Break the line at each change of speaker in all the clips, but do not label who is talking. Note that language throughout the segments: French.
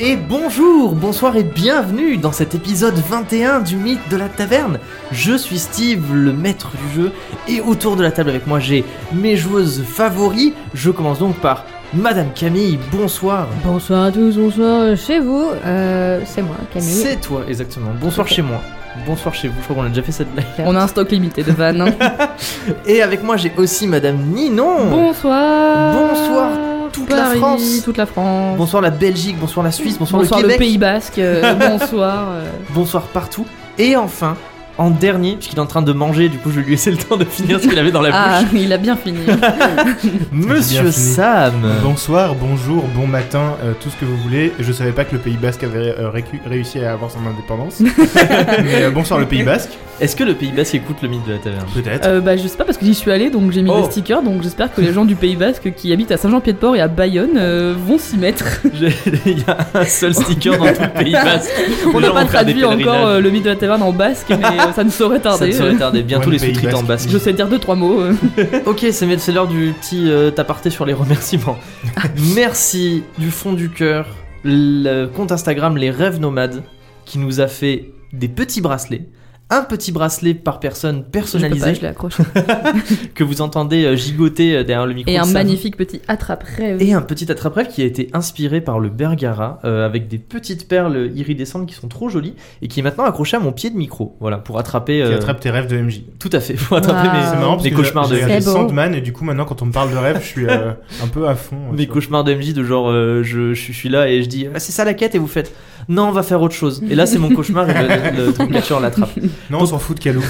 Et bonjour, bonsoir et bienvenue dans cet épisode 21 du mythe de la taverne. Je suis Steve, le maître du jeu, et autour de la table avec moi j'ai mes joueuses favoris. Je commence donc par Madame Camille, bonsoir.
Bonsoir à tous, bonsoir chez vous. Euh, c'est moi, Camille.
C'est toi, exactement. Bonsoir
Ok.
chez moi. Bonsoir chez vous, je crois qu'on a déjà fait cette blague.
On a un stock limité de vannes. hein.
Et avec moi j'ai aussi Madame Ninon.
Bonsoir.
Bonsoir, toute la
Paris,
France.
Toute la France.
Bonsoir la Belgique, bonsoir la Suisse, bonsoir,
Bonsoir
le
le,
Québec.
Pays Basque. euh, bonsoir. euh,
Bonsoir partout. Et enfin, en dernier, puisqu'il est en train de manger, du coup je vais lui laisser le temps de finir ce qu'il avait dans la bouche.
Ah, il a bien fini.
Monsieur
Bien fini.
Sam
Bonsoir, bonjour, bon matin, euh, tout ce que vous voulez. Je savais pas que le Pays Basque avait euh, récu- réussi à avoir son indépendance. Mais euh, bonsoir le Pays Basque,
Est-ce que le Pays Basque écoute le mythe de la taverne
peut-être.
Euh, bah, je sais pas parce que j'y suis allée donc j'ai mis
Oh.
des stickers donc j'espère que les gens du Pays Basque qui habitent à Saint-Jean-Pied-de-Port et à Bayonne euh, vont s'y mettre.
Je- Il y a un seul sticker dans tout le Pays Basque.
On
Les
n'a
gens
pas
vont faire des
traduit encore
pèlerinages.
euh, le mythe de la taverne en basque mais euh, ça ne saurait
Ça
tarder. Euh,
ne saurait tarder. Bientôt
Ouais,
les
le Pays
sous-titres en basque.
Je sais dire deux trois mots. euh.
Ok, c'est c'est l'heure du petit euh, aparté sur les remerciements. Merci du fond du cœur le compte Instagram Les Rêves Nomades qui nous a fait des petits bracelets. Un petit bracelet par personne
Je peux pas,
personnalisé
je l'ai accroché.
que vous entendez euh, gigoter euh, derrière le micro.
Et un
Ça-
magnifique petit attrape rêve.
Et un petit attrape qui a été inspiré par le Bergara euh, avec des petites perles iridescentes qui sont trop jolies et qui est maintenant accroché à mon pied de micro. Voilà, pour attraper.
Qui
euh,
attrape tes rêves de MJ.
Tout à fait, pour attraper
Waouh.
mes,
C'est marrant parce
mes
que
cauchemars
j'ai
de
j'ai-
MJ.
regardé
Ah. C'est beau.
Sandman et du coup maintenant quand on me parle de rêve je suis euh, un peu à fond. euh,
Mes
sur-
cauchemars de MJ de genre euh, je, je suis là et je dis Ah, c'est ça la quête et vous faites non on va faire autre chose et là c'est mon cauchemar et le, le, le Dreamcatcher l'attrape
Non on s'en fout de Calou.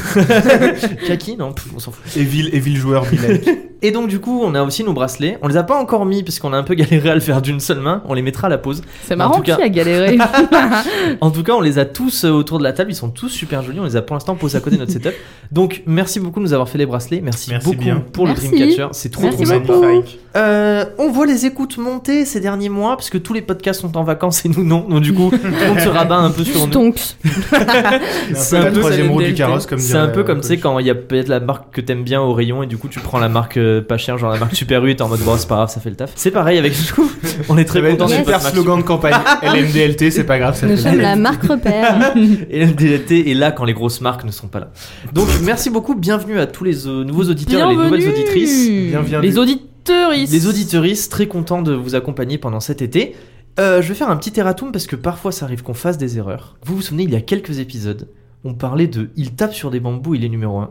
Kaki non pff, on s'en fout
et vil et vil joueur Bilal.
et donc du coup on a aussi nos bracelets on les a pas encore mis parce qu'on a un peu galéré à le faire d'une seule main on les mettra à la pause
C'est
En
marrant
tout cas-
qui a galéré.
En tout cas, on les a tous euh, autour de la table. Ils sont tous super jolis. On les a pour l'instant posés à côté de notre setup. Donc, merci beaucoup de nous avoir fait les bracelets. Merci,
Merci
beaucoup
bien.
pour
Merci.
le Dreamcatcher. C'est trop,
Merci
trop sympa.
beaucoup.
Euh, on voit les écoutes monter ces derniers mois parce que tous les podcasts sont en vacances et nous non. Donc, du coup, tout le monde se rabat un peu sur nous.
Stonks.
C'est un peu la troisième roue du carrosse comme
C'est
dirait,
un peu
euh,
comme tu sais
Coluche.
quand il y a peut-être la marque que t'aimes bien au rayon et du coup tu prends la marque euh, pas chère genre la marque Super U et t'es en mode bon c'est pas grave ça fait le taf. C'est pareil avec nous. On est très
Ça va être
content
un
des
super
podcasts.
slogan de campagne. LMDLT c'est pas grave ça
Nous
fait-
sommes la marque repère.
Et LDLT est là quand les grosses marques ne sont pas là. Donc merci beaucoup, bienvenue à tous les euh, nouveaux auditeurs et les nouvelles auditrices.
Bienvenue.
Les auditeuristes.
Les auditeuristes, très contents de vous accompagner pendant cet été. Euh, je vais faire un petit erratum parce que parfois ça arrive qu'on fasse des erreurs. Vous vous souvenez, il y a quelques épisodes, on parlait de Il tape sur des bambous, il est numéro 1.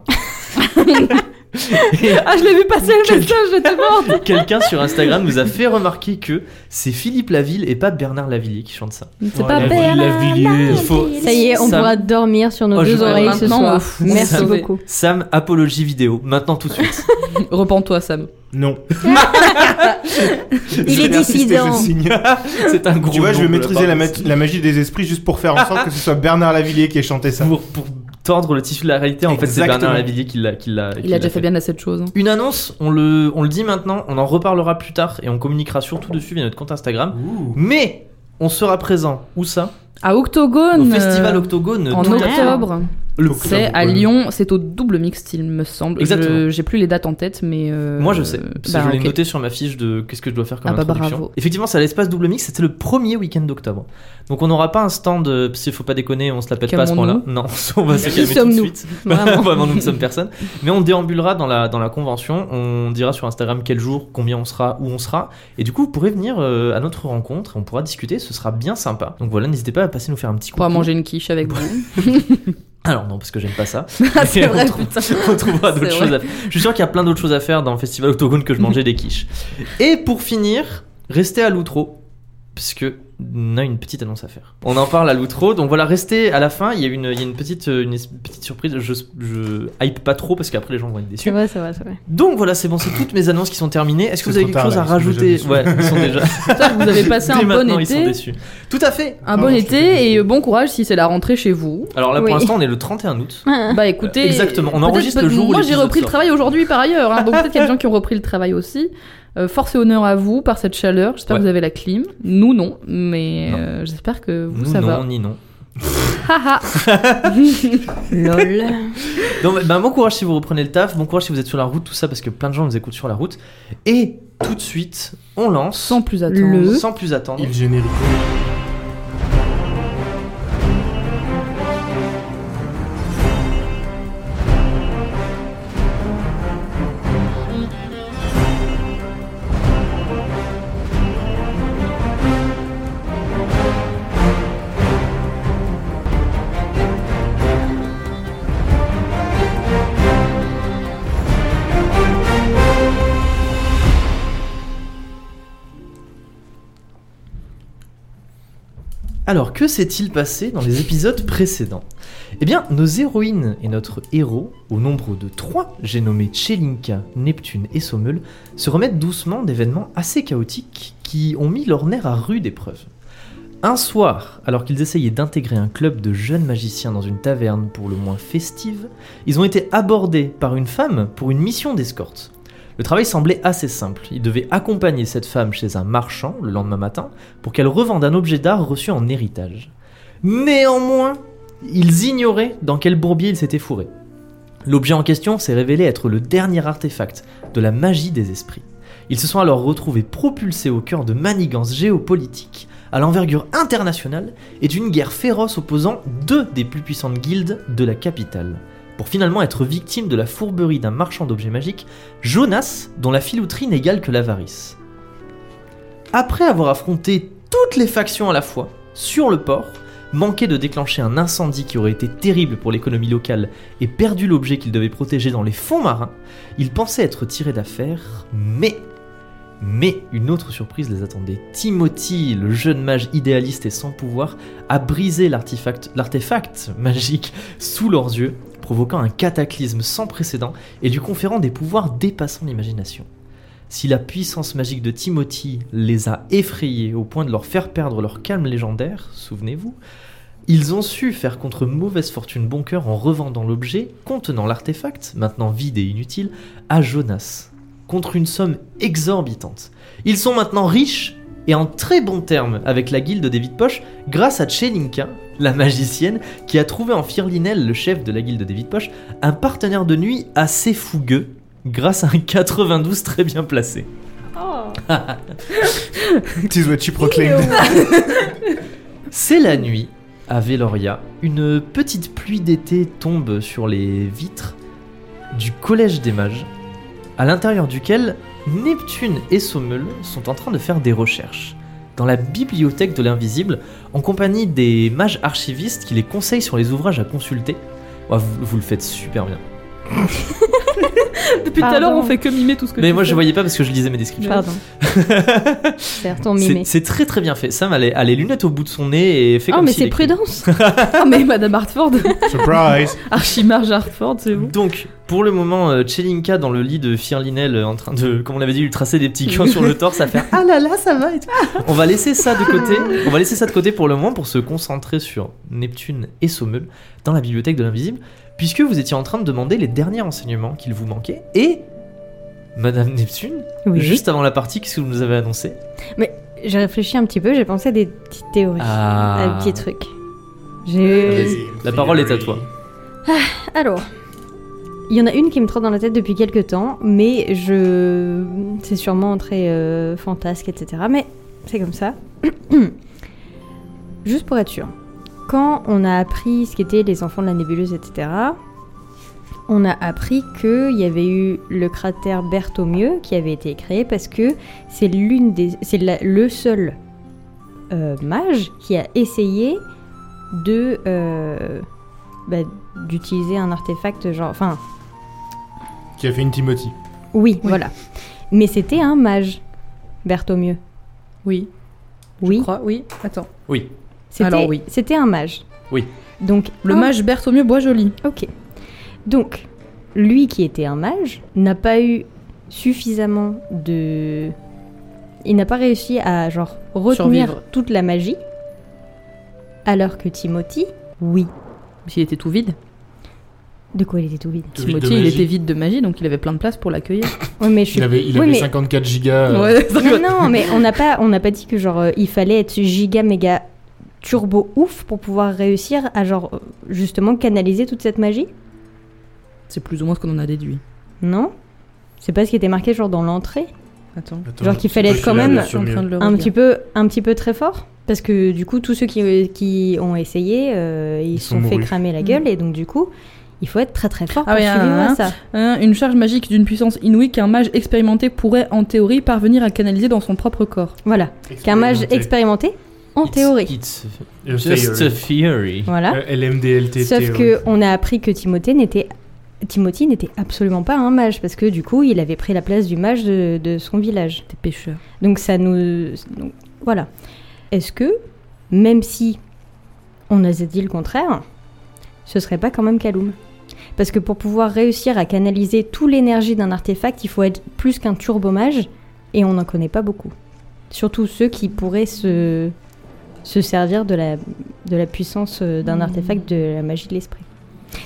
Ah, je l'ai vu passer le
Quel-
message, j'étais morte.
Quelqu'un sur Instagram nous a fait remarquer que c'est Philippe Laville et pas Bernard Lavillier qui chante ça.
C'est pas
la-
belle.
la Villiers.
Il faut...
Ça y est, on
Ça-
pourra dormir sur nos
Oh, je
deux
vais
oreilles ce
maintenant, euh,
soir.
pff,
Merci
ça fait-
beaucoup.
Sam, apologie vidéo, maintenant tout de suite.
Repends-toi, Sam.
Non.
Il est dissident.
c'est un gros
Tu vois, je
nom
vais
de
maîtriser
part
la,
de
ma- la magie des esprits juste pour faire en sorte que ce soit Bernard Lavillier qui ait chanté ça.
pour, pour tordre le tissu de la réalité, en fait, c'est
Exactement.
Bernard Lavillier qui l'a qui l'a- qui
Il a
l'a
déjà fait bien assez de choses. hein.
Une annonce, on le, on le dit maintenant, on en reparlera plus tard et on communiquera surtout dessus via notre compte Instagram. Mais on sera présent, où ça
À Octogone.
Au
euh,
Festival Octogone
En
tout à fait.
octobre.
Le-
Octobre,
C'est à
ouais.
Lyon, c'est au double mixte, il me semble.
Exactement.
Je- J'ai plus les dates en tête, mais. euh,
Moi je sais,
bah,
parce que je l'ai
ok.
noté sur ma fiche de qu'est-ce que je dois faire comme
Ah bah,
introduction.
bravo.
Effectivement, c'est à l'espace double mix, c'était le premier week-end d'octobre. Donc on n'aura pas un stand, euh, parce qu'il faut pas déconner, on se la pète pas à ce point-là.
Calmons-nous.
Non, on va se
Qui
calmer tout de
sommes-nous
suite. Vraiment. nous ne sommes personne. Mais on déambulera dans la, dans la convention. On dira sur Instagram quel jour, combien on sera, où on sera. Et du coup, vous pourrez venir euh, à notre rencontre. On pourra discuter. Ce sera bien sympa. Donc voilà, n'hésitez pas à passer nous faire un petit
On
coup.
pourra manger une quiche avec vous.
Alors non, parce que j'aime pas ça.
Ah, c'est
Mais
vrai,
on, trou-
putain.
on trouvera d'autres
C'est
choses à faire. Je suis sûr qu'il y a plein d'autres choses à faire dans le festival Octogone que je mangeais des quiches. Et pour finir, restez à l'outro. Parce que on a une petite annonce à faire. On en parle à l'outro. Donc voilà, restez à la fin. Il y a une, il y a une, petite, euh, une petite surprise. Je, je hype pas trop parce qu'après les gens vont être déçus.
C'est vrai, c'est vrai, c'est vrai.
Donc voilà, c'est bon, c'est toutes mes annonces qui sont terminées. Est-ce que vous
C'est
avez
trop
quelque
tard,
chose
là,
à
ils sont
rajouter
déjà déçus.
Ouais, ils sont déjà.
Putain, Vous avez passé un
Dès
bon
maintenant, ils sont
été.
déçus. Tout à fait.
Un
Non,
bon
non, je te
été et euh, bon courage si c'est la rentrée chez vous.
Alors là, pour
Oui.
l'instant, on est le 31 août.
Bah écoutez,
Exactement, on
peut-être-
enregistre le jour où
Moi j'ai
l'épisode
repris le
sort.
travail aujourd'hui par ailleurs, hein, donc peut-être qu'il y a des gens qui ont repris le travail aussi. Euh, force et honneur à vous par cette chaleur. J'espère que
Ouais.
vous avez la clim. Nous non, mais
Non.
euh, j'espère que vous
Nous,
ça
non,
va.
ni non.
Haha.
Lol.
Donc, bah, bon courage si vous reprenez le taf, bon courage si vous êtes sur la route, tout ça, parce que plein de gens nous écoutent sur la route. Et tout de suite, on lance.
Sans plus attendre.
Le-
sans plus attendre.
Il générique.
Alors, que s'est-il passé dans les épisodes précédents Eh bien, nos héroïnes et notre héros, au nombre de trois, j'ai nommé Chelinka, Neptune et Sommel, se remettent doucement d'événements assez chaotiques qui ont mis leur nerf à rude épreuve. Un soir, alors qu'ils essayaient d'intégrer un club de jeunes magiciens dans une taverne pour le moins festive, ils ont été abordés par une femme pour une mission d'escorte. Le travail semblait assez simple. Ils devaient accompagner cette femme chez un marchand le lendemain matin pour qu'elle revende un objet d'art reçu en héritage. Néanmoins, ils ignoraient dans quel bourbier ils s'étaient fourrés. L'objet en question s'est révélé être le dernier artefact de la magie des esprits. Ils se sont alors retrouvés propulsés au cœur de manigances géopolitiques à l'envergure internationale et d'une guerre féroce opposant deux des plus puissantes guildes de la capitale, pour finalement être victimes de la fourberie d'un marchand d'objets magiques, Jonas, dont la filouterie n'égale que l'avarice. Après avoir affronté toutes les factions à la fois, sur le port, manqué de déclencher un incendie qui aurait été terrible pour l'économie locale et perdu l'objet qu'il devait protéger dans les fonds marins, il pensait être tiré d'affaire, mais... Mais une autre surprise les attendait. Timothy, le jeune mage idéaliste et sans pouvoir, a brisé l'artefact l'artefact magique sous leurs yeux, provoquant un cataclysme sans précédent et lui conférant des pouvoirs dépassant l'imagination. Si la puissance magique de Timothy les a effrayés au point de leur faire perdre leur calme légendaire, souvenez-vous, ils ont su faire contre mauvaise fortune bon cœur en revendant l'objet contenant l'artefact, maintenant vide et inutile, à Jonas, contre une somme exorbitante. Ils sont maintenant riches et en très bons termes avec la guilde des vides poches grâce à Chelinka, la magicienne, qui a trouvé en Firlinel, le chef de la guilde des vides poches, un partenaire de nuit assez fougueux grâce à un 92 très bien placé.
Oh.
Tis what she proclaimed.
C'est la nuit, à Veloria, une petite pluie d'été tombe sur les vitres du Collège des Mages, à l'intérieur duquel Neptune et Sommel sont en train de faire des recherches, dans la bibliothèque de l'invisible, en compagnie des mages archivistes qui les conseillent sur les ouvrages à consulter. Ouais, vous, vous le faites super bien.
Depuis tout à
Pardon.
l'heure, on fait que mimer tout ce que
Mais
tu
moi
fais.
je voyais pas parce que je lisais mes descriptions.
Pardon, certes, on mimé.
C'est c'est très très bien fait. Sam a les, a les lunettes au bout de son nez et fait
Oh,
comme
mais
s'il
c'est
écrit.
prudence
Ah, mais Madame Hartford,
Surprise.
Archimarge Hartford, c'est vous.
Donc, pour le moment, euh, Chelinka dans le lit de Firlinel euh, en train de, comme on l'avait dit, lui tracer des petits coins sur le torse à faire Ah là là, ça va et tout. On va laisser ça de côté. On va laisser ça de côté pour le moment pour se concentrer sur Neptune et Sommel dans la bibliothèque de l'invisible, puisque vous étiez en train de demander les derniers renseignements qu'il vous manquait et Madame Neptune,
Oui,
juste avant la partie, qu'est-ce que vous nous avez annoncé
j'ai réfléchi un petit peu, j'ai pensé à des petites théories,
Ah,
à des petits trucs. J'ai...
Euh, La parole est à toi.
Alors, il y en a une qui me trotte dans la tête depuis quelques temps, mais je. C'est sûrement très euh, fantasque, etc. Mais c'est comme ça. Juste pour être sûr, quand on a appris ce qu'étaient les enfants de la nébuleuse, etc., on a appris qu'il y avait eu le cratère Berthaumieux qui avait été créé parce que c'est l'une des, c'est la- le seul euh, mage qui a essayé de euh, bah, d'utiliser un artefact genre enfin
Qui a fait une Timothy.
oui, voilà mais c'était un mage Berthaumieux
Oui, je
oui
crois, oui. Attends.
Oui.
c'était
Alors oui.
c'était un mage
Oui.
donc
Le
un-
mage Berthaumieux Boisjoli.
ok donc lui qui était un mage n'a pas eu suffisamment de il n'a pas réussi à genre retenir
Survivre.
toute la magie alors que Timothy oui
Il était tout vide.
de quoi il était tout vide
Tout vide de
Timothy, il
magie.
était vide de magie, donc il avait plein de place pour l'accueillir.
oui mais je suis
Il avait, il
Oui,
avait
mais-
54 gigas. euh,
Ouais,
Non, non, mais on n'a pas, on n'a pas dit que genre euh, il fallait être giga méga turbo ouf pour pouvoir réussir à genre euh, justement canaliser toute cette magie.
C'est plus ou moins ce qu'on en a déduit.
Non, c'est pas ce qui était marqué genre dans l'entrée.
Attends.
attends,
Genre qu'il fallait
je
être quand
Ah,
suis là,
même
je suis
Je suis en train
mieux.
de le
Un
relire.
petit peu, un petit peu très fort. Parce que du coup, tous ceux qui, euh, qui ont essayé, euh, ils
Ils
se
sont
sont fait
mourus.
cramer la gueule et donc du coup, il faut être très très fort
Mm. Ah
pour
ouais,
survivre
hein,
à ça.
Hein, une charge magique d'une puissance inouïe qu'un mage expérimenté pourrait, en théorie, parvenir à canaliser dans son propre corps.
Voilà, qu'un mage expérimenté en
It's-
théorie.
It's
Just
just a theory.
Voilà.
Euh, LMDLT.
Sauf
théorie.
que on a appris que Timothée n'était Timothy n'était absolument pas un mage parce que du coup il avait pris la place du mage de, de son village.
T'es pêcheur.
Donc ça nous donc, voilà. Est-ce que même si on a dit le contraire, ce serait pas quand même Kaloum. Parce que pour pouvoir réussir à canaliser toute l'énergie d'un artefact, il faut être plus qu'un turbomage, et on n'en connaît pas beaucoup. Surtout ceux qui pourraient se, se servir de la, de la puissance euh, d'un
Mhm.
artefact de la magie de l'esprit.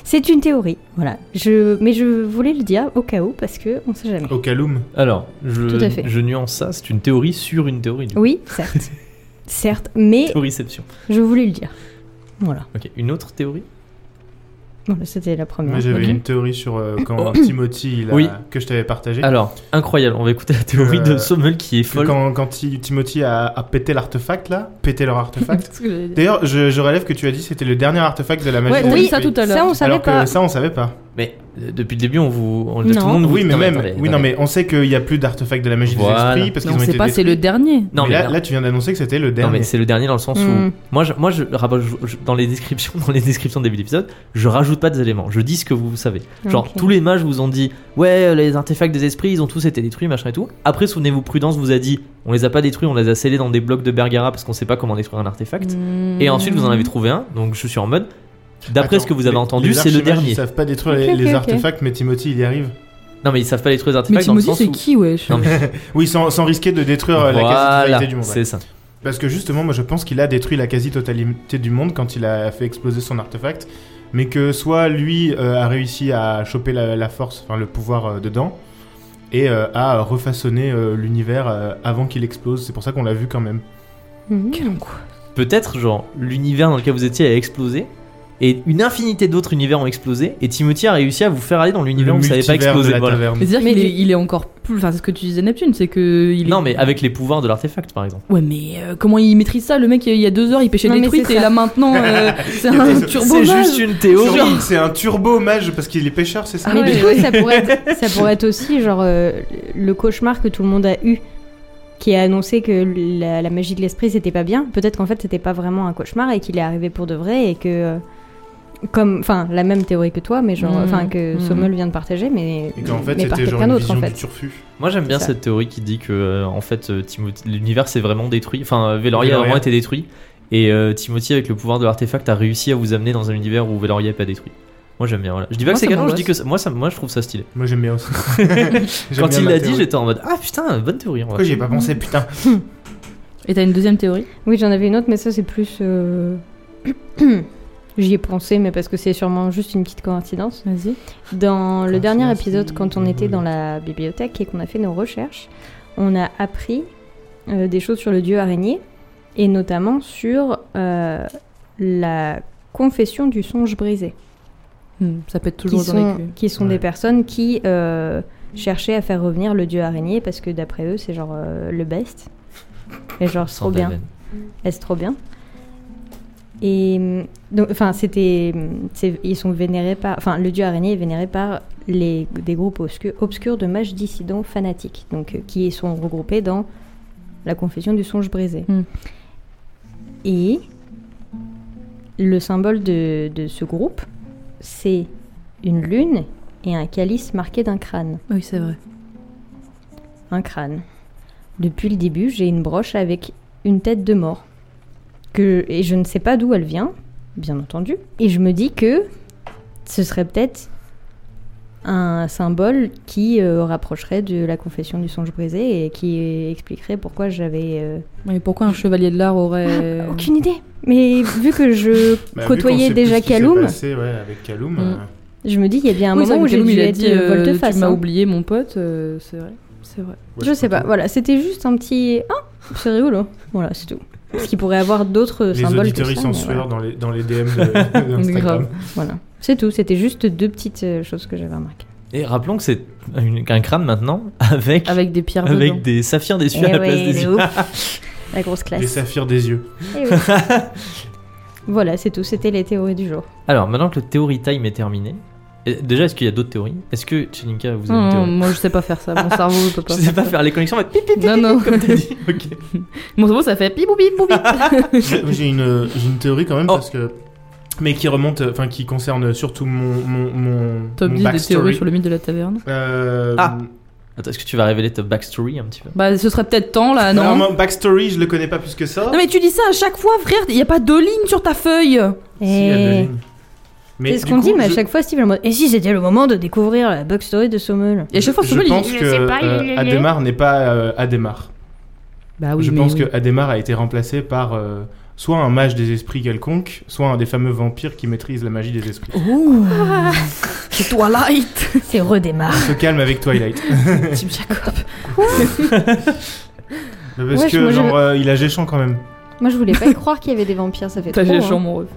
C'est une théorie, voilà. Je, mais je voulais le dire au cas où, parce que on sait jamais.
Au Kaloum.
Alors, je,
Tout à fait.
je nuance ça, c'est une théorie sur une théorie. Du coup.
Oui, certes. certes, mais
Théoriception.
je voulais le dire. Voilà,
Ok, une autre théorie
voilà c'était la première.
Moi j'avais
Ok.
une théorie sur euh, quand Timothy, il a-
Oui. Ah
que je t'avais partagé.
Alors, incroyable, on va écouter la théorie de
Euh,
Sommel qui est
que
folle.
quand quand Ti- Timothy a, a pété l'artefact là, pété leur artefact.
C'est ce que j'allais dire.
D'ailleurs, je, je relève que tu as dit que c'était le dernier artefact de la magie.
Ouais,
de
oui,
l'esprit.
ça tout à l'heure.
Ça, on savait
Alors que
pas.
ça, on savait pas.
Mais euh, depuis le début, on vous. On, Tout
Non.
le monde vous
Oui,
dit,
mais
non,
même.
attendez,
oui, non,
attendez.
mais on sait qu'il n'y a plus d'artefacts de la magie
Voilà.
des esprits parce qu'ils
Non,
ont
c'est
été
pas, c'est le
détruits.
dernier.
Non,
Mais
mais
là,
alors-
là, tu viens d'annoncer que c'était le
Non
dernier.
mais c'est le dernier dans le sens
Mm.
Hmm.
où moi je, moi je, rabat- je- je- dans les descriptions dans les descriptions des épisodes je rajoute pas des éléments je dis ce que vous savez genre
Ok.
tous les mages vous ont dit ouais euh, les artefacts des esprits ils ont tous été détruits machin et tout après souvenez-vous prudence vous a dit on les a pas détruits on les a scellés dans des blocs de Bergara parce qu'on sait pas comment détruire un
Hmm.
artefact et ensuite vous en avez trouvé un donc je suis en mode d'après
Attends,
ce que vous avez
les-
entendu
les
c'est le
archimages,
dernier
Ils savent pas détruire
Ok,
les,
ok,
les
ok.
artefacts, mais Timothy, il y arrive.
non mais ils savent pas détruire les
Hmm. Mais
artefacts dans le
Timothy,
sens
c'est
où
qui, wesh
Non, mais-
Oui, sans, sans risquer de détruire euh, la
voilà
quasi-totalité du monde. ouais.
c'est ça
Parce que justement, moi je pense qu'il a détruit la quasi-totalité du monde quand il a fait exploser son artefact, mais que soit lui euh, a réussi à choper la, la force, enfin le pouvoir euh, dedans, et euh, a refaçonné euh, l'univers euh, avant qu'il explose. C'est pour ça qu'on l'a vu quand même.
Mhm.
peut-être genre l'univers dans lequel vous étiez a explosé et une infinité d'autres univers ont explosé et Timothy a réussi à vous faire aller dans l'univers où
Le
vous savez pas
multivers de
exploser.
la
voilà.
taverne.
C'est-à-dire
Mais
qu'il
du-
est, il est encore plus. Enfin, c'est ce que tu disais, Neptune, c'est que. Il est...
Non mais avec les pouvoirs de l'artefact par exemple.
Ouais, mais euh, comment il maîtrise ça Le mec, il y a deux heures, il pêchait
Non,
des
mais
truites
c'est
et
ça.
là maintenant, euh, c'est un turbo.
C'est juste une théorie.
Surtout que C'est un turbo mage parce qu'il est pêcheur, c'est ça
mais
ouais.
du coup, ça pourrait, être, ça pourrait être aussi genre euh, le cauchemar que tout le monde a eu, qui a annoncé que la, la magie de l'esprit c'était pas bien. Peut-être qu'en fait c'était pas vraiment un cauchemar et qu'il est arrivé pour de vrai et que euh, comme, enfin, la même théorie que toi, mais genre,
Mhm.
enfin que
Mhm.
Sommel vient de partager, mais
Et qu'en fait
mais par
c'était genre
quelqu'un
une
d'autre
vision
en
du
fait.
turfu.
Moi j'aime bien
C'est ça.
cette théorie qui dit que euh, en fait euh, Timothy- l'univers s'est vraiment détruit. Enfin euh, Veloria a
Veloria.
vraiment été détruit et euh, Timothy avec le pouvoir de l'artefact a réussi à vous amener dans un univers où Veloria est pas détruit. Moi j'aime bien voilà. Je dis pas
Moi,
que c'est
ça
canon, je
m'angoisse.
dis que ça- moi ça moi je trouve ça stylé.
Moi j'aime bien aussi. J'aime
Quand
bien
il
ma
l'a dit
théorie.
j'étais en mode ah putain bonne théorie. on va faire.
Pourquoi j'y ai pas pensé putain
Et t'as une deuxième théorie
Oui, j'en avais une autre, mais ça c'est plus. euh, J'y ai pensé, mais parce que c'est sûrement juste une petite coïncidence.
Vas-y.
Dans le
Coïncidence,
dernier épisode, quand on
oui.
était dans la bibliothèque et qu'on a fait nos recherches, on a appris euh, des choses sur le dieu araignée et notamment sur euh, la confession du songe brisé,
Hmm, Ça pète
qui
toujours dans
sont,
les culs.
qui sont
Ouais.
des personnes qui euh, cherchaient à faire revenir le dieu araignée parce que d'après eux, c'est genre euh, le best. Et genre, c'est
Sans
trop bien.
Daven.
Est-ce trop bien Et hum, donc, enfin, c'était, hum, c'est- ils sont vénérés par, enfin, le dieu araignée est vénéré par les des groupes obscu- obscurs de mages dissidents fanatiques, donc euh, qui sont regroupés dans la confession du songe brisé.
Hmm.
Et le symbole de, de ce groupe, c'est une lune et un calice marqué d'un crâne.
Oui, c'est vrai.
Un crâne. Depuis le début, j'ai une broche avec une tête de mort. Que, et je ne sais pas d'où elle vient, bien entendu. Et je me dis que ce serait peut-être un symbole qui euh, rapprocherait de la confession du songe brisé et qui expliquerait pourquoi j'avais... euh,
Mais pourquoi un chevalier de l'art aurait.
Aucune idée. Mais vu que je
Bah, vu qu'on
côtoyais
sait
déjà
plus ce qui s'est
Kaloum,
passé, ouais, avec Kaloum.
Mm.
euh,
je me dis, il y a bien un
Oui, c'est
moment où
vrai que
j'ai
Kaloum,
dû
il a
être
dit euh,
volte-face.
Tu m'as
hein.
oublié, mon pote. euh, C'est vrai. C'est vrai.
ouais,
je sais pas,
plutôt.
voilà, c'était juste un petit. Ah, c'est rigolo. Voilà, c'est tout. Parce qu'il pourrait avoir d'autres
Les
symboles.
auditeurs
que
ils
ça,
sont
mais
sueurs dans les, dans les DM de- d'Instagram.
Grave.
Voilà, Voilà. c'est tout. C'était juste deux petites euh, choses que j'avais remarquées.
Et rappelons que c'est une- un crâne maintenant avec
Avec des pierres
avec
dedans.
des saphirs des
Eh
yeux à la place
ouais,
des
de
yeux.
ouf. La grosse
les
classe.
saphirs des yeux.
Eh oui. voilà, c'est tout. C'était les théories du jour.
Alors, maintenant que le théorie time est terminé, et- déjà, est-ce qu'il y a d'autres théories Est-ce que, Chelinka, vous avez une
Non, non,
théorie
moi je sais pas faire ça, mon cerveau ne peut
Je
Hmm, pas.
sais pas faire les connexions, mais pip, pip,
Non, non.
comme t'as dit. Ok.
Mon cerveau ça fait pip ou pip ou pip.
J'ai j'ai une, j'ai une théorie quand même
Oh.
parce que. Mais qui remonte, enfin qui concerne surtout mon, mon, mon,
Top
mon
10 des
backstory.
théories sur le mythe de la taverne.
Euh,
Ah. Attends, est-ce que tu vas révéler ta backstory un petit peu
Bah, ce serait peut-être temps là, non
Alors, moi, backstory, je le connais pas plus que ça.
Non mais tu dis ça à chaque fois, frère. Il y a pas deux lignes sur ta feuille.
Si, il y a deux
Eh,
lignes. Mais
C'est ce
du
qu'on
coup,
dit, mais à
je-
chaque fois, Steve est en mode, Et si c'était le moment de découvrir la backstory de Sommel
Et à chaque fois,
Je
Sommel, il-
pense
Je
que
sais pas, il
euh,
est- il est-
Adhémar n'est pas euh, Adhémar.
Bah oui,
je
mais
pense
oui.
que Adhémar a été remplacé par euh, soit un mage des esprits quelconque, soit un des fameux vampires qui maîtrisent la magie des esprits.
Ouh,
C'est Twilight
c'est redémarre.
Se calme avec Twilight.
Tim Jacob.
Parce
Ouais, je-
que
moi, je-
genre euh, il a géchant quand même.
Moi, je voulais pas y croire qu'il y avait des vampires, ça fait
T'as
trop. hein.
géchant, mon ref.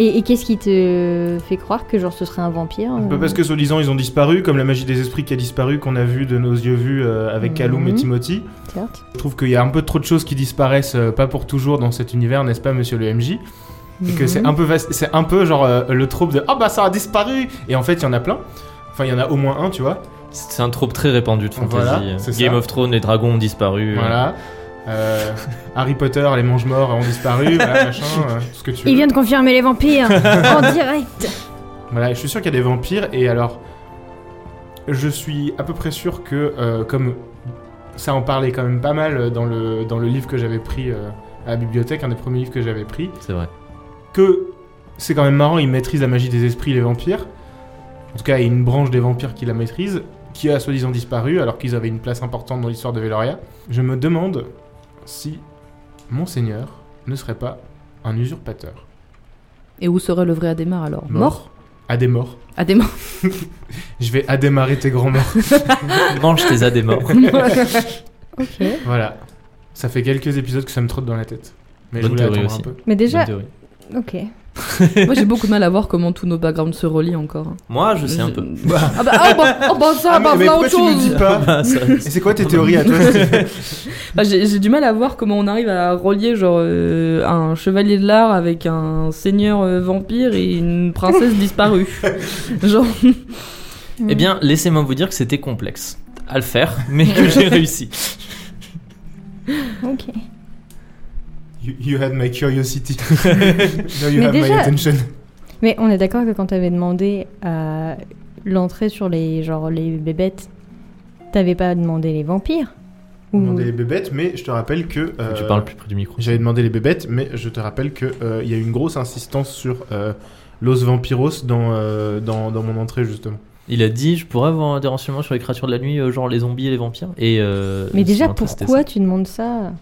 Et, et qu'est-ce qui te fait croire que genre ce serait un vampire
Pas
euh,
Ah, bah, parce que soi-disant ils ont disparu, comme la magie des esprits qui a disparu, qu'on a vu de nos yeux vus euh, avec
Mhm.
Kaloum et Timothy.
certes.
Je trouve qu'il y a un peu trop de choses qui disparaissent, euh, pas pour toujours dans cet univers, n'est-ce pas, monsieur le MJ Et
Mhm.
que c'est un peu, vaste- c'est un peu genre euh, le trouble de Ah bah ça a disparu Et en fait, il y en a plein. Enfin, il y en a au moins un, tu vois.
C'est un trope très répandu de fantasy. euh,
Voilà, c'est
Game
ça.
of Thrones, les dragons ont disparu.
Voilà. Euh, Harry Potter, les mange-morts ont disparu, voilà, machin, euh, tout ce que tu veux.
Il vient de confirmer les vampires en direct.
Voilà, je suis sûr qu'il y a des vampires, et alors, je suis à peu près sûr que, euh, comme ça en parlait quand même pas mal dans le, dans le livre que j'avais pris euh, à la bibliothèque, un des premiers livres que j'avais pris,
C'est vrai.
que c'est quand même marrant, ils maîtrisent la magie des esprits, les vampires. En tout cas, il y a une branche des vampires qui la maîtrise, qui a soi-disant disparu, alors qu'ils avaient une place importante dans l'histoire de Veloria. Je me demande si Monseigneur ne serait pas un usurpateur.
Et où serait le vrai Adémar alors
À des morts.
Adémar.
Je vais adémarrer tes grands morts.
Mange tes adémors.
Ok.
voilà. Ça fait quelques épisodes que ça me trotte dans la tête.
Bonne
Mais je voulais
théorie
attendre
aussi.
un peu.
Mais déjà,
Bonne théorie.
ok.
Moi j'ai beaucoup de mal à voir comment tous nos backgrounds se relient encore. hein.
Moi, je sais un peu.
Ah bah, ah bah, ah bah ça,
Ah,
bah
mais, mais
voilà
pourquoi
autre
tu nous
chose.
dis pas
Ah, ça-
Et c'est quoi tes théories à toi
Bah, j'ai j'ai du mal à voir comment on arrive à relier genre euh, un chevalier de l'art avec un seigneur euh, vampire et une princesse disparue. genre
Eh bien, laissez-moi vous dire que c'était complexe à le faire, mais que j'ai réussi.
Ok.
you, you had my curiosity. Now you
Mais
have my
déjà-
attention.
Mais on est d'accord que quand t'avais demandé à l'entrée sur les genre les bébêtes, t'avais pas demandé les vampires Ou-
demandé les bébêtes, mais je te rappelle que. euh,
Tu parles plus près du micro.
J'avais demandé les bébêtes, mais je te rappelle qu'il y a eu une grosse insistance sur euh, Los Vampiros dans, euh, dans, dans mon entrée, justement.
Il a dit, je pourrais avoir des renseignements sur les créatures de la nuit, euh, genre les zombies et les vampires. Et euh,
Mais déjà,
c'est un peu- c'était
pourquoi tu demandes ça
ça.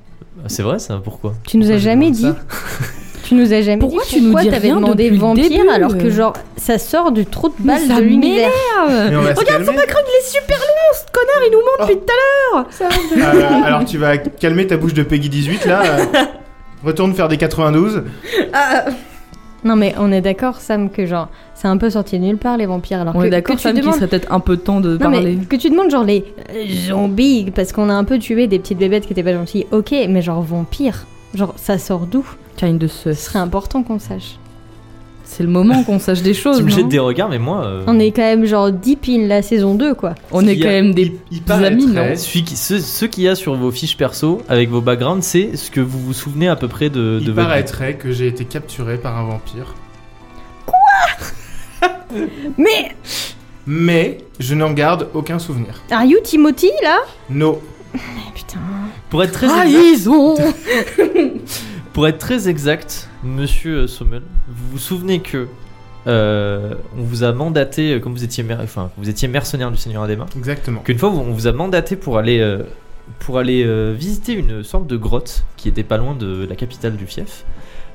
Ah, C'est vrai ça, pourquoi
Tu nous
Pourquoi
as
je
jamais dit.
demande
Tu nous as jamais
Pourquoi
dit
tu nous
pourquoi
dis
t'avais
rien
demandé
depuis le
vampire
début,
alors que
euh
genre ça sort du trou de
Mais
balle
ça
de l'univers.
Mais on va se
Regarde son
calmer. Oh.
background, il est super long, ce connard, il nous montre depuis tout à l'heure.
Euh, alors tu vas calmer ta bouche de Peggy 18 là. euh, Retourne faire des 92.
Non mais on est d'accord Sam que genre c'est un peu sorti de nulle part les vampires alors
On
que,
est
que
d'accord,
tu
Sam, qu'il
demandes
serait peut-être un peu temps de
non,
parler.
mais que tu demandes genre les euh, zombies parce qu'on a un peu tué des petites bébêtes qui étaient pas gentilles. OK, mais genre vampires, genre ça sort d'où
Kind of euh,
Ce serait important qu'on sache.
C'est le moment qu'on sache des choses.
Tu me
non
jettes des regards, mais moi. euh,
Oh On est quand même genre deep in la saison 2 quoi.
On est
Il y
quand
a-
même des
il
amis, non
paraîtrait-
Celui qui, ce, ce qu'il y a sur vos fiches perso, avec vos backgrounds, c'est ce que vous vous souvenez à peu près de, de
Il
votre vie.
paraîtrait que j'ai été capturé par un vampire.
Mais
Mais je n'en garde aucun souvenir.
are you Timothy là
No.
Mais Putain.
Pour être
Ah,
très exact,
trahisons.
Pour être très exact, monsieur euh, Sommel, vous vous souvenez que euh, on vous a mandaté, euh, comme vous étiez, mer- enfin, vous étiez mercenaire du Seigneur Adéma,
Exactement.
qu'une fois on vous a mandaté pour aller, euh, pour aller euh, visiter une sorte de grotte qui était pas loin de la capitale du fief.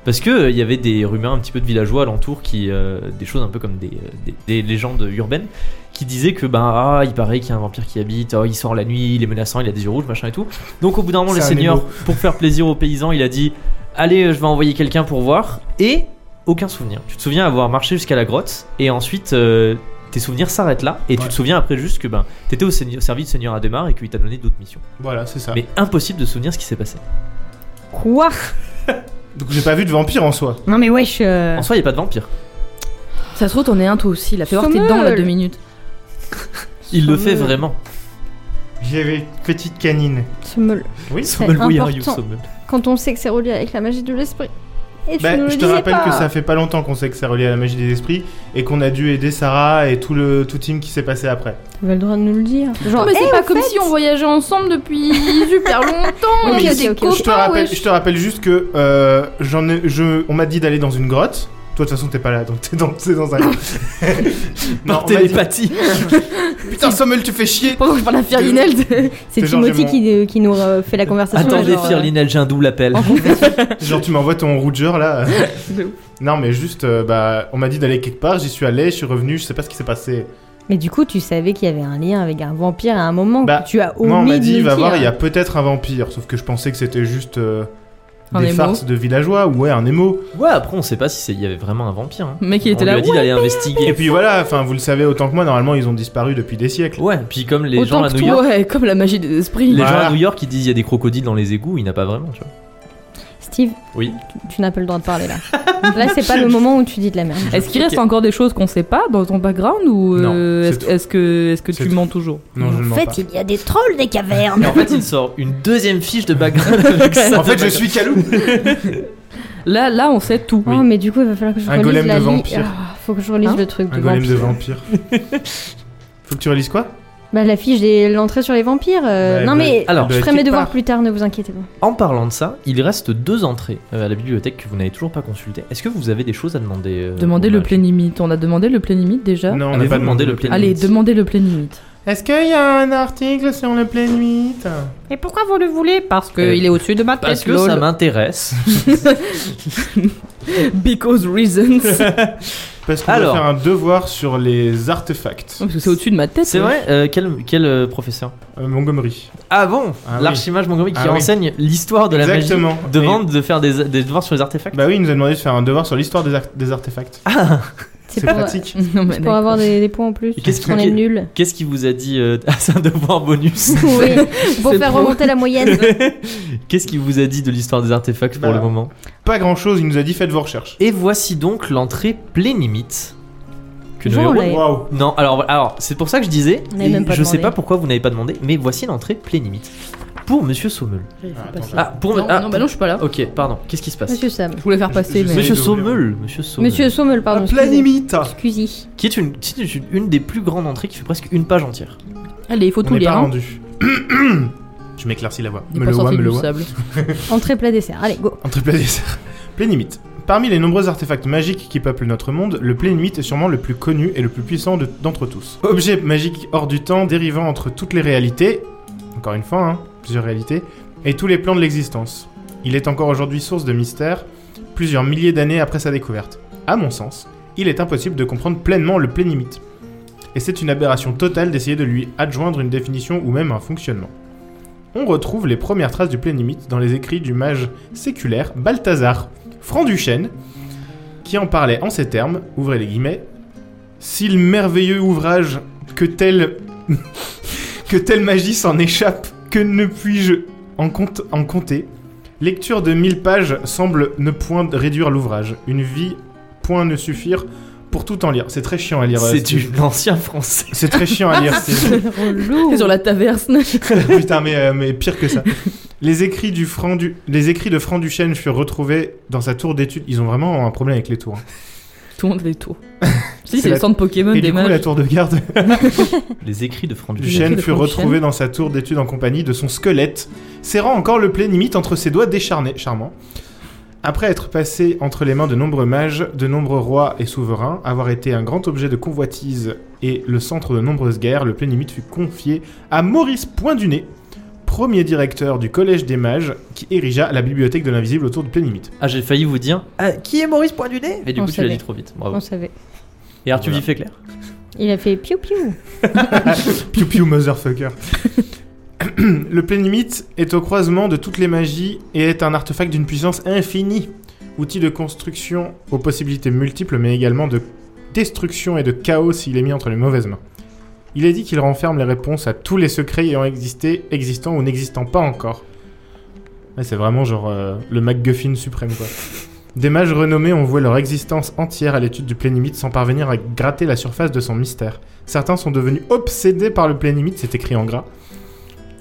Parce que euh, il y avait des rumeurs un petit peu de villageois alentour, qui, euh, des choses un peu comme des, euh, des- des légendes urbaines, qui disaient que ben ah il paraît qu'il y a un vampire qui habite, oh, il sort la nuit, il est menaçant, il a des yeux rouges, machin et tout. Donc au bout d'un moment,
C'est
le
un
seigneur,
émo.
pour faire plaisir aux paysans, il a dit allez euh, je vais envoyer quelqu'un pour voir et aucun souvenir. Tu te souviens avoir marché jusqu'à la grotte et ensuite euh, tes souvenirs s'arrêtent là et tu
Ouais.
te souviens après juste que ben t'étais au seigneur- service du Seigneur Adhémar et qu'il t'a donné d'autres missions.
Voilà, c'est ça.
Mais impossible de souvenir ce qui s'est passé.
Quoi
Donc j'ai pas vu de vampire en soi.
Non mais wesh euh,
En soi, il n'y a pas de vampire.
Ça se trouve, t'en es un toi aussi. La voir tes
Sommel.
dents là deux minutes.
Il le
Sommel.
fait vraiment.
J'avais une petite canine.
ce meul-
Oui.
C'est
Sommel, oui, are you,
important.
Sommel
Quand on sait que c'est relié avec la magie de l'esprit. Et tu
Bah,
nous le
je te
disais
rappelle
pas.
que ça fait pas longtemps qu'on sait que c'est relié à la magie des esprits et qu'on a dû aider Sarah et tout le tout team qui s'est passé après.
T'avais le droit de nous le dire. Genre,
mais
eh,
c'est pas
au
comme
fait,
si on voyageait ensemble depuis super longtemps.
Oui,
Il y a
ok,
des
ok, ok.
copains,
Je te rappelle,
wesh.
je te rappelle juste que euh, j'en ai, je, on m'a dit d'aller dans une grotte. Toi de toute façon t'es pas là donc t'es dans, t'es dans un. non, on
Par
m'a dit-
télépathie.
Putain Sommel tu fais chier.
Pendant que je parle à Firlinel,
Euh, C'est
C'est genre,
Timothy
j'ai
qui, qui nous euh, fait la conversation.
Attendez,
genre, euh,
Firlinel, j'ai un double appel.
Genre tu m'envoies ton Rouger là.
De ouf.
non mais juste euh, bah on m'a dit d'aller quelque part, j'y suis allé, je suis revenu, je sais pas ce qui s'est passé.
euh, Mais du coup, tu savais qu'il y avait un lien avec un vampire à un moment
Bah,
que tu as omis
Moi on m'a
de nous
dit
le
va
dire.
voir il y a peut-être un vampire, sauf que je pensais que c'était juste euh,
Un
des
émo.
farces de villageois ou ouais un émo.
Ouais, après, on sait pas si c'est- il y avait vraiment un vampire. hein.
Le mec, il
On
était
lui
là.
a dit
ouais.
d'aller
Et
investiguer.
puis voilà, enfin vous le savez autant que moi, normalement ils ont disparu depuis des siècles.
Ouais, puis comme les gens
Autant
à
que
New
toi,
York,
ouais, comme la magie des esprits.
les gens
Voilà.
à New York qui disent il y a des crocodiles dans les égouts, il n'y en a pas vraiment, tu vois.
Steve,
Oui.
tu- tu n'as pas le droit de parler là. là, c'est pas le moment où tu dis de la merde.
Est-ce qu'il reste
Ok.
encore des choses qu'on sait pas dans ton background ou
Non,
euh,
c'est
est-ce
tout.
est-ce que, est que
C'est
tu
tout.
mens toujours
Non, je ne mens pas.
il y a des trolls des
Et
cavernes.
en fait, il sort une deuxième fiche de background avec ça.
En fait, je suis Calou.
Là, là, on sait tout.
Oh, mais du coup, il va falloir que je
Un
relise
golem
la
de
li-
vampire.
Ah, faut que je relise
Hein
le truc
Un
de
golem de
vampire.
vampire. Faut que tu relises quoi
Bah, la fiche de l'entrée sur les vampires. euh,
Bah,
non,
elle doit-
mais
elle
Alors,
doit
je
être
ferai mes
quelque
devoirs
part.
plus tard, ne vous inquiétez pas.
En parlant de ça, il reste deux entrées euh, à la bibliothèque que vous n'avez toujours pas consultées. Est-ce que vous avez des choses à demander euh,
Demandez
au
le
mage
plénimite. On a demandé le plénimite déjà.
Non, on n'a
Avez-vous
pas
demandé
demandé
le
le
plein
plein
Allez,
limite.
demandez le plénimite.
Est-ce qu'il y a un article sur le plein nuit
Et pourquoi vous le voulez Parce que
Euh,
il est au-dessus de ma tête.
Parce que
lol.
ça m'intéresse.
Because reasons.
Parce qu'on
Alors.
doit faire un devoir sur les artefacts.
Parce que c'est au-dessus de ma tête.
C'est
ouais.
vrai euh, Quel, quel euh, professeur
Euh, Montgomery.
Ah bon
Ah oui.
L'archimage Montgomery qui
Ah oui.
enseigne l'histoire de la
Exactement.
magie demande de faire des, des devoirs sur les artefacts.
Bah oui, il nous a demandé de faire un devoir sur l'histoire des, ar- des artefacts. C'est
pour, euh,
pratique.
Non, mais
c'est pour avoir des, des points en plus.
Et qu'est-ce
On
qui-
est nuls.
Qu'est-ce qui vous a dit euh, Ah, c'est un devoir bonus.
oui, pour
C'est
faire
pour-
remonter la moyenne.
Qu'est-ce qui vous a dit de l'histoire des artefacts pour
Bah.
le moment
Pas grand chose, il nous a dit faites vos recherches.
Et voici donc l'entrée plénimite. Que nous verrons-
Jean l'a- Ouais.
Waouh.
Non, alors, alors c'est pour ça que je disais,
On n'avait
et
même pas
je sais
demandé.
pas pourquoi vous n'avez pas demandé, mais voici l'entrée plénimite. Pour Monsieur Sommel.
d'accord.
Ah, attends,
Ah, pour
Non,
ah,
non, bah non, je suis pas là.
Ok, pardon, qu'est-ce qui se passe
Monsieur Sam.
Je voulais faire
Je-
passer,
je
mais.
sais.
Monsieur
J'ai
Sommel, Monsieur Sommel.
Monsieur Sommel, pardon.
Un plein
excusez.
limite.
Excusez.
Qui est une, qui est une- une des plus grandes entrées qui fait presque une page entière.
Allez, il faut tout
On n'est
lire.
pas
hein.
rendu. Je m'éclaircis la voix.
Il est
Me
pas
le vois,
sorti
me
du
le vois.
sable.
Entrée plat dessert. Allez, go.
Un triple dessert. Plénimite. Parmi les nombreux artefacts magiques qui peuplent notre monde, le Plénimite est sûrement le plus connu et le plus puissant de- d'entre tous. Objet magique hors du temps, dérivant entre toutes les réalités, encore une fois, hein, plusieurs réalités, et tous les plans de l'existence. Il est encore aujourd'hui source de mystères, plusieurs milliers d'années après sa découverte. À mon sens, il est impossible de comprendre pleinement le Plénimite. Et c'est une aberration totale d'essayer de lui adjoindre une définition ou même un fonctionnement. On retrouve les premières traces du Plénimite dans les écrits du mage séculaire Balthazar Franc du Chêne, qui en parlait en ces termes, ouvrez les guillemets, si le merveilleux ouvrage que telle que telle magie s'en échappe, que ne puis-je en, compte, en compter Lecture de mille pages semble ne point réduire l'ouvrage. Une vie, point ne suffire pour tout en lire. C'est très chiant à lire. euh,
C'est
Steve.
du l'ancien français.
C'est très chiant à lire. Steve.
C'est sur la taverse.
Putain, mais, euh, mais pire que ça. Les écrits, du Franc du... les écrits de Franc Duchesne furent retrouvés dans sa tour d'études. Ils ont vraiment un problème avec les tours. hein.
Tout le monde les tours. Si,
C'est
c'est
la-
le centre Pokémon
Et
des
du coup, la
mages.
tour de garde
Les écrits de Franck Duchesne.
Duchesne
de
fut
Franc
retrouvée dans sa tour d'études en compagnie de son squelette, serrant encore le plein limite entre ses doigts décharnés. Charmant. Après être passé entre les mains de nombreux mages, de nombreux rois et souverains, avoir été un grand objet de convoitise et le centre de nombreuses guerres, le plein limite fut confié à Maurice Poindunet, premier directeur du Collège des Mages, qui érigea la bibliothèque de l'invisible autour du plein limite.
Ah, j'ai failli vous dire. Ah, qui est Maurice Point du Nez Mais du
On
coup, tu l'as
savait.
dit trop vite. Bravo.
On savait.
Et Arthur
Voilà.
Vif est clair.
Il a fait piou piou.
Piu piu motherfucker. le plénimite est au croisement de toutes les magies et est un artefact d'une puissance infinie. Outil de construction aux possibilités multiples, mais également de destruction et de chaos s'il est mis entre les mauvaises mains. Il est dit qu'il renferme les réponses à tous les secrets ayant existé, existant ou n'existant pas encore. Ouais, c'est vraiment genre euh, le MacGuffin suprême, quoi. Des mages renommés ont voué leur existence entière à l'étude du plénimite sans parvenir à gratter la surface de son mystère. Certains sont devenus obsédés par le plein limite, c'est écrit en gras.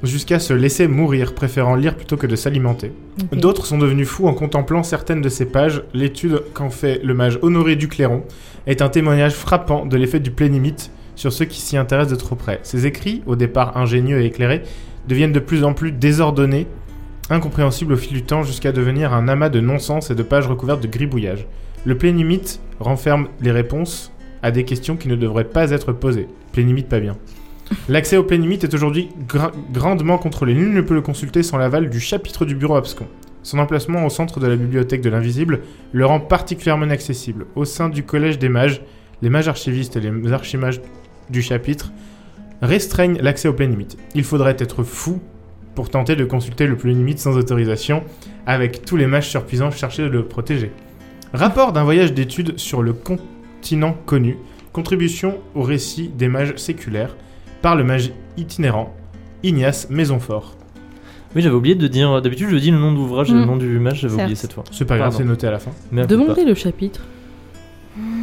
jusqu'à se laisser mourir, préférant lire plutôt que de s'alimenter.
Ok.
D'autres sont devenus fous en contemplant certaines de ces pages. L'étude qu'en fait le mage Honoré du Clairon est un témoignage frappant de l'effet du plénimite sur ceux qui s'y intéressent de trop près. Ses écrits, au départ ingénieux et éclairés, deviennent de plus en plus désordonnés, incompréhensibles au fil du temps jusqu'à devenir un amas de non-sens et de pages recouvertes de gribouillage. Le plénimite renferme les réponses à des questions qui ne devraient pas être posées. Plénimite pas bien. L'accès au plénimite est aujourd'hui gra- grandement contrôlé. Nul ne peut le consulter sans l'aval du chapitre du bureau abscon. Son emplacement au centre de la bibliothèque de l'invisible le rend particulièrement inaccessible. Au sein du collège des mages, les mages archivistes et les archimages du chapitre restreignent l'accès au plénimite. Il faudrait être fou pour tenter de consulter le plénimite sans autorisation, avec tous les mages surpuissants chercher de le protéger. Rapport d'un voyage d'études sur le continent connu, contribution au récit des mages séculaires par le mage itinérant Ignace Maisonfort.
Oui, j'avais oublié de dire. D'habitude, je dis le nom d'ouvrage et le
Mm.
nom du match, j'avais
Hmm. Certes.
oublié cette fois.
C'est pas grave,
Pardon.
c'est noté à la fin.
Mais
Demandez le chapitre.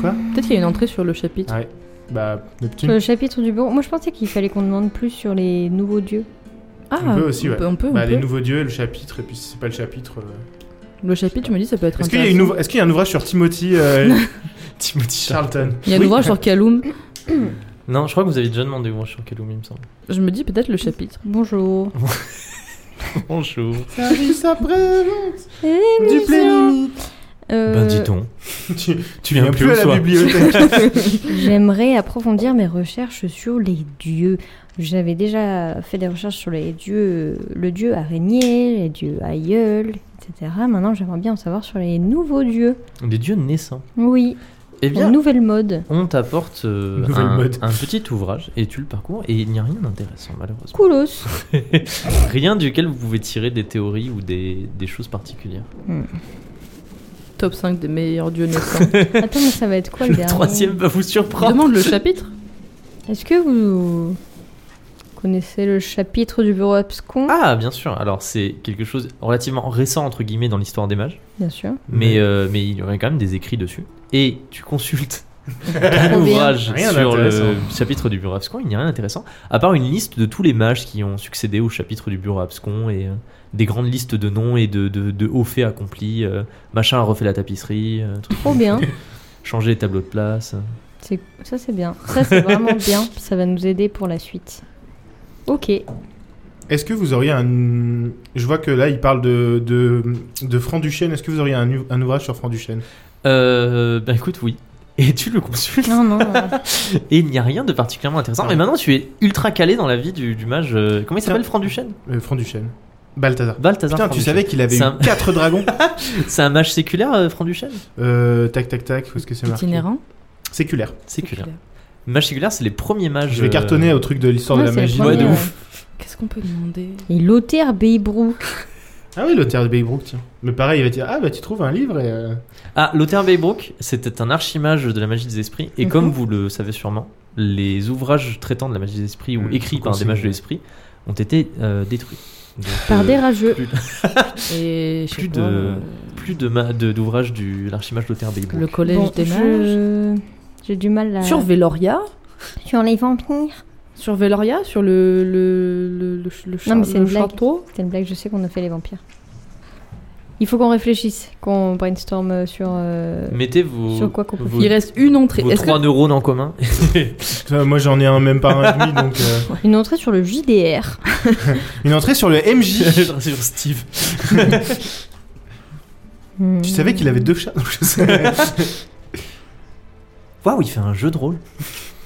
Quoi
Peut-être qu'il y a une entrée sur le chapitre.
Ah ouais. Bah, Neptune.
Sur
Euh,
le chapitre du bureau, moi je pensais qu'il fallait qu'on demande plus sur les nouveaux dieux.
Ah,
on peut aussi, ouais.
on peut, on peut, on
bah, les
peut.
nouveaux dieux, le chapitre, et puis si c'est pas le chapitre. euh.
Le chapitre, tu me dis, ça peut être
Est-ce qu'il y, a
intéressant.
une ouv- est-ce qu'il y a un ouvrage sur Timothy, euh, Timothy Charlton
Il y a un
Oui.
ouvrage sur Kaloum.
Non, je crois que vous avez déjà demandé ouvrage sur Kaloum, il me semble.
Je me dis peut-être le chapitre.
Bonjour.
Bonjour.
Service après vente du
Du
plénimite.
Euh,
Ben, dis-donc.
Tu, tu
Viens
viens
plus
plus
au
à la
soir.
bibliothèque.
J'aimerais approfondir mes recherches sur les dieux. J'avais déjà fait des recherches sur les dieux, le dieu araignée, les dieux aïeul, etc. Maintenant, j'aimerais bien en savoir sur les nouveaux dieux.
Des dieux naissants.
Oui,
Eh
la
bien,
nouvelle mode.
on t'apporte euh,
Nouvelle
un,
mode.
un petit ouvrage et tu le parcours et il n'y a rien d'intéressant, malheureusement.
Koulos.
Rien duquel vous pouvez tirer des théories ou des, des choses particulières.
Top 5 des meilleurs dieux naissants.
Attends, mais ça va être quoi le,
le
dernier
troisième va vous surprendre.
Demande le chapitre.
Est-ce que vous connaissez le chapitre du bureau abscon
Ah, bien sûr. Alors, c'est quelque chose relativement récent, entre guillemets, dans l'histoire des mages.
Bien sûr.
Mais, euh, mais il y aurait quand même des écrits dessus. Et tu consultes un
Trop bien.
ouvrage
Rien
sur le
d'intéressant.
chapitre du Bureau Abscon, il n'y a rien d'intéressant. À part une liste de tous les mages qui ont succédé au chapitre du Bureau Abscon et euh, des grandes listes de noms et de, de, de hauts faits accomplis. euh, machin a refait la tapisserie, euh, truc-
Trop bien.
changer les tableaux de place. euh.
C'est- Ça, c'est bien. Ça, c'est vraiment bien. Ça va nous aider pour la suite. Ok.
Est-ce que vous auriez un. Je vois que là, il parle de, de, de Franc Duchesne. Est-ce que vous auriez un, ou- un ouvrage sur Franc Duchesne
Euh, ben écoute, oui. Et tu le consultes.
Non, non.
Et il n'y a rien de particulièrement intéressant.
Non.
Mais maintenant, tu es ultra calé dans la vie du, du mage. euh, comment il
Tiens.
s'appelle Franc Duchesne
euh, Franc Duchesne. Balthazar.
Balthazar.
Putain,
Franc
tu
Duchesne.
savais qu'il avait
C'est
eu
un-
4 dragons
C'est un mage séculaire, euh, Franc Duchesne
euh, Tac, tac, tac. Où est-ce que c'est marqué
Itinérant.
Séculaire.
Séculaire. Mage séculaire, c'est les premiers mages.
Je vais
euh,
cartonner au truc de l'histoire
Ouais,
de la
c'est le
magie.
premier,
Ouais, de
euh,
ouf.
Qu'est-ce qu'on peut demander
Et Lothaire Beibrou.
Ah oui, l'auteur de Baybrook, tiens. Mais pareil, il va dire Ah, bah tu trouves un livre et. euh,
Ah, Lothair Baybrook, c'était un archimage de la magie des esprits, et
Mhm.
comme vous le savez sûrement, les ouvrages traitant de la magie des esprits ou
Mhm,
écrits
faut
par des mages de
conseiller.
l'esprit ont été euh, détruits. Donc,
Par
euh,
des rageux.
Et je sais
Plus
pas,
de-
euh,
plus de ma- de- d'ouvrages de l'archimage Lothair Baybrook.
Le collège
Bon,
des mages.
je- J'ai du mal à...
Sur Veloria
Sur les vampires.
Sur Veloria Sur le. le. le. le, le
Non, mais c'est
le
une blague.
château
C'était une blague, je sais qu'on a fait les vampires. Il faut qu'on réfléchisse, qu'on brainstorm euh, sur... euh,
Mettez vos,
Sur quoi qu'on peut
vos,
Il reste une entrée.
vos
Est-ce
trois
que.
neurones en commun.
putain, moi j'en ai un même pas un et demi, donc. euh,
Une entrée sur le JDR.
Une entrée sur le MJ.
Sur Steve.
Hmm.
tu savais qu'il avait deux chats donc je sais.
Waouh, il fait un jeu de rôle.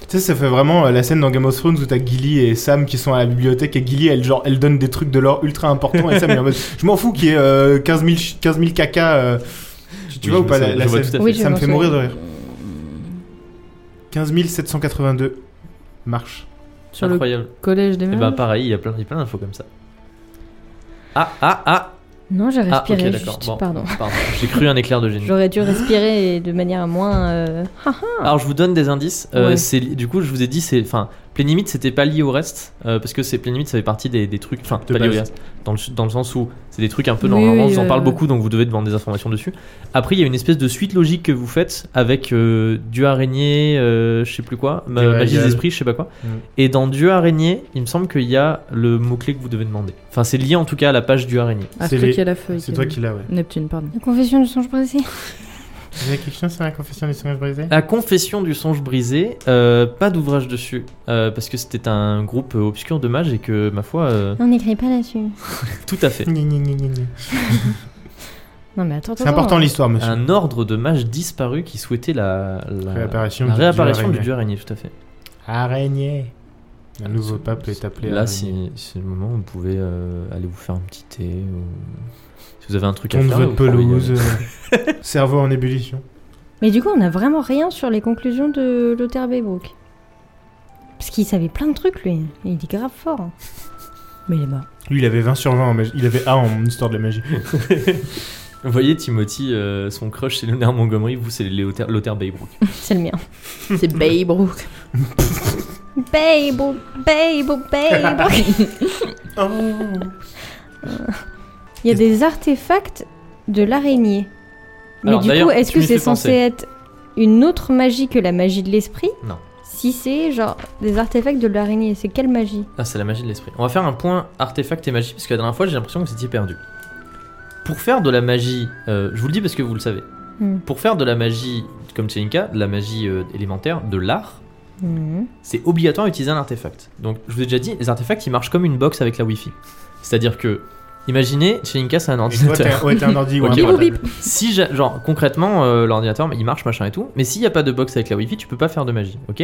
Tu sais, ça fait vraiment euh, la scène dans Game of Thrones où t'as Gilly et Sam qui sont à la bibliothèque et Gilly, elle, genre, elle donne des trucs de l'or ultra importants et Sam il est en mode Je m'en fous qu'il y ait euh, 15, 000, ch- 15 000 caca. euh, tu tu
Oui,
vois ou
je
pas
vois-
la,
je
la
vois
scène
tout à
Oui,
fait.
je
Ça me
m'en
fait mourir de
souviens.
rire. 15 782 marche.
Sur le Ah.
Incroyable.
collège des
Eh
Et
ben,
mages
bah pareil, il y a plein, il y a plein d'infos comme ça. Ah, ah, ah
Non, j'ai
Ah, ok,
respiré
d'accord.
juste,
Bon,
pardon.
J'ai cru un éclair de génie.
J'aurais dû respirer de manière moins... euh,
Ah.
Alors je vous donne des indices. Euh,
Ouais.
c'est du coup je vous ai dit c'est enfin Pleine limite, c'était pas lié au reste, euh, parce que c'est Pleine limite, ça fait partie des, des trucs, enfin,
De
pas lié au
base.
reste, dans le, dans le sens où c'est des trucs un peu dans
Oui,
l'avance,
oui,
ils en
euh,
parlent beaucoup, donc vous devez demander des informations dessus. Après, il y a une espèce de suite logique que vous faites avec euh, Dieu araignée, euh, je sais plus quoi, ma-
Dieu
magie des
régal.
esprits, je sais pas quoi.
Mm.
Et dans Dieu araignée, il me semble qu'il y a le mot-clé que vous devez demander. Enfin, c'est lié en tout cas à la page Dieu araignée.
Ah,
C'est
c'est toi
les-
qui as la feuille.
C'est toi
Kevin.
qui l'as, ouais.
Neptune, pardon.
La confession du songe brisé.
Vous avez quelque chose sur la confession des songes brisés
La confession du songe brisé, euh, pas d'ouvrage dessus, euh, parce que c'était un groupe euh, obscur de mages et que, ma foi, euh,
On n'écrit pas là-dessus.
tout à fait.
Gni, gni, gni, gni, gni.
Non, mais attends, hein.
C'est important l'histoire, monsieur.
Un ordre de mages disparus qui souhaitait la, la-
Réapparition
la
du dieu
réapparition du
araignée.
dieu araignée, tout à fait.
Araignée. Un nouveau pape est appelé
Là, si-
araignée.
c'est le moment où vous pouvez euh, aller vous faire un petit thé ou si vous avez un truc à
Ton
faire.
votre
vous pouvez y
pelouse,
aller.
euh, cerveau en ébullition.
Mais du coup, on n'a vraiment rien sur les conclusions de Lothar Baybrook. Parce qu'il savait plein de trucs, lui. Il est grave fort. hein.
Mais il est mort.
Lui, il avait 20 sur 20 en magie. Il avait A en histoire de la magie.
Vous voyez Timothy, euh, son crush c'est Leonard Montgomery, vous c'est Léother- Lothair Baybrook.
C'est le mien.
C'est Babe Ruth.
Baybrook, Baybrook, Baybrook. Il y a des artefacts de l'araignée. Mais
Alors,
du
d'ailleurs,
coup, est-ce
tu
que
m'y fais
c'est censé
penser.
être une autre magie que la magie de l'esprit
Non.
Si c'est genre des artefacts de l'araignée, c'est quelle magie
Ah, c'est la magie de l'esprit. On va faire un point artefact et magie, parce que la dernière fois, j'ai l'impression que vous étiez perdu. Pour faire de la magie, euh, je vous le dis parce que vous le savez,
Hmm.
pour faire de la magie, comme Tchelinka, de la magie euh, élémentaire, de l'art, c'est obligatoire d'utiliser un artefact. Donc, je vous ai déjà dit, les artefacts, ils marchent comme une box avec la Wi-Fi. C'est-à-dire que, imaginez, Tchelinka, c'est un
Et toi,
ordinateur.
t'es un- ouais, t'es un ordi ou
Ok,
un
bip,
portable.
si j'a- genre concrètement euh, l'ordinateur il marche machin et tout mais s'il n'y a pas de box avec la wifi tu peux pas faire de magie ok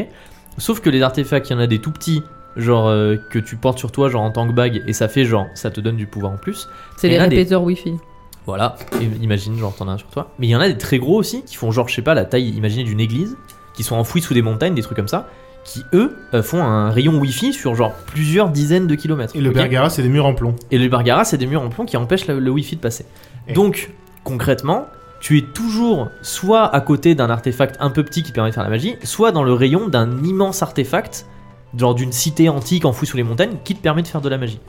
sauf que les artefacts il y en a des tout petits genre euh, que tu portes sur toi genre en tant que bague et ça fait genre ça te donne du pouvoir en plus
C'est
Et
les
là, des-
répéteurs Wi-Fi.
voilà Et imagine genre t'en as un sur toi mais il y en a des très gros aussi qui font genre je sais pas la taille imaginez d'une église qui sont enfouis sous des montagnes des trucs comme ça qui eux euh, font un rayon wifi sur genre plusieurs dizaines de kilomètres
Et le
ok
Bergara, c'est des murs en plomb.
et les Bargara, c'est des murs en plomb qui empêchent le, le Wi-Fi de passer.
Eh.
Donc, concrètement, tu es toujours soit à côté d'un artefact un peu petit qui permet de faire la magie, soit dans le rayon d'un immense artefact, genre d'une cité antique enfouie sous les montagnes, qui te permet de faire de la magie.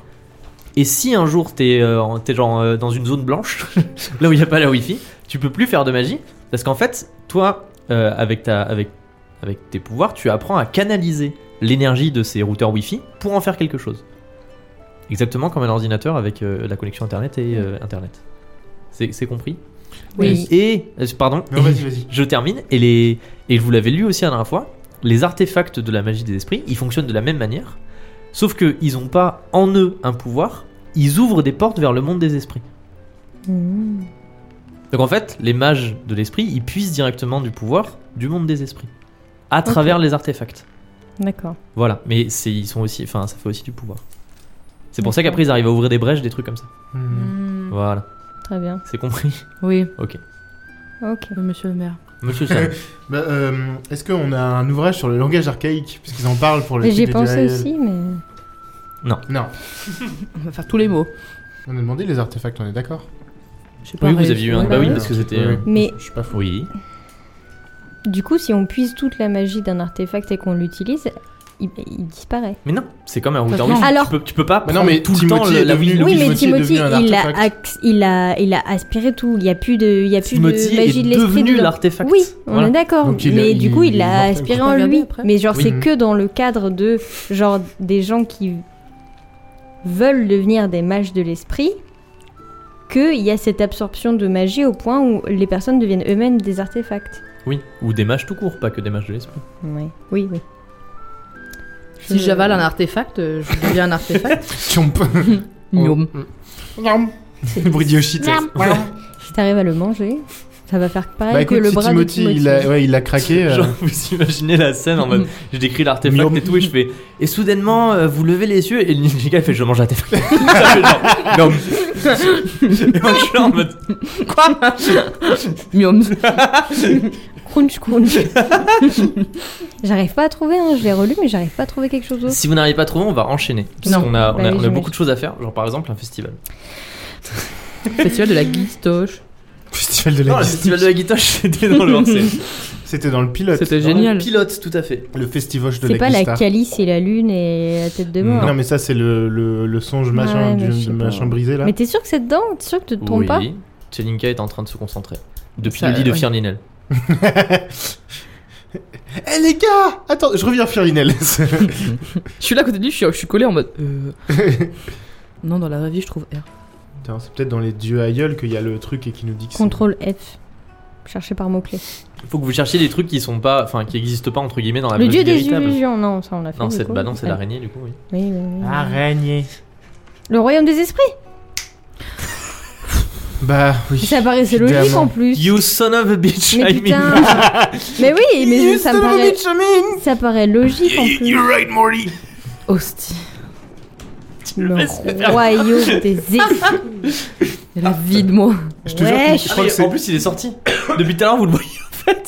Et si un jour t'es euh, en- t'es genre euh, dans une zone blanche, là où il n'y a pas la Wi-Fi, tu peux plus faire de magie, parce qu'en fait, toi, euh, avec, ta, avec, avec tes pouvoirs, tu apprends à canaliser l'énergie de ces routeurs Wi-Fi pour en faire quelque chose. Exactement comme un ordinateur avec euh, la connexion Internet et euh, Internet. C'est c'est compris
Oui.
Et, euh, pardon,
Non, vas-y, vas-y.
je termine. Et, les, et vous l'avez lu aussi la dernière fois, les artefacts de la magie des esprits, ils fonctionnent de la même manière, sauf qu'ils n'ont pas en eux un pouvoir, ils ouvrent des portes vers le monde des esprits.
Mhm.
Donc en fait, les mages de l'esprit, ils puisent directement du pouvoir du monde des esprits, à travers les artefacts.
D'accord.
Voilà, mais c'est- ils sont aussi, enfin, ça fait aussi du pouvoir. C'est pour ça qu'après ils arrivent à ouvrir des brèches, des trucs comme ça.
Hmm.
Mm.
Voilà,
Très bien.
c'est compris.
Oui,
Ok,
Ok.
oui, monsieur le maire.
Monsieur Sam.
Bah, euh, Est-ce qu'on a un ouvrage sur le langage archaïque Parce qu'ils en parlent pour le
Mais
site
j'y
des
pensais
Durael.
aussi, mais.
Non,
On va faire tous les mots.
on a demandé les artefacts, on est d'accord
Je sais pas, euh,
oui, vous
ré-
aviez eu un.
ouais,
Bah oui,
ouais.
parce que c'était.
Oui.
Mais
Je suis pas fou.
Oui.
du coup, si on puise toute la magie d'un artefact et qu'on l'utilise, il, il disparaît.
Mais non, c'est comme un routeur
Parce que-
wifi.
Alors-
Tu peux, tu peux pas
Mais
prendre
non, mais
tout le
Timothy
temps
est
le- la
devenu-
Wi-Fi.
Le
oui, mais
Timothy est
Timothy,
devenu un
il a,
artefact.
ax- il, a, il a aspiré tout. Il n'y a plus de, il y a plus de
Timothy
magie de
est
l'esprit.
devenu
dedans.
l'artefact.
Oui, on
Voilà.
est d'accord.
Donc il-
Mais
il-
du coup, il
il
l'a
est mortel,
aspiré
quoi.
en
Regardez
lui.
après.
Mais genre,
Oui.
c'est
Mhm.
que dans le cadre de genre des gens qui veulent devenir des mages de l'esprit qu'il y a cette absorption de magie au point où les personnes deviennent eux-mêmes des artefacts.
Oui, ou des mages tout court, pas que des mages de l'esprit.
Oui, oui, oui.
Si j'avale un artefact, euh, je deviens un artefact.
Tchomp.
Oh.
Gnom.
Le bruit de Yoshi, t'sais.
Si t'arrives à le manger, ça va faire pareil
Bah
que
écoute,
le
si
bras
Timothy,
de Timothy.
il a, ouais, il a craqué. euh,
Genre, vous imaginez la scène en mode. Je décris l'artefact
Miam.
et tout, et je fais. Et soudainement, euh, vous levez les yeux, et le ninja il fait Je mange l'artefact. Ça fait genre. Non. Et moi, je suis là en mode.
Gnom.
Crunch, crunch. j'arrive pas à trouver, hein. je l'ai relu, mais j'arrive pas à trouver quelque chose d'autre.
Si vous n'arrivez pas à trouver, on va enchaîner. Parce
Non.
qu'on a, on
Bah
a, on a
oui,
beaucoup
j'imagine.
de choses à faire, genre par exemple un festival.
Festival de la guistoche.
Festival de
Non,
la
le
Guise.
festival de la guitare, c'était dans le Lancet.
C'était dans le pilote.
C'était
Dans
génial.
Pilote, tout à fait.
Le festivoche de
C'est
la
pas la
Guistar.
calice et la lune et la tête de mort.
Non, mais ça, c'est le, le, le songe machin,
Ouais,
du-
mais je sais
machin
pas.
brisé là.
Mais t'es sûr que c'est dedans T'es sûr que tu te trompes pas
Oui. Tchelinka est en train de se concentrer. Depuis
Ça,
le lit de
ouais.
Firninel.
Eh les gars Attends, je reviens Firlinel.
Je suis là à côté de lui, je suis, je suis collé en mode. euh, Non, dans la vraie vie, je trouve R.
Putain, c'est peut-être dans les dieux aïeuls qu'il y a le truc et qui nous dit que c'est-
Contrôle F. Chercher par mots-clés.
Faut que vous cherchiez des trucs qui sont pas, enfin, qui existent pas entre guillemets dans la
Le
vraie
dieu
vie
des
véritable.
illusions, non, ça on l'a fait.
Non,
du
c'est
coup.
bah non, c'est
Ouais.
l'araignée du coup. Oui.
Oui, oui, oui.
Araignée.
Le royaume des esprits
Bah oui.
Ça paraissait logique
Évidemment.
en plus.
You son of a bitch.
Mais
I mean.
putain Mais oui, mais ça me paraît, ça paraît logique en plus.
right, Morty.
Hostie.
Le royaume des esprits.
Elle
Ah.
est vide, moi.
Je te jure,
Ouais,
je crois que
en
c'est.
plus, il est sorti. Depuis tout à l'heure, vous le voyez.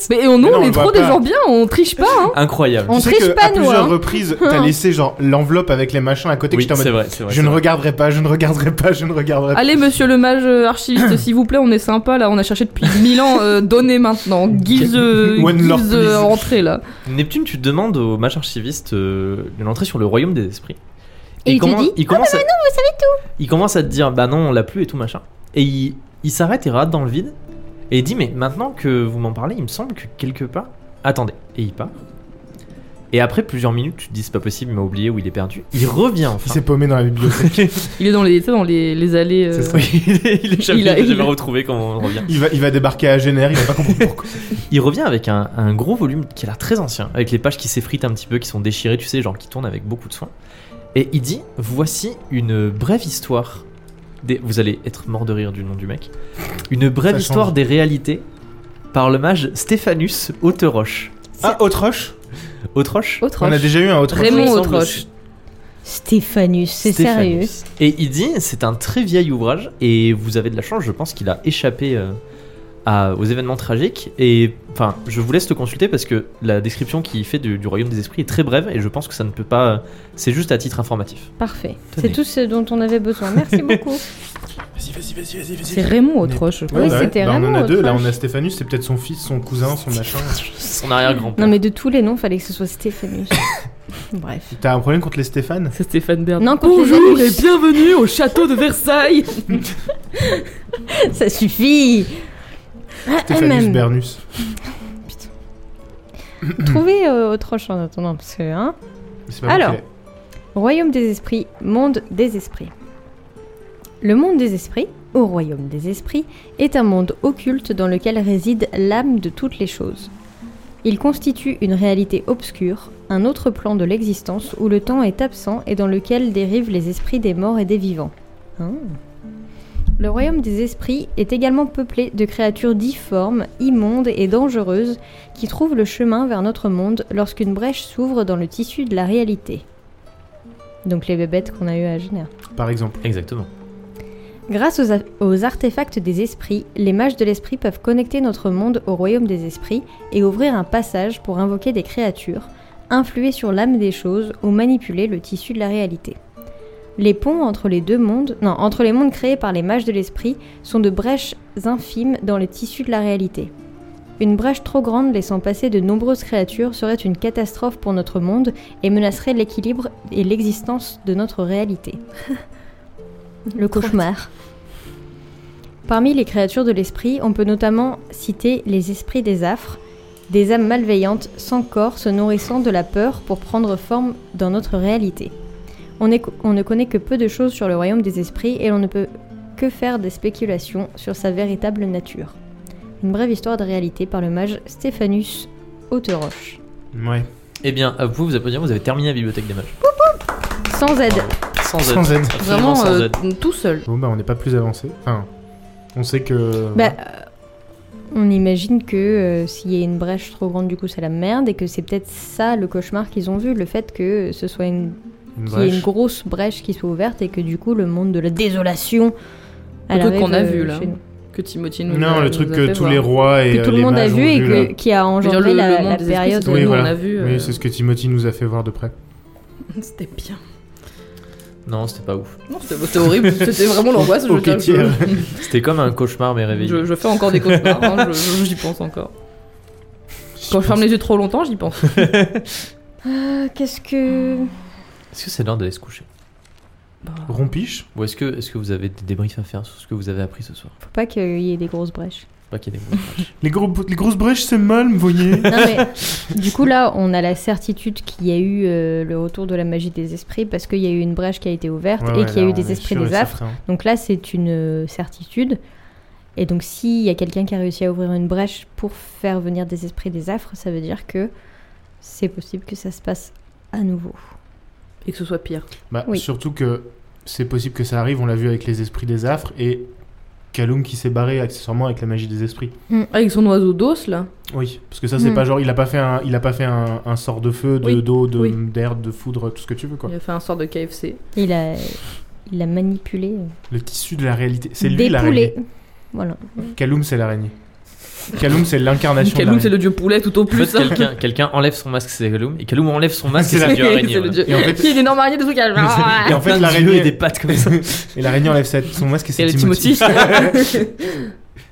Mais on, non,
Mais non, on
on est
le
trop
voit
des
pas.
gens bien, on triche pas, hein.
Incroyable.
On
tu sais
triche
que
pas,
à
nous,
plusieurs
hein.
reprises, t'as laissé genre l'enveloppe avec les machins à côté
Oui,
que j'étais en
c'est
mode.
vrai, c'est vrai.
Je
c'est
ne
vrai.
regarderai pas, je ne regarderai pas, je ne regarderai pas.
Allez, monsieur le mage euh, archiviste, s'il vous plaît, on est sympa là, on a cherché depuis 1000 ans, euh, donnez maintenant, guise, euh,
One
guise,
Lord,
euh,
please.
rentrée là.
Neptune, tu demandes au mage archiviste euh, de l'entrée sur le royaume des esprits.
Et il te
commen-
dit,
commence à... tout. Il commence à te dire bah non, on l'a plus et tout machin. Et il, il s'arrête et rate dans le vide. Et il dit mais maintenant que vous m'en parlez, il me semble que quelque part. Attendez. Et il part. Et après plusieurs minutes, tu te dis c'est pas possible, il m'a oublié où il est perdu. Il revient
Ah.
Il
enfin.
s'est paumé dans la bibliothèque.
Il est dans les, tu sais, dans les, les allées. euh,
C'est ça.
Oui, il est- il est jamais,
Il a-
il est
il
jamais
a-
retrouvé quand on revient.
il, va, il va débarquer à Génère, il va pas comprendre pourquoi.
Il revient avec un, un gros volume qui a l'air très ancien, avec les pages qui s'effritent un petit peu, qui sont déchirées, tu sais, genre qui tournent avec beaucoup de soin. Et il dit Voici une brève histoire. Des... Vous allez être mort de rire du nom du mec. Une brève
Ça
histoire
change.
des réalités par le mage Stéphanus Auteroche.
Ah, Autroche
Auteroche
autre
On a déjà eu un Autroche.
Raymond
il me semble.
Autroche.
Stéphanus, c'est sérieux.
Stéphanus. Et il dit C'est un très vieil ouvrage, et vous avez de la chance, je pense qu'il a échappé. euh, à- aux événements tragiques et enfin je vous laisse le consulter parce que la description qu'il fait du, du royaume des esprits est très brève et je pense que ça ne peut pas c'est juste à titre informatif
Parfait.
Tenez.
C'est tout ce dont on avait besoin. Merci beaucoup.
Vas-y, vas-y, vas-y, vas-y, vas-y.
C'est Raymond Autroche.
Oui, c'était
bah, On en a
Raymond
deux, là
Autroche.
on a Stéphanus, c'est peut-être son fils, son cousin, son machin.
son arrière-grand-père
Non, mais de tous les noms, fallait que ce soit Stéphanus. Bref.
T'as un problème contre les Stéphane
C'est Stéphane Bern.
Non, contre les
Bonjour et
Anus.
bienvenue au château de Versailles.
Ça suffit
Stéphanus
Mm.
Bernus.
Trouvez euh, autre chose en attendant, parce que, hein.
Mais c'est pas moi
Alors.
qui l'ai.
Royaume des esprits, monde des esprits. Le monde des esprits, au royaume des esprits, est un monde occulte dans lequel réside l'âme de toutes les choses. Il constitue une réalité obscure, un autre plan de l'existence où le temps est absent et dans lequel dérivent les esprits des morts et des vivants. Hein le royaume des esprits est également peuplé de créatures difformes, immondes et dangereuses qui trouvent le chemin vers notre monde lorsqu'une brèche s'ouvre dans le tissu de la réalité. Donc les bébêtes qu'on a eues à Genève.
Par exemple.
exactement
Grâce aux, a- aux artefacts des esprits, les mages de l'esprit peuvent connecter notre monde au royaume des esprits et ouvrir un passage pour invoquer des créatures, influer sur l'âme des choses ou manipuler le tissu de la réalité. Les ponts entre les deux mondes, non, entre les mondes créés par les mages de l'esprit sont de brèches infimes dans le tissu de la réalité. Une brèche trop grande laissant passer de nombreuses créatures serait une catastrophe pour notre monde et menacerait l'équilibre et l'existence de notre réalité. Le cauchemar. Parmi les créatures de l'esprit, on peut notamment citer les esprits des affres, des âmes malveillantes sans corps se nourrissant de la peur pour prendre forme dans notre réalité. On, est- on ne connaît que peu de choses sur le royaume des esprits et l'on ne peut que faire des spéculations sur sa véritable nature. Une brève histoire de réalité par le mage Stéphanus Auteroche.
Ouais.
Eh bien, à vous vous applaudir, vous avez terminé la bibliothèque des mages.
Sans aide.
Sans aide.
Sans aide.
Absolument
Vraiment
sans
euh,
aide.
tout seul.
Bon bah on n'est pas plus avancé. Enfin, on sait que.
Bah, euh, on imagine que euh, s'il y a une brèche trop grande, du coup, c'est la merde et que c'est peut-être ça le cauchemar qu'ils ont vu, le fait que ce soit une,
une
qu'il y ait une
brèche.
grosse brèche qui soit ouverte et que du coup, le monde de la désolation.
Le truc qu'on a
euh,
vu, là.
chez nous.
Que Timothy nous
Non,
a-
le
nous
truc
a
que
fait
tous
voir.
les rois et
Que tout
euh,
le
les
monde a
mages
vu
ont
et que-
là.
qui a
Je veux
engendré
dire, le,
la,
le monde
la
des esprits,
période.
c'est
Oui,
nous,
voilà.
on a vu. euh,
Oui, c'est ce que Timothy nous a fait voir de près.
C'était bien.
Non, c'était pas ouf.
Non, c'était c'était horrible. C'était vraiment l'angoisse. Je,
Ok,
veux dire,
tiens.
je,
C'était comme un cauchemar mais réveillé.
je- je fais encore des cauchemars. hein, je- je- J'y pense encore. Quand je ferme les yeux trop longtemps, j'y pense. Ah,
Euh, Qu'est-ce que.
Est-ce que c'est l'heure d'aller se coucher
Rompiche
Ou est-ce que, est que vous avez des débriefs à faire sur ce que vous avez appris ce soir
Faut pas qu'il y ait des grosses brèches.
Faut Pas qu'il y ait des
les, gros, les grosses brèches, c'est mal, me voyez
Non, mais du coup, là, on a la certitude qu'il y a eu euh, le retour de la magie des esprits parce qu'il y a eu une brèche qui a été ouverte
Ouais,
et
ouais,
qu'il y a
là,
eu
on
des
est
esprits
sûr et
des affres.
certain.
Donc là, c'est une euh, certitude. Et donc, s'il y a quelqu'un qui a réussi à ouvrir une brèche pour faire venir des esprits des affres, ça veut dire que c'est possible que ça se passe à nouveau.
Et que ce soit pire.
Bah,
Oui.
Surtout que c'est possible que ça arrive, on l'a vu avec les esprits des affres et Kaloum qui s'est barré accessoirement avec la magie des esprits.
Avec son oiseau d'os, là.
Oui, parce que ça, c'est
Hmm.
pas genre, il a pas fait un, il a pas fait un, un sort de feu, de
Oui.
d'eau, de-
Oui.
d'air, de foudre, tout ce que tu veux quoi.
Il a fait un sort de KFC.
Il a, il a manipulé, euh,
Le tissu de la réalité, c'est lui l'araignée.
dépoulé. Voilà.
Kaloum, c'est l'araignée. Kaloum, c'est l'incarnation. de
Kaloum, c'est
l'araignée.
le dieu poulet tout au
En
plus. hein.
fait, quelqu'un quelqu'un enlève son masque, c'est Kaloum, et Kaloum enlève son masque,
C'est
c'est
la-
la dieu araignée.
C'est le
voilà.
dieu.
Et en fait-
Il y a une énorme araignée dessous qui a- Ah,
Et en fait,
Plein de
l'araignée
yeux et des pattes comme ça.
Et l'araignée enlève sa- son masque et
Et
c'est
le
Timothy.
Timothy.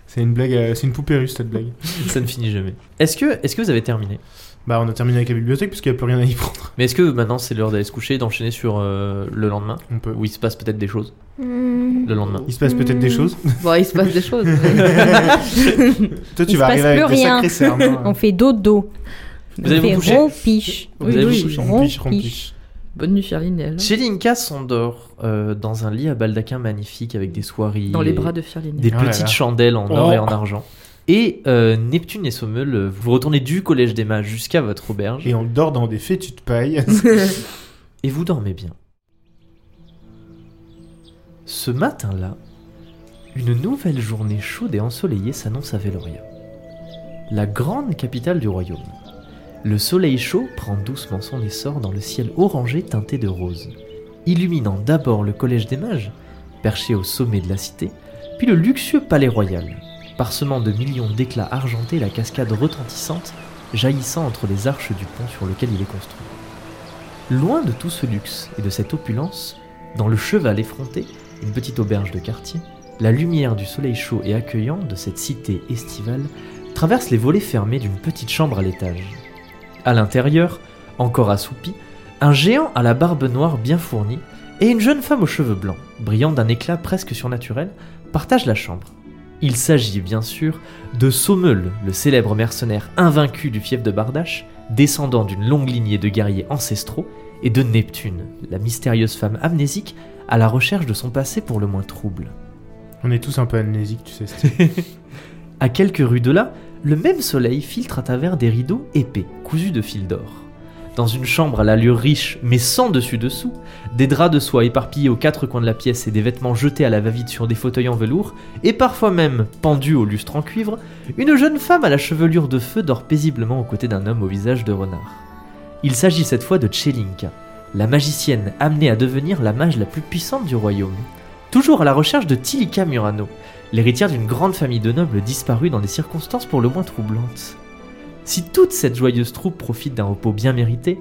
C'est une blague, euh, c'est une poupée russe cette blague.
ça ne finit jamais. Est-ce que, est que vous avez terminé
Bah, on a terminé avec la bibliothèque parce qu'il n'y a plus rien à y prendre.
Mais est-ce que maintenant c'est l'heure d'aller se coucher et d'enchaîner sur euh, le lendemain
On peut.
Où il se passe peut-être des choses
Hmm.
le lendemain.
Il se passe peut-être des
Hmm.
choses.
Bon, il se passe des choses.
Toi, tu vas
Il se passe
arriver avec
plus
des
rien.
sacrés euh. cernes.
On fait dodo.
Vous allez vous
on
coucher
fait rompiche.
Vous allez vous coucher
Rompiche,
rompiche.
rompiche.
Bonne nuit, Firlinel.
Chelinka s'endort euh, dans un lit à baldaquin magnifique avec des soieries.
Dans les
et
bras de Firlinel.
Des
Oh là
petites
là.
chandelles en or
Oh.
et en argent. Et euh, Neptune et Sommeul, euh, vous retournez du collège des mages jusqu'à votre auberge
Et on dort dans des fétus de paille.
et vous dormez bien. Ce matin-là, une nouvelle journée chaude et ensoleillée s'annonce à Veloria, la grande capitale du royaume. Le soleil chaud prend doucement son essor dans le ciel orangé teinté de rose, illuminant d'abord le collège des mages, perché au sommet de la cité, puis le luxueux palais royal, parsemant de millions d'éclats argentés la cascade retentissante jaillissant entre les arches du pont sur lequel il est construit. Loin de tout ce luxe et de cette opulence, dans le cheval effronté, une petite auberge de quartier, la lumière du soleil chaud et accueillant de cette cité estivale traverse les volets fermés d'une petite chambre à l'étage. À l'intérieur, encore assoupi, un géant à la barbe noire bien fournie et une jeune femme aux cheveux blancs, brillant d'un éclat presque surnaturel, partagent la chambre. Il s'agit bien sûr de Sommeul, le célèbre mercenaire invaincu du fief de Bardache, descendant d'une longue lignée de guerriers ancestraux, et de Neptune, la mystérieuse femme amnésique à la recherche de son passé pour le moins trouble.
On est tous un peu amnésiques, tu sais. Steve.
À quelques rues de là, le même soleil filtre à travers des rideaux épais, cousus de fil d'or. Dans une chambre à l'allure riche, mais sans dessus-dessous, des draps de soie éparpillés aux quatre coins de la pièce et des vêtements jetés à la va-vite sur des fauteuils en velours, et parfois même pendus au lustre en cuivre, une jeune femme à la chevelure de feu dort paisiblement aux côtés d'un homme au visage de renard. Il s'agit cette fois de Tchelinka, la magicienne amenée à devenir la mage la plus puissante du royaume, toujours à la recherche de Tilika Murano, l'héritière d'une grande famille de nobles disparus dans des circonstances pour le moins troublantes. Si toute cette joyeuse troupe profite d'un repos bien mérité,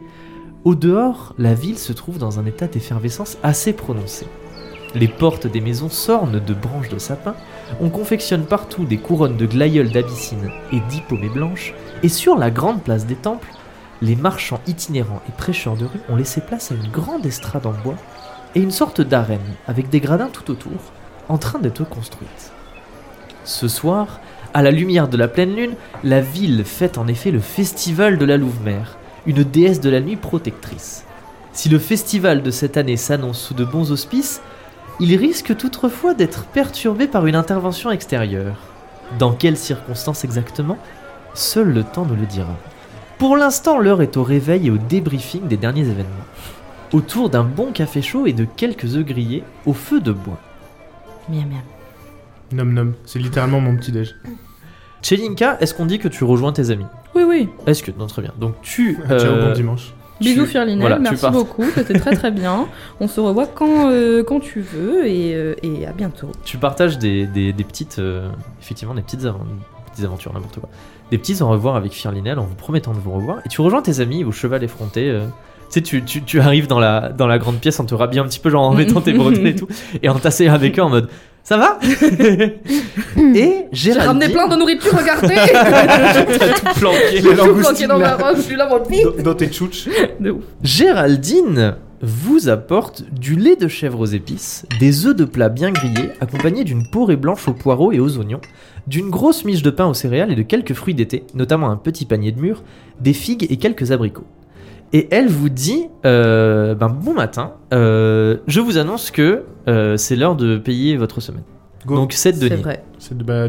au dehors, la ville se trouve dans un état d'effervescence assez prononcé. Les portes des maisons s'ornent de branches de sapin, on confectionne partout des couronnes de glaïeuls d'abyssine et d'hypomées blanches, et sur la grande place des temples, les marchands itinérants et prêcheurs de rue ont laissé place à une grande estrade en bois et une sorte d'arène avec des gradins tout autour, en train d'être construite. Ce soir, à la lumière de la pleine lune, la ville fête en effet le festival de la Louve-Mère, une déesse de la nuit protectrice. Si le festival de cette année s'annonce sous de bons auspices, il risque toutefois d'être perturbé par une intervention extérieure. Dans quelles circonstances exactement Seul le temps nous le dira. Pour l'instant, l'heure est au réveil et au débriefing des derniers événements. Autour d'un bon café chaud et de quelques œufs grillés au feu de bois.
Miam, miam.
nom nom, c'est littéralement mon petit déj.
Chelinka, est-ce qu'on dit que tu rejoins tes amis
Oui, oui.
Est-ce que non très bien. Donc tu
Ciao,
euh,
bon dimanche.
Bisous
tu-
Firlinel,
voilà, tu
merci
pars.
beaucoup, c'était très très bien. On se revoit quand, euh, quand tu veux et, euh, et à bientôt.
tu partages des, des- des petites euh, effectivement des petites, avan- des petites aventures n'importe quoi. Des petits au revoir avec Firlinel en vous promettant de vous revoir et tu rejoins tes amis au cheval effronté. euh, tu sais, tu, tu- tu arrives dans la, dans la grande pièce en te rhabillant un petit peu, genre en mettant tes bretelles et tout, et en t'asseyant avec eux en mode Ça va Et
J'ai
Géraldine...
ramené plein de nourriture, regardez
T'as tout planqué.
Les
Tout planqué
langoustines
dans ma
là,
robe, je suis là, mon pied
dans- dans tes tchouches.
De ouf.
Géraldine vous apporte du lait de chèvre aux épices, des œufs de plat bien grillés, accompagnés d'une pourrée blanche aux poireaux et aux oignons, d'une grosse miche de pain aux céréales et de quelques fruits d'été, notamment un petit panier de mûres, des figues et quelques abricots. Et elle vous dit, euh, ben, bon matin, euh, je vous annonce que euh, c'est l'heure de payer votre semaine.
Go.
Donc 7
C'est
deniers.
vrai.
C'est bah, 2-2-3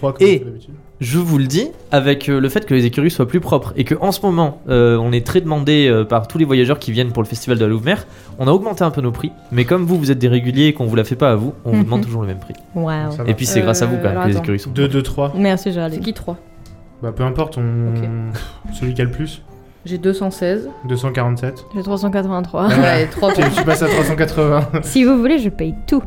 comme
Et-
on fait d'habitude.
Je vous le dis, avec euh, le fait que les écuries soient plus propres et que en ce moment, euh, on est très demandé euh, par tous les voyageurs qui viennent pour le festival de la Louvre-Mer, on a augmenté un peu nos prix. Mais comme vous, vous êtes des réguliers et qu'on vous la fait pas à vous, on vous
Mhm.
demande toujours le même prix.
Waouh.
Ça va.
Et puis c'est
Euh,
grâce à vous quand même
alors
que les
attends.
écuries sont.
2-2-3.
Merci
C'est
Géraldine.
qui 3
Bah peu importe, on... celui qui a le plus.
J'ai 216.
247.
J'ai
Ah.
383.
Ouais, 3
Et tu passes à 380.
Si vous voulez, je paye tout.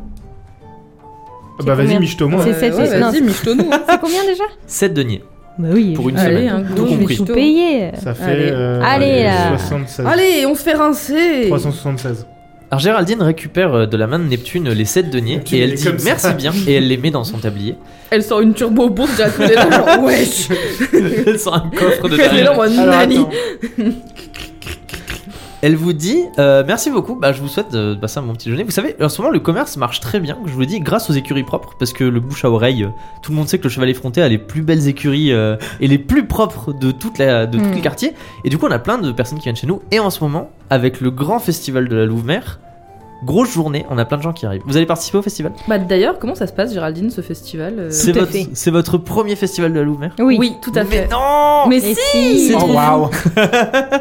C'est
bah vas-y,
combien
miche-toi au moins.
C'est sept,
ouais,
c'est- non,
Vas-y, michetons-nous.
C'est combien déjà
7 deniers.
Bah oui.
Pour une semaine.
Allez, un
tout
gros
Je vais
compris.
tout
michto.
payer.
Ça fait
Allez.
euh,
Allez, là.
76.
Allez, on se fait rincer
376.
Alors Géraldine récupère euh, de la main de Neptune les 7 deniers
Neptune,
et elle
il est
dit
comme ça.
merci bien et elle les met dans son tablier.
Elle sort une turbo bourse, j'ai acculé là, genre wesh
elle sort un coffre de
Elle est
derrière.
là, moi,
Alors,
nani
attends.
Elle vous dit euh, merci beaucoup, bah, je vous souhaite de passer un bon petit déjeuner. Vous savez, en ce moment, le commerce marche très bien, je vous le dis, grâce aux écuries propres, parce que le bouche à oreille, euh, tout le monde sait que le Chevalier Fronté a les plus belles écuries euh, et les plus propres de, toute la, de
Mm.
Hmm.
tout le quartier. Et du coup, on a plein de personnes qui viennent chez nous. Et en ce moment, avec le grand festival de la Louve-Mer, grosse journée, on a plein de gens qui arrivent. Vous allez participer au festival
Bah d'ailleurs, comment ça se passe, Géraldine, ce festival euh,
C'est
à
votre,
fait.
c'est votre premier festival de la Louve-Mer
Oui.
Oui, tout à
Mais
fait.
non
Mais,
Et
si
si.
C'est
Oh
trop
waouh.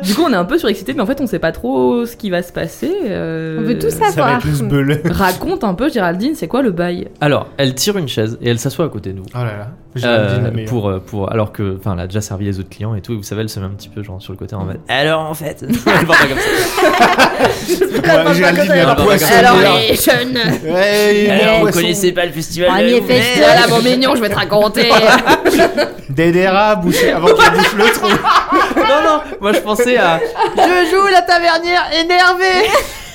Du coup, on est un peu surexcité, mais en fait, on sait pas trop ce qui va se passer. euh,
On veut tout
Ça va
savoir.
être le sbeul.
Raconte un peu, Géraldine, c'est quoi le bail
Alors, elle tire une chaise et elle s'assoit à côté de vous.
Oh là là. J'ai
Euh,
dit la meilleure.
pour, euh, pour, alors que, enfin, elle a déjà servi les autres clients et tout, et vous savez, elle se met un petit peu genre sur le côté en mode. Alors en fait, elle parle pas comme ça.
Ouais, Géraldine, elle a
Alors,
poissonné.
alors,
les jeunes
Ouais, il a
Alors, vous
poisson.
connaissez pas le festival de
Premier
la euh,
festival.
Louve-Mer
mon mignon, je vais te raconter
Des dérats bouchés avant qu'il bouffe le trou.
Non, non, moi je pensais à.
Je joue la tavernière énervée.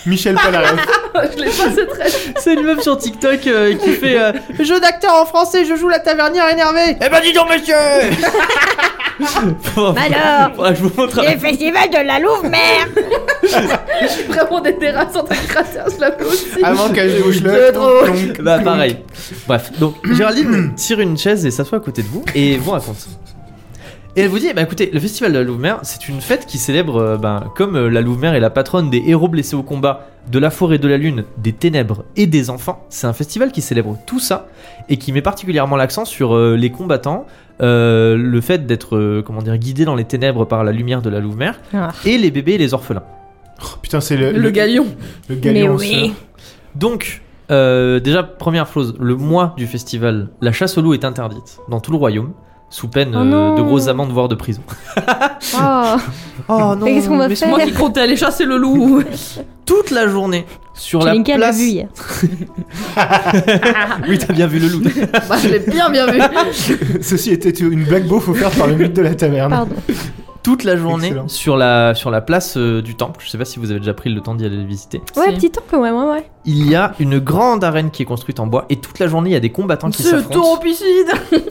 Michel Palaroff.
Je l'ai pas, c'est très...
C'est une meuf sur TikTok euh, qui fait. euh,
Jeu d'acteur en français, je joue la tavernière énervée.
Eh ben dis donc, monsieur Bon,
Bah Alors,
faudra que je vous montre.
le festival de la Louvre-Mère.
Vraiment des terrasses en train de cratères, je l'avais aussi
Avant qu'elle bouche
C'est
le
drôle.
Donc,
Bah, pareil. Bref, donc Géraldine tire une chaise et s'assoit à côté de vous et vous raconte. Et elle vous dit, eh ben, écoutez, le festival de la Louve-Mer, c'est une fête qui célèbre, euh, ben, comme euh, la Louve-Mer est la patronne des héros blessés au combat, de la forêt, de la lune, des ténèbres et des enfants. C'est un festival qui célèbre tout ça et qui met particulièrement l'accent sur euh, les combattants, euh, le fait d'être, euh, comment dire, guidé dans les ténèbres par la lumière de la Louve-Mer
Ah.
et les bébés et les orphelins.
Oh, putain, c'est le,
Le galion
le galion.
Mais oui.
aussi.
Donc, euh, déjà, première chose, le mois du festival, la chasse au loup est interdite dans tout le royaume, sous peine
Oh
euh,
non.
de grosses amendes, voire de prison.
Oh.
Oh
Mais qu'est-ce qu'on va faire
Moi qui comptais aller chasser le loup
Toute la journée, sur la
Chelinka l'a
place...
vu hier.
oui, t'as bien vu le loup.
Bah, je l'ai bien bien vu
Ceci était une blague beauf offerte par le mythe de la taverne.
Pardon.
Toute la journée,
Excellent.
sur la, sur la place euh, du temple, je sais pas si vous avez déjà pris le temps d'y aller le visiter,
Ouais,
Si.
petit temple, ouais, ouais, ouais.
il y a une grande arène qui est construite en bois, et toute la journée, il y a des combattants qui
Ce
s'affrontent.
tauropicide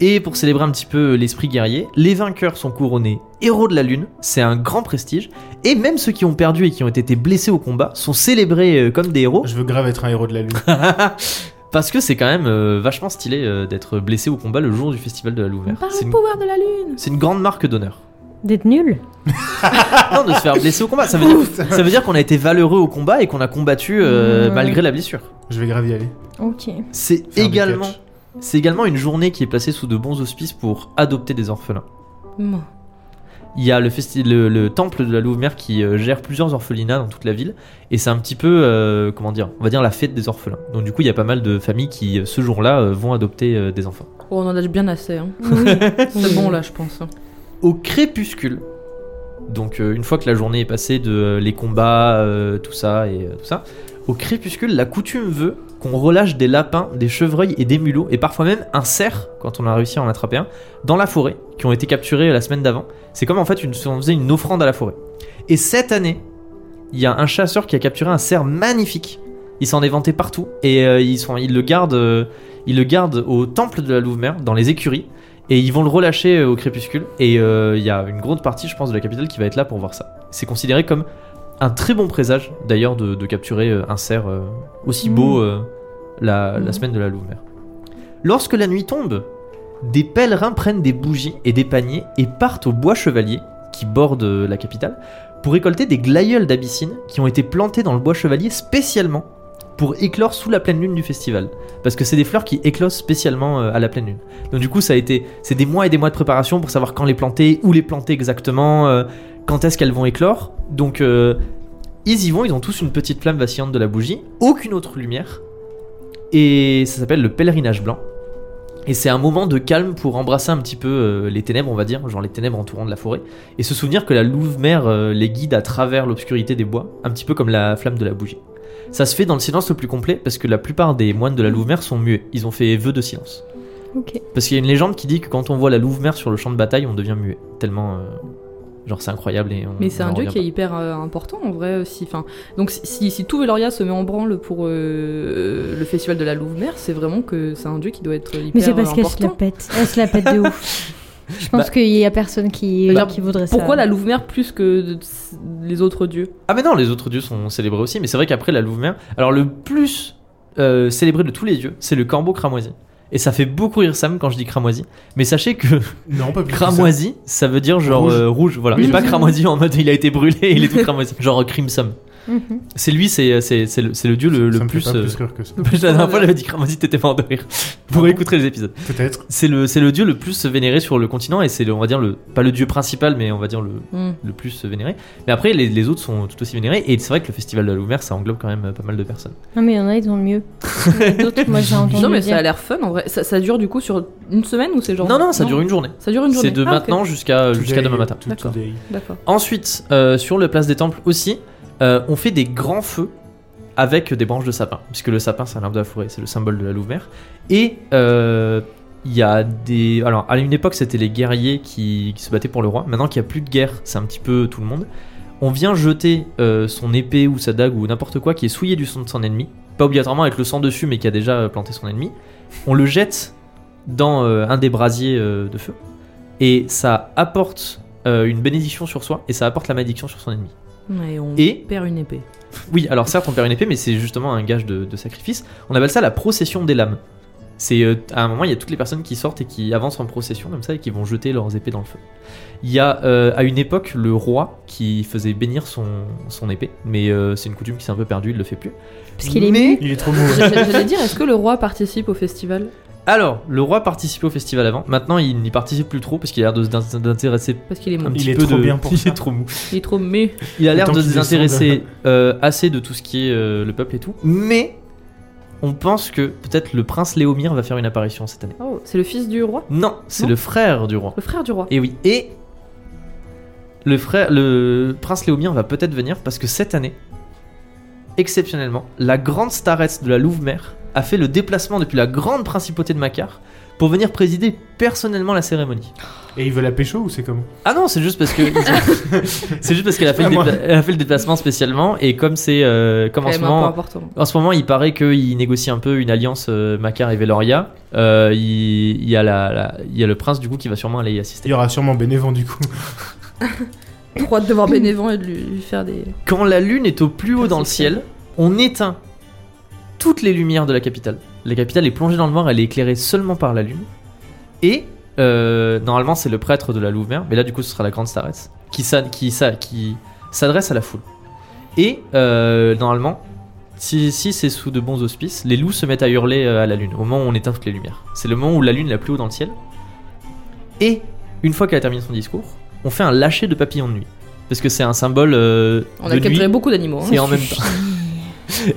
Et pour célébrer un petit peu l'esprit guerrier, les vainqueurs sont couronnés héros de la lune, c'est un grand prestige, et même ceux qui ont perdu et qui ont été blessés au combat sont célébrés euh, comme des héros,
Je veux grave être un héros de la lune.
parce que c'est quand même euh, vachement stylé euh, d'être blessé au combat le jour du festival de la Louvre.
Par
C'est
le
une,
pouvoir de la lune
c'est une grande marque d'honneur.
D'être nul.
Non, de se faire blesser au combat, ça veut dire, ça veut dire qu'on a été valeureux au combat et qu'on a combattu euh,
Mmh.
malgré la blessure.
Je vais grave y aller.
Ok.
C'est
Faire des
également,
catchs.
c'est également une journée qui est placée sous de bons auspices pour adopter des orphelins.
Mmh.
Il y a le, festi- le, le temple de la Louve-Mère qui euh, gère plusieurs orphelinats dans toute la ville. Et c'est un petit peu, euh, comment dire, on va dire la fête des orphelins. Donc du coup, il y a pas mal de familles qui, euh, ce jour-là, euh, vont adopter euh, des enfants.
Oh, on en a bien assez, hein.
Oui.
C'est bon, là, je pense.
Au crépuscule, donc euh, une fois que la journée est passée de euh, les combats, euh, tout ça et euh, tout ça, au crépuscule, la coutume veut qu'on relâche des lapins, des chevreuils et des mulots, et parfois même un cerf, quand on a réussi à en attraper un, dans la forêt, qui ont été capturés la semaine d'avant. C'est comme en fait une, on faisait une offrande à la forêt. Et cette année, il y a un chasseur qui a capturé un cerf magnifique Il s'en est vanté partout et euh, ils, sont, ils, le gardent, euh, ils le gardent au temple de la Louve-Mère, dans les écuries, et ils vont le relâcher euh, au crépuscule. Et euh, il y a une grande partie, je pense, de la capitale qui va être là pour voir ça. C'est considéré comme un très bon présage, d'ailleurs, de, de capturer euh, un cerf euh, aussi
Mhm.
beau euh, la, la
Mhm.
semaine de la Louve-Mère. Lorsque la nuit tombe, des pèlerins prennent des bougies et des paniers et partent au bois chevalier qui borde euh, la capitale pour récolter des glaïeuls d'abyssine qui ont été plantés dans le bois chevalier spécialement pour éclore sous la pleine lune du festival. Parce que c'est des fleurs qui éclosent spécialement euh, à la pleine lune. Donc du coup, ça a été, c'est des mois et des mois de préparation pour savoir quand les planter, où les planter exactement, euh, quand est-ce qu'elles vont éclore. Donc euh, ils y vont, ils ont tous une petite flamme vacillante de la bougie, aucune autre lumière, et ça s'appelle le pèlerinage blanc. Et c'est un moment de calme pour embrasser un petit peu euh, les ténèbres, on va dire, genre les ténèbres entourant de la forêt, et se souvenir que la louve-mère euh, les guide à travers l'obscurité des bois, un petit peu comme la flamme de la bougie. Ça se fait dans le silence le plus complet parce que la plupart des moines de la louve-mère sont muets, ils ont fait vœu de silence.
Ok.
Parce qu'il y a une légende qui dit que quand on voit la louve-mère sur le champ de bataille, on devient muet. Tellement. euh, genre, c'est incroyable et on.
Mais c'est
on
un
en
dieu
revient
qui est
pas.
hyper euh, important en vrai aussi. Enfin, donc si, si, si tout Veloria se met en branle pour euh, le festival de la Louve-Mère, c'est vraiment que c'est un dieu qui doit être hyper
Mais c'est parce
euh,
qu'elle se la
important.
pète. Elle se la pète de ouf. Je pense
Bah-
qu'il y a personne qui,
Regarde,
qui voudrait ça.
Pourquoi la Louve-Mère plus que de- les autres dieux
Ah, mais non, les autres dieux sont célébrés aussi, mais c'est vrai qu'après la louve-mère. Alors, le plus euh, célébré de tous les dieux, c'est le corbeau cramoisi. Et ça fait beaucoup rire Sam quand je dis cramoisi. Mais sachez que
Non, pas plus. que ça.
cramoisi, ça veut dire genre
Rouge.
euh, rouge, voilà.
Oui,
mais
je
pas
sais.
cramoisi en mode il a été brûlé et il est tout cramoisi. Genre euh, crimson.
Mhm.
C'est lui, c'est euh, c'est- c'est le, c'est le dieu le, le
ça me fait
plus.
pas
euh,
plus rire que ça.
La dernière fois, j'avais dit cramoisi, t'étais mort de rire. Vous réécouterez les épisodes.
Peut-être.
C'est le, c'est le dieu le plus vénéré sur le continent et c'est, le- on va dire, le, pas le dieu principal, mais on va dire le,
Mmh.
Hmm.
le plus vénéré. Mais après, les, les autres sont tout aussi vénérés et c'est vrai que le festival de la Louve-Mère, ça englobe quand même euh, pas mal de personnes.
Non, mais il y en a, ils ont le mieux. Il y en a D'autres, moi j'ai entendu.
Non mais
dire.
ça a l'air fun en vrai. Ça, ça dure du coup sur une semaine ou c'est genre
non, non, ça dure une journée.
Ça dure une journée.
C'est de
Ah, ok.
maintenant jusqu'à, euh, jusqu'à
Today,
demain matin.
to-
D'accord.
today.
D'accord.
Ensuite, euh, sur la place des temples aussi, euh, on fait des grands feux avec des branches de sapin, puisque le sapin c'est un arbre de la forêt, c'est le symbole de la Louve-Mère. Et euh, il y a des. Alors à une époque c'était les guerriers qui, qui se battaient pour le roi, maintenant qu'il n'y a plus de guerre, c'est un petit peu tout le monde. On vient jeter euh, son épée ou sa dague ou n'importe quoi qui est souillé du sang de son ennemi, pas obligatoirement avec le sang dessus mais qui a déjà euh, planté son ennemi. On le jette dans euh, un des brasiers euh, de feu et ça apporte euh, une bénédiction sur soi et ça apporte la malédiction sur son ennemi.
Et on
Et
perd une épée.
oui, alors certes on perd une épée, mais c'est justement un gage de, de sacrifice. On appelle ça la procession des lames. C'est euh, à un moment il y a toutes les personnes qui sortent et qui avancent en procession comme ça et qui vont jeter leurs épées dans le feu. Il y a euh, à une époque le roi qui faisait bénir son, son épée, mais euh, c'est une coutume qui s'est un peu perdue, il le fait plus.
Parce qu'il est
Mais-
mieux.
Il est trop mauvais.
J'allais j'allais dire, est-ce que le roi participe au festival
Alors le roi participait au festival avant, maintenant il n'y participe plus trop parce qu'il a l'air de se- d'in- d'intéresser
Parce qu'il est
un
mou.
petit
est
peu
trop
de-
bien pour
il
ça.
est trop mou.
Il est trop mais.
Il a l'air
Autant
de se
qu'il
désintéresser euh, assez de tout ce qui est euh, le peuple et tout. Mais on pense que peut-être le prince Léomir va faire une apparition cette année.
Oh, c'est le fils du roi
Non, c'est
Non.
le frère du roi.
Le frère du roi
Et oui, et le frère, le prince Léomir va peut-être venir parce que cette année, exceptionnellement, la grande starette de la Louve-Mère a fait le déplacement depuis la grande principauté de Macar pour venir présider personnellement la cérémonie.
Et il veut la pécho ou c'est comment
Ah non, c'est juste parce que c'est juste parce qu'elle a, fait le
Ah, moi.
dépla- elle a fait le déplacement spécialement et comme c'est euh, comme en
Quand
ce
même un peu
moment
important.
en ce moment il paraît qu'il négocie un peu une alliance euh, Macar et Veloria. euh, il, il y a la, la- il y a le prince du coup qui va sûrement aller y assister.
Il y aura sûrement Bénévent du coup.
Trop hâte de voir Bénévent et de lui, lui faire des.
Quand la lune est au plus haut dans le
Perception.
ciel, on éteint toutes les lumières de la capitale. La capitale est plongée dans le noir, elle est éclairée seulement par la lune. Et euh, normalement, c'est le prêtre de la Louve-Mère, mais là, du coup, ce sera la grande staresse qui, s'a- qui, s'a- qui s'adresse à la foule. Et euh, normalement, si, si c'est sous de bons auspices, les loups se mettent à hurler euh, à la lune au moment où on éteint toutes les lumières. C'est le moment où la lune est la plus haut dans le ciel. Et une fois qu'elle a terminé son discours, on fait un lâcher de papillons de nuit. Parce que c'est un symbole euh,
On
de
a capturé
nuit.
beaucoup d'animaux. hein.
Et en même temps.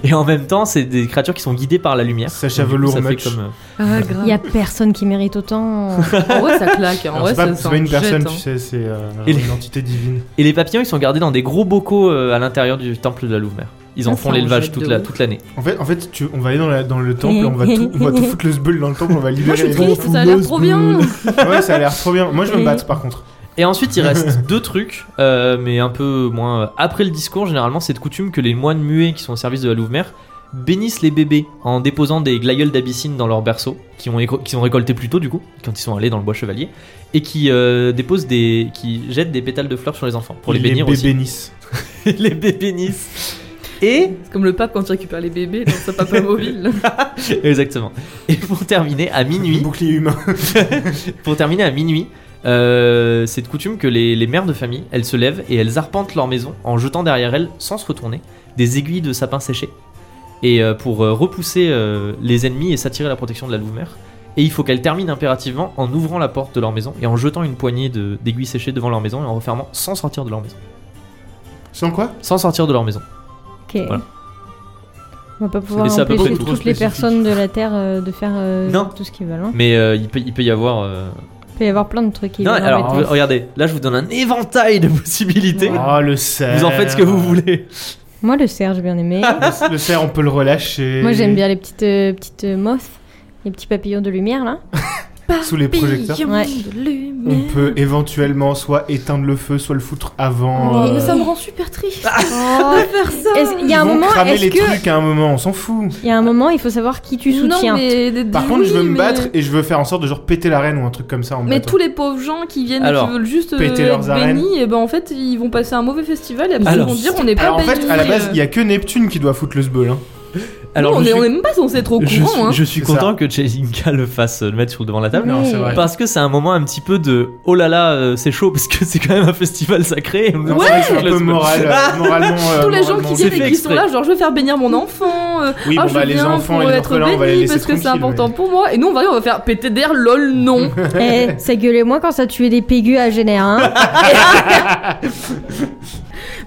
Et en même temps, c'est des créatures qui sont guidées par la lumière. Donc, du
Sacha
coup,
Velour
ça fait
Mutch.
comme, euh,
Ah,
Il
grave.
n'y a personne qui mérite autant.
En vrai, ça claque. hein. En
Alors,
vrai,
c'est pas,
ça
c'est
ça
pas une
en jette,
personne,
hein.
tu sais, c'est euh,
Il est-
une entité divine.
Et les papillons, ils sont gardés dans des gros bocaux euh, à l'intérieur du temple de la Louve-Mère. Ils en
Ah,
font
ça, on
l'élevage
jette
toute
de
la-
ouf.
toute l'année.
En fait, en fait tu, on va aller dans, la- dans le temple, et on va tout, on va tout foutre le zbeul dans le temple, on va
Moi,
libérer
je suis
les
triste, ça a l'air trop bien.
Ouais, ça a l'air trop bien. Moi, je vais me battre par contre.
Et ensuite, il reste deux trucs, euh, mais un peu moins. Après le discours, généralement, c'est de coutume que les moines muets qui sont au service de la Louve-Mère bénissent les bébés en déposant des glaïeuls d'abyssine dans leur berceau, qui ont, éco- qui ont récolté plus tôt du coup, quand ils sont allés dans le bois chevalier, et qui euh, déposent des, qui jettent des pétales de fleurs sur les enfants pour les, bénir
les
aussi.
bébénissent.
les bébénissent. Et
C'est comme le pape quand il récupère les bébés dans sa papa mobile.
exactement. Et pour terminer à minuit,
Bouclier humain.
Pour terminer à minuit, euh, c'est de coutume que les, les mères de famille, elles se lèvent et elles arpentent leur maison en jetant derrière elles, sans se retourner, des aiguilles de sapin séchées. Et euh, pour euh, repousser euh, les ennemis et s'attirer la protection de la louve-mère. Et il faut qu'elles terminent impérativement en ouvrant la porte de leur maison et en jetant une poignée de- d'aiguilles séchées devant leur maison et en refermant sans sortir de leur maison.
Sans quoi
Sans sortir de leur maison.
Ok.
Voilà.
On va pas pouvoir
Mais c'est à peu
empêcher
près
toutes
trop
les
spécifique.
personnes de la Terre euh, de faire euh,
Non.
tout ce qu'ils veulent. hein.
Mais euh, il, peut, il peut y avoir. euh,
Il peut y avoir plein de trucs qui
Non,
vont
alors
embêter.
regardez, là je vous donne un éventail de possibilités.
Ah, le cerf.
Vous en faites ce que vous voulez.
Moi, le cerf, j'ai bien aimé.
Le, le cerf, on peut le relâcher.
Moi, j'aime bien les petites, euh, petites euh, moths, les petits papillons de lumière, là.
Sous les projecteurs.
Ouais.
On peut éventuellement soit éteindre le feu, soit le foutre avant.
Oh, Mais
euh,
ça me rend super triste
Oh.
de faire ça.
Est-ce- Il y a un
ils vont
moment,
cramer
est-ce
les
que...
trucs à un moment, on s'en fout.
Il y a un moment, il faut savoir qui tu soutiens.
Non, mais, des-
Par
des-
contre, je veux
Ben oui,
me
mais-
battre et je veux faire en sorte de genre péter la reine ou un truc comme ça en me
Mais
battant.
tous les pauvres gens qui viennent et
Alors,
qui veulent juste euh,
péter leurs
être
arènes.
bénis, et ben en fait ils vont passer un mauvais festival et après ils
Alors,
vont dire on n'est pas
Alors en fait,
bénis,
à la
euh.
base, il y a que Neptune qui doit foutre le sbeul. Hein.
Non,
Alors, je
on, est,
suis-
on est même pas censé être au courant.
Je suis,
hein.
je suis
C'est
content que Jessica le fasse euh, le mettre sur le devant de la table.
Non,
c'est vrai.
Parce que c'est un moment un petit peu de oh là là, euh, c'est chaud parce que c'est quand même un festival sacré. Et on
Non,
nous-
c'est vrai que c'est un peu
Le-
moral, euh, moralement. euh,
Tous les gens
moralement-
qui viennent
c'est
et
fait
qui sont
exprès.
là, genre je veux faire bénir mon enfant. euh,
Oui,
ah,
bon,
je
bah, les
viens
enfants et
pour
les
être
orphelins, on va les
béni
laisser
parce que c'est
tranquilles,
important
mais-
pour moi. Et nous on va dire on va faire péter d'air, lol, non.
Eh, ça gueulait moins quand ça tuait des pégus à Génère, hein.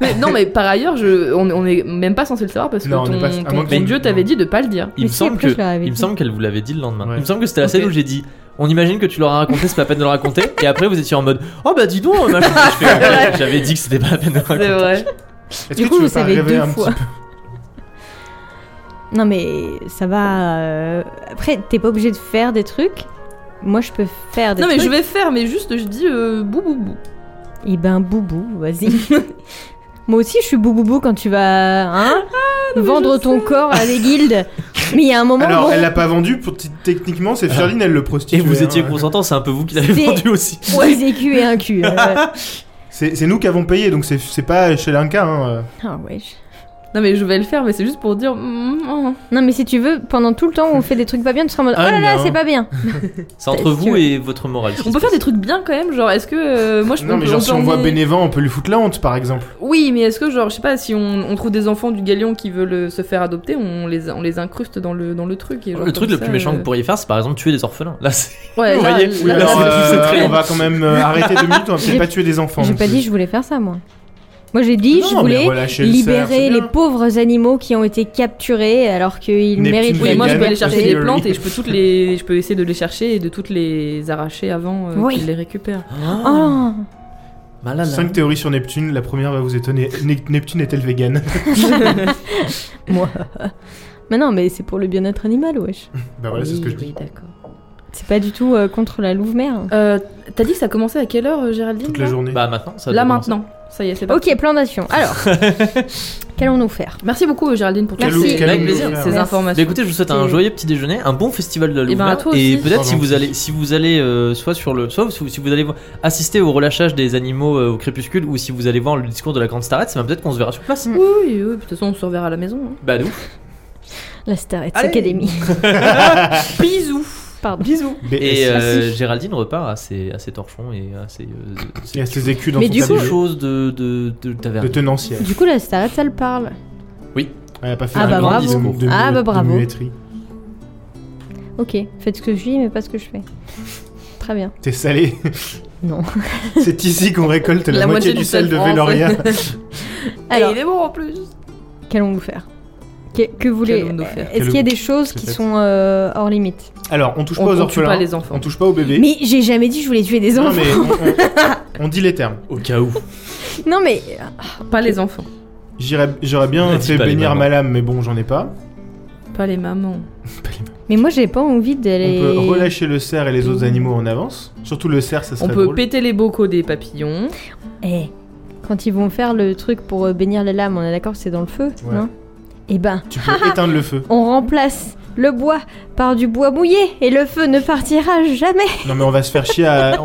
mais, non, mais par ailleurs, je, on, on est même pas censé le savoir parce que
Non, on est
ton,
pas- à
ton-
moins que
ton
tu-
Dieu t'avait dit de pas le dire.
Il
Mais
me
si,
semble
après,
que
je leur avais
il me
dit.
semble qu'elle vous l'avait dit le lendemain.
Ouais.
Il me semble que c'était la
Ok.
scène où j'ai dit on imagine que tu leur as raconté, c'est pas la peine de le raconter. et après vous étiez en mode oh bah dis donc, machin. Je fais, j'avais dit que c'était pas la peine de le
C'est
raconter.
vrai.
Est-ce
Du
que tu
coup, vous
veux pas
savez
rêver
deux
un
fois.
petit
Non, mais ça va. euh, Après, t'es pas obligé de faire des trucs. Moi, je peux faire des
Non, mais
trucs.
je vais faire, mais juste je dis euh, bou bou bou.
Eh ben, boubou, vas-y. Moi aussi, je suis bouboubou quand tu vas hein,
Ah, mais
vendre
je
ton corps à des guildes. mais il y a un
peu
moment.
Alors,
bon,
elle l'a pas vendu, pour- techniquement, c'est Firline, elle le hein. prostitue.
Et vous étiez consentant, c'est un peu vous qui l'avez
C'est-
vendu aussi.
dix écus et un cul. euh.
C'est c'est nous qui avons payé, donc c'est- c'est pas chez l'Inca. Hein.
Ah, wesh.
Non, mais je vais le faire, mais c'est juste pour dire. mm, mm.
Non, mais si tu veux, pendant tout le temps où on fait des trucs pas bien, tu seras en mode
Ah,
Oh là là,
non.
c'est pas bien.
C'est entre
Parce
vous
que-
et votre morale.
On peut faire des trucs bien quand même, genre est-ce que euh, moi je
Non,
peux-
mais genre, si on
peut
voit
emmener-
Bénévent, on peut lui foutre la honte, par exemple.
Oui, mais est-ce que genre je sais pas si on, on trouve des enfants du galion qui veulent euh, se faire adopter, on les on les incruste dans le dans le truc. Et genre,
Le truc
comme
le plus
ça,
méchant que
euh,
vous pourriez faire, c'est par exemple tuer des orphelins. Là, c'est-
Ouais,
Vous
là-
voyez
là-
Oui,
Là,
alors,
c'est-
euh,
c'est très-
on va quand même euh, arrêter deux minutes, on va
J'ai-
peut-être pas tuer des enfants.
J'ai
non
pas
plus.
dit que je voulais faire ça, moi. Moi, j'ai dit,
Non,
je
mais
voulais
relâcher le cerf,
libérer
c'est
les
bien.
pauvres animaux qui ont été capturés alors qu'ils
Neptune
méritent
Oui,
vegan,
moi je peux aller
parce
chercher
que-
des plantes et je peux toutes les je peux essayer de les chercher et de toutes les arracher avant euh,
Oui.
qu'ils les récupèrent.
Oh,
Malala.
Cinq théories sur Neptune, la première va vous étonner. Ne- Neptune est-elle vegan
moi. Mais non, mais c'est pour le bien-être animal, wesh.
Bah voilà, c'est ce que je dis.
d'accord.
C'est pas du tout euh, contre la louve-mère.
Euh, T'as dit que ça commençait à quelle heure, euh, Géraldine
Toute la
là
journée.
Bah maintenant, ça
Là
doit
maintenant. Ça y est, c'est pas.
Ok, plan d'action. Alors, qu'allons-nous faire
Merci beaucoup euh, Géraldine pour toutes
Merci.
ces,
Avec plaisir.
ces
Merci.
Bah
informations.
écoutez, je vous souhaite un
Et-
joyeux petit déjeuner, un bon festival de la
Et ben,
Louvre.
à toi aussi.
peut-être
Pas
si vous
gentil.
allez, si vous allez euh, soit sur le, soit si vous, si vous allez voir- assister au relâchage des animaux euh, au crépuscule, ou si vous allez voir le discours de la grande starette, ça va peut-être qu'on se verra sur place.
Oui, oui, oui, de toute façon on se reverra à la maison. hein.
Bah de ouf.
La Star Academy.
Allez.
Bisous.
Pardon.
Bisous.
BS.
Et euh,
Merci.
Géraldine repart à ses, à ses torchons et à ses, euh,
Il y a
ses,
ses écus dans
Mais
son
du
ses
coup-
tablier
choses de, de, de
de
taverne.
tenancière.
Du coup, la Star ça le parle.
Elle a pas fait
Ah
un
bah
grand
bravo.
discours de,
Ah bah
de
bravo.
muetterie.
Ok, faites ce que je dis, mais pas ce que je fais. Très bien.
T'es salé.
Non.
C'est ici qu'on récolte la, moitié, du sel de
France.
Véloria.
Alors,
Et il est bon en plus.
qu'allons-nous faire que, que voulez
Qu'allons-nous faire
Est-ce qu'il y a des choses
C'est
qui
fait.
sont euh, hors limite
Alors, on touche
On-
pas aux
on tue
orphelins.
pas les enfants.
On touche pas aux bébés.
Mais j'ai jamais dit que je voulais tuer des
non,
enfants.
mais on, on- on dit les termes.
Au cas où.
Non mais
Pas les enfants,
J'irais- J'aurais
Ne
bien
dis
fait
pas les
bénir
mamans.
Malam, mais bon, j'en ai pas.
pas les mamans.
mais moi j'ai pas envie
On
d'aller.
peut relâcher le cerf et les autres animaux en avance. Surtout le cerf, ça serait
On peut
drôle.
péter les bocaux des papillons.
Eh, quand ils vont faire le truc pour euh, bénir les lames, on est d'accord, que c'est dans le feu,
Ouais.
non Eh ben,
Tu peux éteindre le feu.
on remplace le bois par du bois mouillé et le feu ne partira jamais.
Non, mais on va se faire chier à.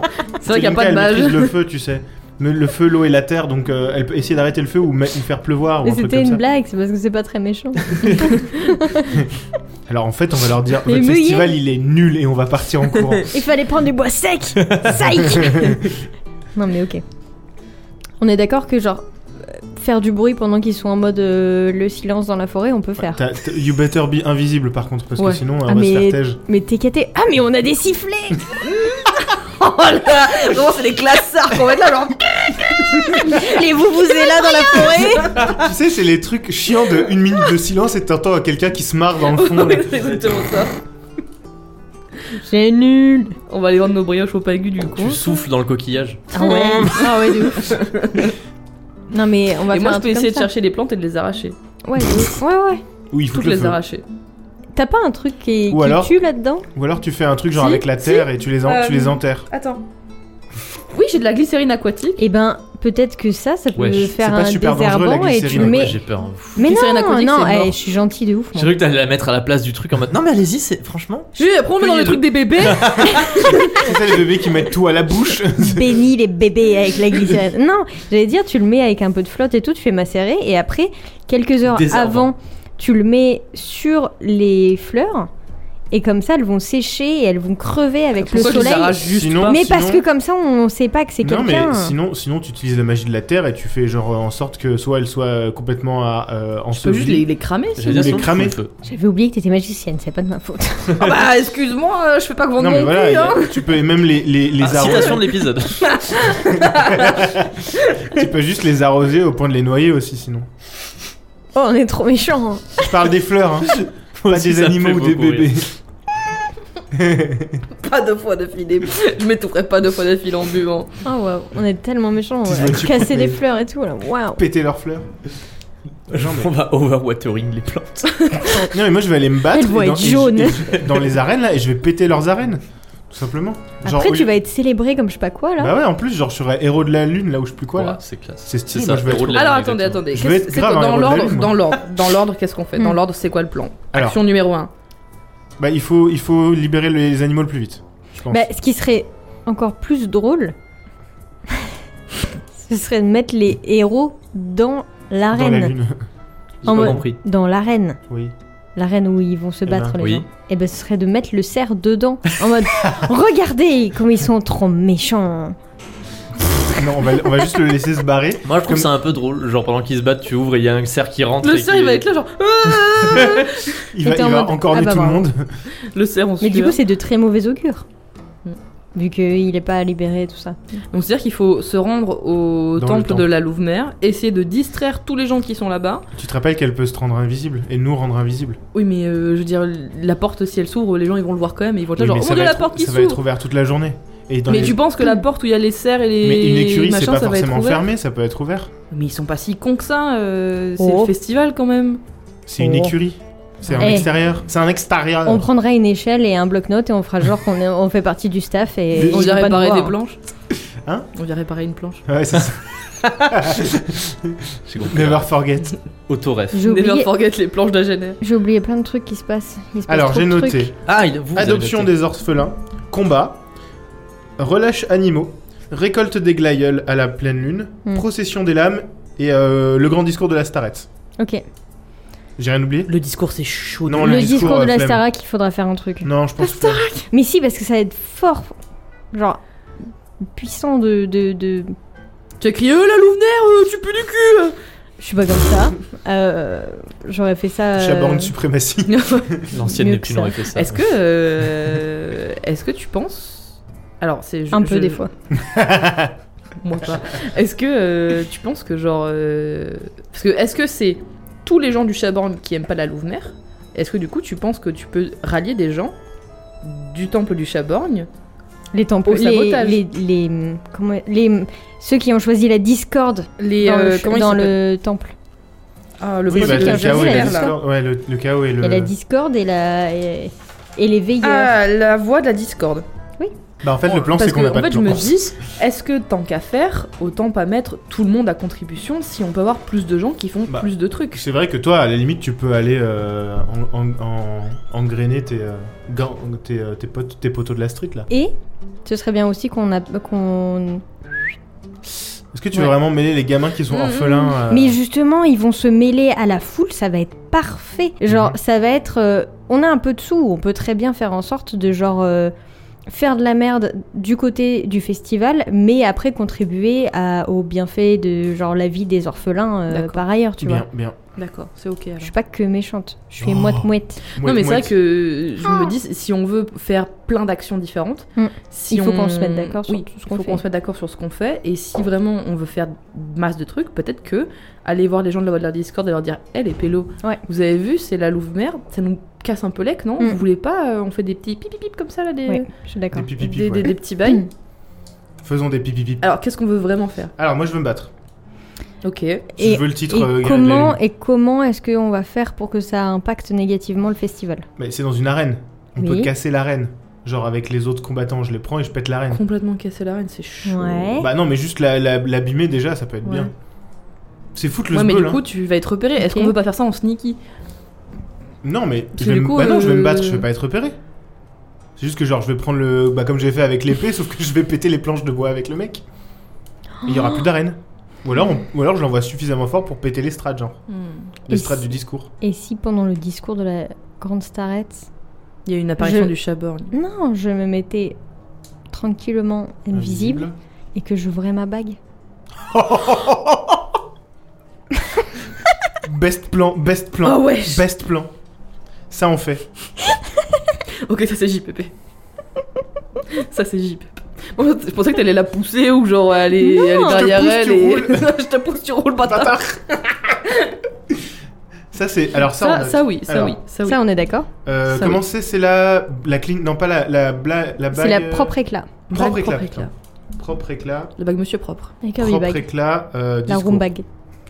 C'est vrai qu'il n'y a
Linka,
pas de
elle
mage.
maîtrise le feu, tu sais. Le, le feu, l'eau et la terre, donc euh, elle peut essayer d'arrêter le feu ou, ma- ou faire pleuvoir ou
Mais
un truc
c'était
comme
une
ça.
blague, c'est parce que c'est pas très méchant.
Alors en fait, on va leur dire
Mais
votre
mouillé.
festival il est nul et on va partir en courant.
Il fallait prendre du bois sec. Psych. non mais ok. On est d'accord que genre euh, faire du bruit pendant qu'ils sont en mode euh, le silence dans la forêt, on peut faire.
T'as- t'as- you better be invisible par contre, parce
Ouais.
que sinon on va
Ah,
se
mais-
faire tège.
mais t'es caté. Ah mais on a des sifflets.
Oh là, vraiment, c'est les classards qu'on va être là, genre.
Les vous vous êtes là dans la forêt.
ah.
tu sais, c'est les trucs chiants de une minute de silence et t'entends quelqu'un qui se marre dans le fond. là.
C'est exactement ça.
C'est nul.
On va aller vendre nos brioches au pagu du con.
Tu souffles dans le coquillage.
Ah ouais. ah ouais de ouf. Non mais on va
Et
faire
moi,
un
je peux
truc
essayer de
comme ça.
chercher les plantes et de les arracher.
Ouais, de ouf. ouais ouais.
Ou il faut
Toutes
que le
les
feu.
arracher.
T'as pas un truc qui,
Ou
qui
alors-
tue là-dedans
Ou alors tu fais un truc genre
Si,
avec la
si.
terre et tu les, en-
Euh,
tu les enterres.
Attends. Oui, j'ai de la glycérine aquatique.
Eh ben peut-être que ça, ça peut
Ouais, c'est
faire
pas
un
super dangereux, la
désherbant et tu
glycérine,
Ouais,
mets
J'ai peur. hein.
Mais
Qui serait
non,
narcotique,
non,
c'est
eh,
mort.
je suis gentille de ouf.
J'ai
moi.
cru que t'allais la mettre à la place du truc en mode. Non, mais allez-y, c'est franchement.
Je vais prendre dans le truc des bébés.
c'est ça les bébés qui mettent tout à la bouche.
Bénis les bébés avec la glycérine. non, j'allais dire, tu le mets avec un peu de flotte et tout, tu fais macérer, et après, quelques heures
Désherbant.
avant, tu le mets sur les fleurs, et comme ça, elles vont sécher et elles vont crever avec le
Pourquoi tu les
soleil.
arraches juste
sinon,
Mais
sinon-
parce que comme ça, on sait pas que c'est
Non mais
quelqu'un.
sinon, sinon tu utilises la magie de la terre et tu fais genre euh, en sorte que soit elle soit euh, complètement à, euh,
Je peux juste les,
ensevelie.
les cramer.
J'allais
sinon.
dire
les
sinon, tu
cramer.
fous le feu.
J'avais oublié que t'étais magicienne, c'est pas de ma faute.
Ah bah, excuse-moi, euh, je fais pas que vendre
Non mais
mon
voilà,
cul,
il y a-
hein.
tu peux et même les les, les
Ah,
arroser.
citation de l'épisode.
Tu peux juste les arroser au point de les noyer aussi sinon.
Oh, on est trop méchants.
Je parle des fleurs, hein. pas
aussi,
des
ça me
animaux
fait
ou des
beaucoup rire.
bébés.
Pas deux fois de filet. Je m'étoufferai pas deux fois de fil en buvant.
Oh, waouh, on est tellement méchants.
Petits
On a
oignons.
cassé des fleurs et tout, là. Waouh.
Péter leurs fleurs.
Genre, on va overwatering les plantes.
Non Ah, mais moi je vais aller me battre
Elles vont
et dans,
être
et je-
jaunes.
et je- dans les arènes là et je vais péter leurs arènes tout simplement. Genre,
Après,
au
tu
lieu-
vas être célébré comme je sais pas quoi, là.
Bah ouais en plus genre je serais héros de la lune là où je sais plus quoi
Ouais,
là.
c'est classe.
C'est stylé,
C'est
moi
ça,
je vais
héros de
être...
la
Alors
lune,
attendez,
exactement.
attendez.
Je vais
Qu'est-ce-
être
c'est
grave hein,
quoi- Dans
un héros de la
l'ordre,
lune,
dans
moi.
l'ordre, dans l'ordre, qu'est-ce qu'on fait Dans
Hmm.
l'ordre, c'est quoi le plan
Alors.
Action numéro 1.
Bah il faut, il faut libérer les animaux le plus vite. Je pense.
Bah, ce qui serait encore plus drôle, ce serait de mettre les héros dans
dans la
l'arène.
lune.
J'ai
En
pas
mode-
compris.
Dans l'arène.
oui.
L'arène où ils vont se
Eh
battre
ben,
les
oui.
gens. Et ben, ce serait de mettre le cerf dedans. En mode, regardez comme ils sont trop méchants.
Non, on va, on va juste le laisser se barrer.
Moi, je trouve
Comme-
ça un peu drôle. Genre, pendant qu'ils se battent, tu ouvres et il y a un cerf qui rentre.
Le
et
cerf,
qui-
il va être là, genre.
Il va,
Et t'es
il
en
va
mode,
encore
ah
nuire
bah
tout le
bravo.
monde.
Le cerf, on se
Mais du
tue.
coup, c'est de très mauvais augure.
Mm.
Vu qu'il est pas libéré et tout ça.
Donc c'est-à-dire qu'il faut se rendre au
Dans le
temple de
temple.
la Louve-Mère, essayer de distraire tous les gens qui sont là-bas.
Tu te rappelles qu'elle peut se rendre invisible et nous rendre invisible.
Oui, mais euh, je veux dire, la porte, si elle s'ouvre, les gens ils vont le voir quand même. et Ils vont être là, genre, oh mon
ça,
dieu,
va
la
être,
porte qui
ça va être
s'ouvre.
ouvert toute la journée. Et dans
Mais
les-
tu penses que la porte où il y a les cerfs et les.
Mais une écurie, c'est
machins,
pas
ça va être
forcément
ouvert
fermé, ça peut être ouvert.
Mais ils sont pas si cons que ça. euh, c'est
Oh.
le festival quand même.
C'est une
Oh.
écurie. C'est un
Eh.
extérieur. C'est un extérieur.
On prendrait une échelle et un bloc-notes et on fera genre qu'on est- on fait partie du staff et.
Des-
ils
On vient
vont pas nous
réparer
voir.
des planches.
Hein
On vient réparer une planche.
Ouais, c'est ça.
J'ai compris.
Never forget.
Autoref.
J'ai
Never
oublié,
forget les planches d'Agener.
j'ai oublié plein de trucs qui se passent. Il se passe
Alors,
trop
j'ai
de trucs.
noté.
Ah, il, vous, vous avez
Adoption
noté.
des orphelins. Combat. Relâche animaux. Récolte des glaïeuls à la pleine lune.
Hmm.
Procession des lames. Et euh, le grand discours de la starette.
Ok.
J'ai rien oublié
Le discours, c'est chaud.
Non,
le, discours,
euh,
de la
flemme.
Starac, il faudra faire un truc.
Non, je pense pas.
Mais si, parce que ça va être fort, genre puissant de, de, de-
Tu as crié, euh, la Louve-Mère, euh, tu pues du cul
Je suis pas comme ça. Euh, J'aurais fait ça. euh,
J'aborde une suprématie.
L'ancienne
Mieux que
Neptune
ça.
aurait fait ça.
Est-ce que euh, est-ce que tu penses alors c'est je-
un peu
je-
des fois.
moi pas est-ce que euh, tu penses que genre euh, parce que est-ce que c'est tous les gens du Chaborn qui aiment pas la Louve-Mère est-ce que du coup tu penses que tu peux rallier des gens du temple du Chaborgne
Les tempos,
Au
les,
sabotage.
les, les- comment, les ceux qui ont choisi la discorde
les
dans,
euh,
le,
comment ils
dans
s'appellent
le temple.
ah, le
Oui,
boss
bah,
de
t'as
la
le chaos et
Louve-Mère,
la
Louve-Mère, là.
discorde. Ouais, le, le chaos et
Il
le.
y a la discorde et euh, la et, et les veilleurs.
ah la voix de la discorde
Oui.
Bah en fait, le plan,
Parce
c'est qu'on
que,
n'a
en
pas
fait,
de
je
plan.
me dis, est-ce que tant qu'à faire, autant pas mettre tout le monde à contribution si on peut avoir plus de gens qui font
Bah.
plus de trucs
C'est vrai que toi, à la limite, tu peux aller euh, en, en- en- engrainer tes, euh, gants- tes, euh, tes potes, tes poteaux de la street là.
Et ce serait bien aussi qu'on a qu'on.
Est-ce que tu
Ouais.
veux vraiment mêler les gamins qui sont
Mm,
orphelins euh,
Mais justement, ils vont se mêler à la foule, ça va être parfait. Genre,
Mhm.
ça va être. euh, on a un peu de sous, on peut très bien faire en sorte de genre. euh, faire de la merde du côté du festival, mais après contribuer à, aux bienfaits de genre la vie des orphelins euh,
D'accord.
par ailleurs, tu
Bien,
vois.
bien.
D'accord, c'est ok alors.
Je suis pas que méchante, je suis
Oh.
moite-mouette.
non,
Mouette,
mais c'est vrai
mouette.
que je me dis, si on veut faire plein d'actions différentes,
Ah. Mm.
si
Il faut
on-
qu'on se mette d'accord sur
Oui,
tout ce
il
qu'on
faut
fait.
qu'on se mette d'accord sur ce qu'on fait. Et si vraiment on veut faire masse de trucs, peut-être que aller voir les gens de la voix de leur Discord et leur dire Hé les pélos,
Ouais.
vous avez vu, c'est la louve merde, ça nous casse un peu l'ec, non
Mm.
Vous voulez pas euh, On fait des petits pip pip pip comme ça là, des,
Ouais, je suis d'accord.
Des
des,
pipipipes,
des-
ouais.
des petits bails.
Mm.
Faisons des pipipipes.
Alors qu'est-ce qu'on veut vraiment faire
Alors moi, je veux me battre.
Ok.
Si
Et-
je veux le titre.
Et
euh, Gareth
comment,
Lane.
et comment est-ce qu'on va faire pour que ça impacte négativement le festival
Mais c'est dans une arène. On
Oui.
peut casser l'arène. Genre avec les autres combattants, je les prends et je pète l'arène.
Complètement casser la reine, c'est chaud.
Ouais.
Bah non, mais juste la- la- l'abîmer déjà, ça peut être
Ouais.
bien. C'est foutre le
Ouais, mais
sbeul,
du
hein.
coup, tu vas être repéré. Est-ce
Ok.
qu'on veut pas faire ça en sneaky
Non, mais
Parce
je
que
vais,
du
me-
coup,
bah non, je vais me
euh,
battre, je vais pas être repéré. C'est juste que genre je vais prendre le bah comme j'ai fait avec l'épée sauf que je vais péter les planches de bois avec le mec. Et Il y aura plus d'arène. Ou alors, on- ou alors je l'envoie suffisamment fort pour péter l'estrade genre,
Mm. Et
l'estrade
si-
du discours.
Et si pendant le discours de la grande starette,
Il y a une apparition
Je-
du Chaborn.
non, je me mettais tranquillement invisible, et que j'ouvrais ma bague
Best plan, best plan.
Oh, wesh.
Best plan. Ça on fait.
Ok, ça c'est JPP. ça c'est JPP. Bon, je pensais que t'allais la pousser ou genre aller,
Non,
aller
je te
derrière
pousse,
elle
tu
et.
roules.
je te pousse, tu roules, bâtard.
Bâtard. ça c'est alors ça, on
Ça,
note.
ça oui, ça
Alors,
oui, ça Ah oui.
Ça, on est d'accord
Euh,
Ça,
comment c'est c'est la la clean non pas la la bla- la
C'est
bague
la
euh,
propre éclat.
propre
Bague
éclat,
propre éclat.
propre éclat.
La bague monsieur propre.
La curvy
Propre
bag.
éclat. euh,
La
discours.
room bag.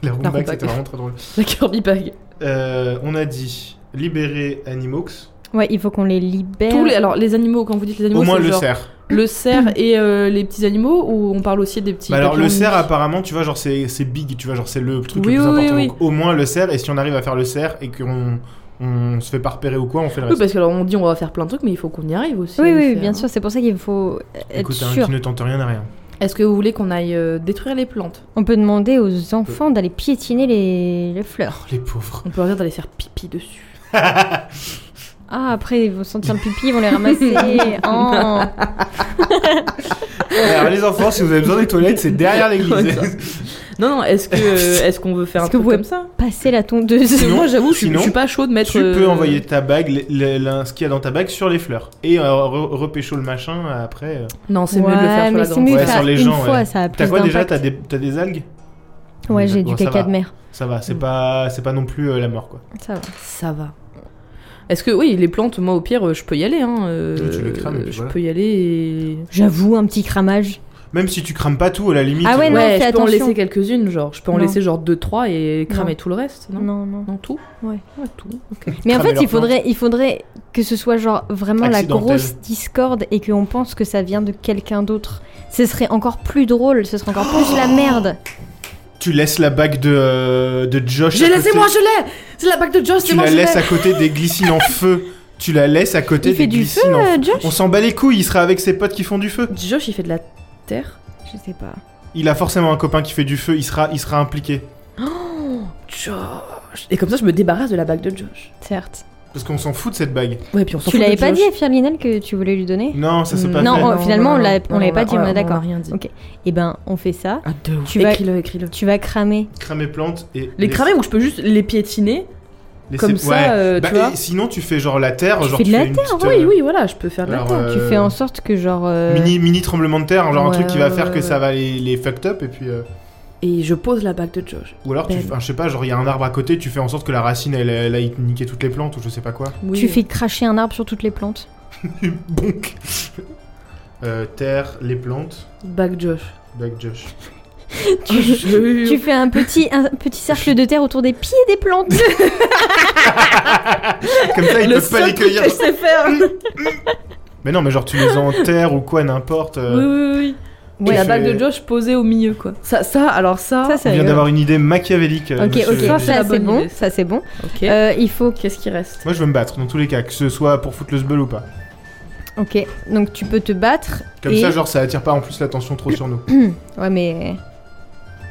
La room
La
bag,
room
c'était
bag.
vraiment très drôle.
La Kirby bag.
Euh, on a dit libérer Animox,
Ouais, il faut qu'on les libère.
Tous les, alors les animaux, quand vous dites les animaux,
au moins
c'est
le
genre
cerf.
le cerf et euh, les petits animaux ou on parle aussi des petits.
Bah alors le
papillons
cerf
mini-
apparemment, tu vois, genre c'est c'est big, tu vois, genre c'est le truc
Oui,
le plus
oui,
important.
oui,
Donc, au moins le cerf, et si on arrive à faire le cerf et qu'on on se fait pas repérer ou quoi, on fait le
Oui, bah,
reste.
parce que alors on dit on va faire plein de trucs, mais il faut qu'on y arrive aussi. à
Oui,
le hein.
oui,
faire.
bien sûr, c'est pour ça qu'il faut être
Écoute, hein,
sûr.
qui ne tente rien à rien.
Est-ce que vous voulez qu'on aille euh, détruire les plantes
On peut demander
Euh.
aux enfants d'aller piétiner les, les fleurs.
Oh, les pauvres.
On peut leur dire d'aller faire pipi dessus.
Ah, après, ils vont sentir le pipi, ils vont les ramasser. Oh.
alors Eh, les enfants, si vous avez besoin des toilettes, c'est derrière l'église.
Non, non, est-ce que euh, est-ce qu'on veut faire un
Est-ce que
truc
vous
comme
pouvez
ça
passer la tondeuse
Parce que
Sinon-
moi, j'avoue, je, suis-
sinon,
je suis pas chaud de mettre.
tu peux
euh,
envoyer ta bague, le- le- le- ce qu'il y a dans ta bague sur les fleurs et euh, re- repêcho le machin après. euh.
Non, c'est mieux de le
Ouais,
faire sur
mais
la
c'est
grande.
mieux de
Ouais,
faire
sur les
une
gens,
fois,
ouais.
ça a
T'as
plus
quoi déjà T'as
d'impact.
des t'as des algues
Ouais, j'ai
Bon,
du
ça
caca
va.
de mer.
Ça va, c'est
Mm.
pas c'est pas non plus euh, la mort quoi.
Ça va.
Ça va. Est-ce que oui, les plantes, moi au pire, euh, je peux y aller. Hein, euh,
Oui, tu les crames et puis
je
voilà.
peux y aller. Et...
J'avoue, un petit cramage.
Même si tu crames pas tout à la limite.
Ah ouais, non,
ouais,
fais
je peux en
attention.
laisser quelques-unes, genre. Je peux en
Non.
laisser genre deux, trois et cramer
Non.
tout le reste, non
Non, non.
Non, tout
Ouais.
tout.
Mais en
Cramer
fait, il
leur plante.
faudrait, il faudrait que ce soit genre vraiment la
Accidentel.
grosse discorde et qu'on pense que ça vient de quelqu'un d'autre. Ce serait encore plus drôle, ce serait encore plus la merde.
Tu laisses la bague de, euh, de Josh.
Je
à
l'ai,
côté.
c'est moi, je l'ai C'est la bague de Josh, c'est
Tu
moi,
la
je l'ai
laisses à côté des glycines en feu. Tu la laisses à côté
Il fait
des
du feu,
glycines en feu.
euh, Josh
On s'en bat les couilles, il sera avec ses potes qui font du feu.
Josh, il fait de la terre.
Je sais pas.
Il a forcément un copain qui fait du feu, il sera, il sera impliqué.
Josh Et comme ça, je me débarrasse de la bague de Josh.
Certes.
Parce qu'on s'en fout de cette bague.
Ouais, puis on s'en
Tu
fout de
l'avais pas
Josh.
dit à Firlinel que tu voulais lui donner
Non, ça c'est pas
Non,
fait.
on- finalement, on l'a- on
non,
l'avait pas
a-
dit, on est d'accord.
a rien dit.
Ok. Eh ben, on fait ça.
Ah, de ouf.
Tu vas-
Écris-le, écris-le.
Tu vas cramer.
Cramer plantes et.
Les cramer ou je peux juste les piétiner
laisser-
comme ça, euh, tu
Bah,
vois.
et sinon, tu fais genre la terre.
Tu
genre
fais de la
une
terre,
petite,
Ah Oui,
euh,
oui, voilà, je peux faire de la
alors,
terre.
euh,
Tu fais en sorte que genre. euh,
Mini, mini tremblement de terre, genre un
Ouais,
truc qui va
ouais,
faire
ouais,
que ça
ouais.
va les, les fucked up et puis. euh,
Et je pose la bague de Josh.
Ou alors, tu,
Ben.
enfin, je sais pas, genre il y a un arbre à côté, tu fais en sorte que la racine elle, elle aille niquer toutes les plantes ou je sais pas quoi.
Tu fais cracher un arbre sur toutes les plantes.
Bonk Euh, Terre, les plantes,
Bague Josh.
Black Josh.
Tu,
Tu fais un petit, un petit cercle de terre autour des pieds des plantes.
Comme ça, ils
Le
peuvent pas
seul
les
truc
cueillir.
que je sais faire.
Mais non, mais genre tu les enterres ou quoi, n'importe. euh,
Oui, oui, oui.
Ouais,
Et la
c'est-
bague de Josh posée au milieu, quoi. Ça, ça alors ça.
Ça,
On
c'est
vient
rigolo.
d'avoir une idée machiavélique. euh,
Ok,
monsieur
ok,
Lévy.
ça,
C'est la
c'est
bonne
bon,
idée.
ça c'est bon.
Ok.
Euh, il faut.
Qu'est-ce qui reste
Moi je veux me battre dans tous les cas, que ce soit pour foutre le zbeul ou pas.
Ok, donc tu peux te battre.
Comme
et-
ça, genre ça attire pas en plus l'attention trop sur nous.
Ouais, mais.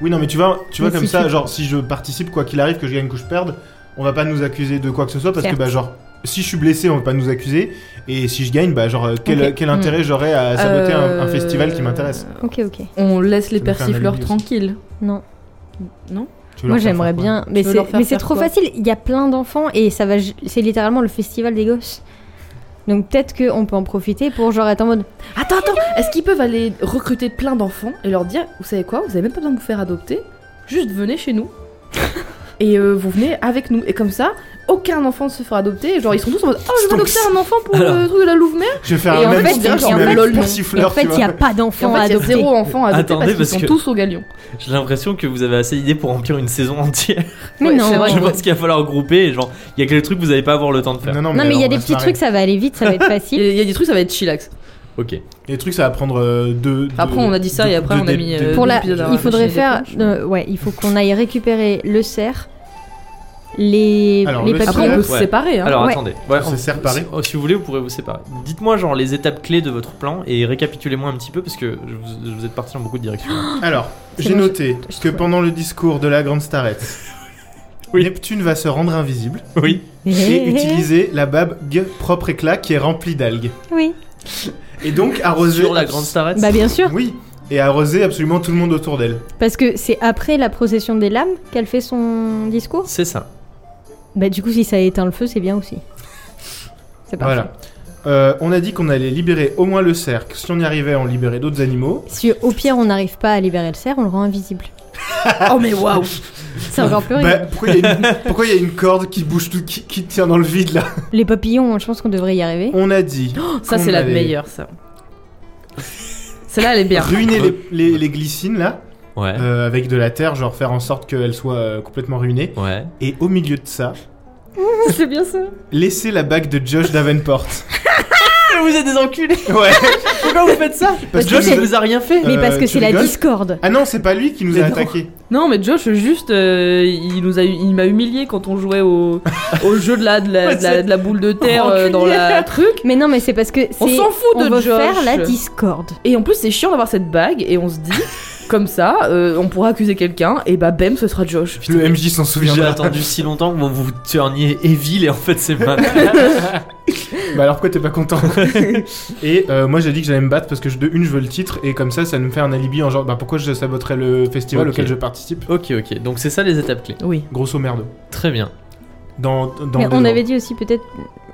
Oui, non, mais tu vois, tu vois
Mais
comme
si
ça,
tu-
genre si je participe, quoi qu'il arrive, que je gagne, que je perde, on va pas nous accuser de quoi que ce soit parce que
Certes.
bah genre. Si je suis blessé, on va pas nous accuser. Et si je gagne, bah genre, quel,
Ok. Hmm.
quel intérêt j'aurais à saboter un- un,
Euh,
festival qui m'intéresse
Ok, ok.
On laisse les
Ça nous fait un
persifleurs
alibi aussi.
tranquilles.
Non.
Non
Tu veux leur
Moi,
faire faire
j'aimerais
quoi
bien.
Tu
Mais
veux
c'est
leur faire
mais c'est
faire
trop
quoi
facile. Il y a plein d'enfants et ça va. ju- C'est littéralement le festival des gosses. Donc peut-être qu'on peut en profiter pour genre être en mode.
Attends, attends, est-ce qu'ils peuvent aller recruter plein d'enfants et leur dire, vous savez quoi, vous avez même pas besoin de vous faire adopter, juste venez chez nous. et euh, vous venez avec nous. Et comme ça, aucun enfant ne se fera adopter. Et Genre, ils sont tous en mode, oh, je vais
Stonks.
adopter un enfant pour
Alors.
le truc de la Louve-Mère.
Je vais faire
Et
un
en
même
fait,
style,
genre,
mais
en
avec
fait, lol, non.
Et en
persifleur,
fait,
tu
il n'y
vois.
a pas
Et en
d'enfants à
fait, il y a
adopter.
zéro enfant à adopter
Attendez,
parce qu'ils
parce
sont
que-
tous au galion.
J'ai l'impression que vous avez assez d'idées pour remplir une saison entière.
Mais
Ouais,
non.
c'est vrai,
Je
Ouais.
pense qu'il va falloir regrouper. et Genre, il y a quelques trucs que vous n'allez pas avoir le temps de faire.
Non, non,
Non, mais il y
on
a des
va se
petits
marrer.
trucs, ça va aller vite, ça va être
Il
facile.
y, a- il y a des trucs, ça va être chillax.
Ok.
Les trucs, ça va prendre euh, deux.
Après,
deux-
on a dit ça
deux-
et après,
deux
on a
dé-
mis,
dé-
euh,
Pour la,
l'épisode
il
d'avoir
faudrait
affiché
faire,
les planches.
euh, ouais, il faut qu'on aille récupérer le cerf, les,
Alors,
les
le
papillons.
Après, on peut se
Ouais.
séparer. Hein.
Alors
Ouais.
attendez. Ouais,
On s'est séparés.
Si, oh, si vous voulez, vous pourrez vous séparer. Dites-moi genre les étapes clés de votre plan et récapitulez-moi un petit peu parce que je vous, je vous êtes parti dans beaucoup de directions.
Alors,
C'est
j'ai
bon,
noté
je- je
que
trouve.
pendant le discours de la grande starette,
Oui.
Neptune va se rendre invisible
oui.
et utiliser la bague propre éclat qui est remplie d'algues.
Oui.
Et donc arroser.
Sur la grande starette.
Bah bien sûr,
Oui. Et arroser absolument tout le monde autour d'elle.
parce que c'est après la procession des lames qu'elle fait son discours.
C'est ça.
Bah du coup, si ça éteint le feu, c'est bien aussi. C'est parfait.
Voilà. Euh, on a dit qu'on allait libérer au moins le cercle. Si on y arrivait, on libérait d'autres animaux.
Si au pire on n'arrive pas à libérer le cerf, on le rend invisible.
Oh, mais waouh!
C'est encore plus
Bah,
rigolo.
pourquoi il y, a une- pourquoi il y a une corde qui bouge tout, qui, qui tient dans le vide là
Les papillons, je pense qu'on devrait y arriver.
On a dit.
Ça,
qu'on
c'est la
allait
meilleure, ça. Celle-là, elle est bien.
Ruiner les, les- les glycines là,
Ouais.
euh, avec de la terre, genre faire en sorte qu'elles soient euh, complètement ruinées.
Ouais.
Et au milieu de ça,
c'est bien ça.
laisser la bague de Josh Davenport.
Vous êtes des enculés.
ouais.
Pourquoi vous faites ça
Parce que
Josh,
vous-
il vous a rien fait.
Mais
Euh,
parce que
tu
c'est la
rigoles
discorde.
Ah non, c'est pas lui qui nous
Mais
a
non.
attaqué.
Non, mais Josh, juste, euh, il nous a, il m'a humilié quand on jouait au, au jeu de la, de la,
Ouais,
de la, de la boule de terre
Enculé.
euh, dans la truc.
Mais non, mais c'est parce que c'est.
On s'en fout
on
de
veut
Josh.
faire la discorde.
Et en plus, c'est chiant d'avoir cette bague et on se dit, comme ça, euh, on pourra accuser quelqu'un et bah bam, ce sera Josh.
Le MJ s'en
J'ai
souviendra.
attendu si longtemps que vous vous turniez Evil et en fait c'est mal.
Bah alors pourquoi t'es pas content Et euh, moi j'ai dit que j'allais me battre parce que je, de une je veux le titre et comme ça ça nous fait un alibi en genre bah pourquoi je saboterais le festival
Ok.
auquel je participe
ok ok. Donc c'est ça les étapes clés.
Oui.
Grosso merde.
Très bien.
Dans, dans
Mais
deux
on
ans.
avait dit aussi peut-être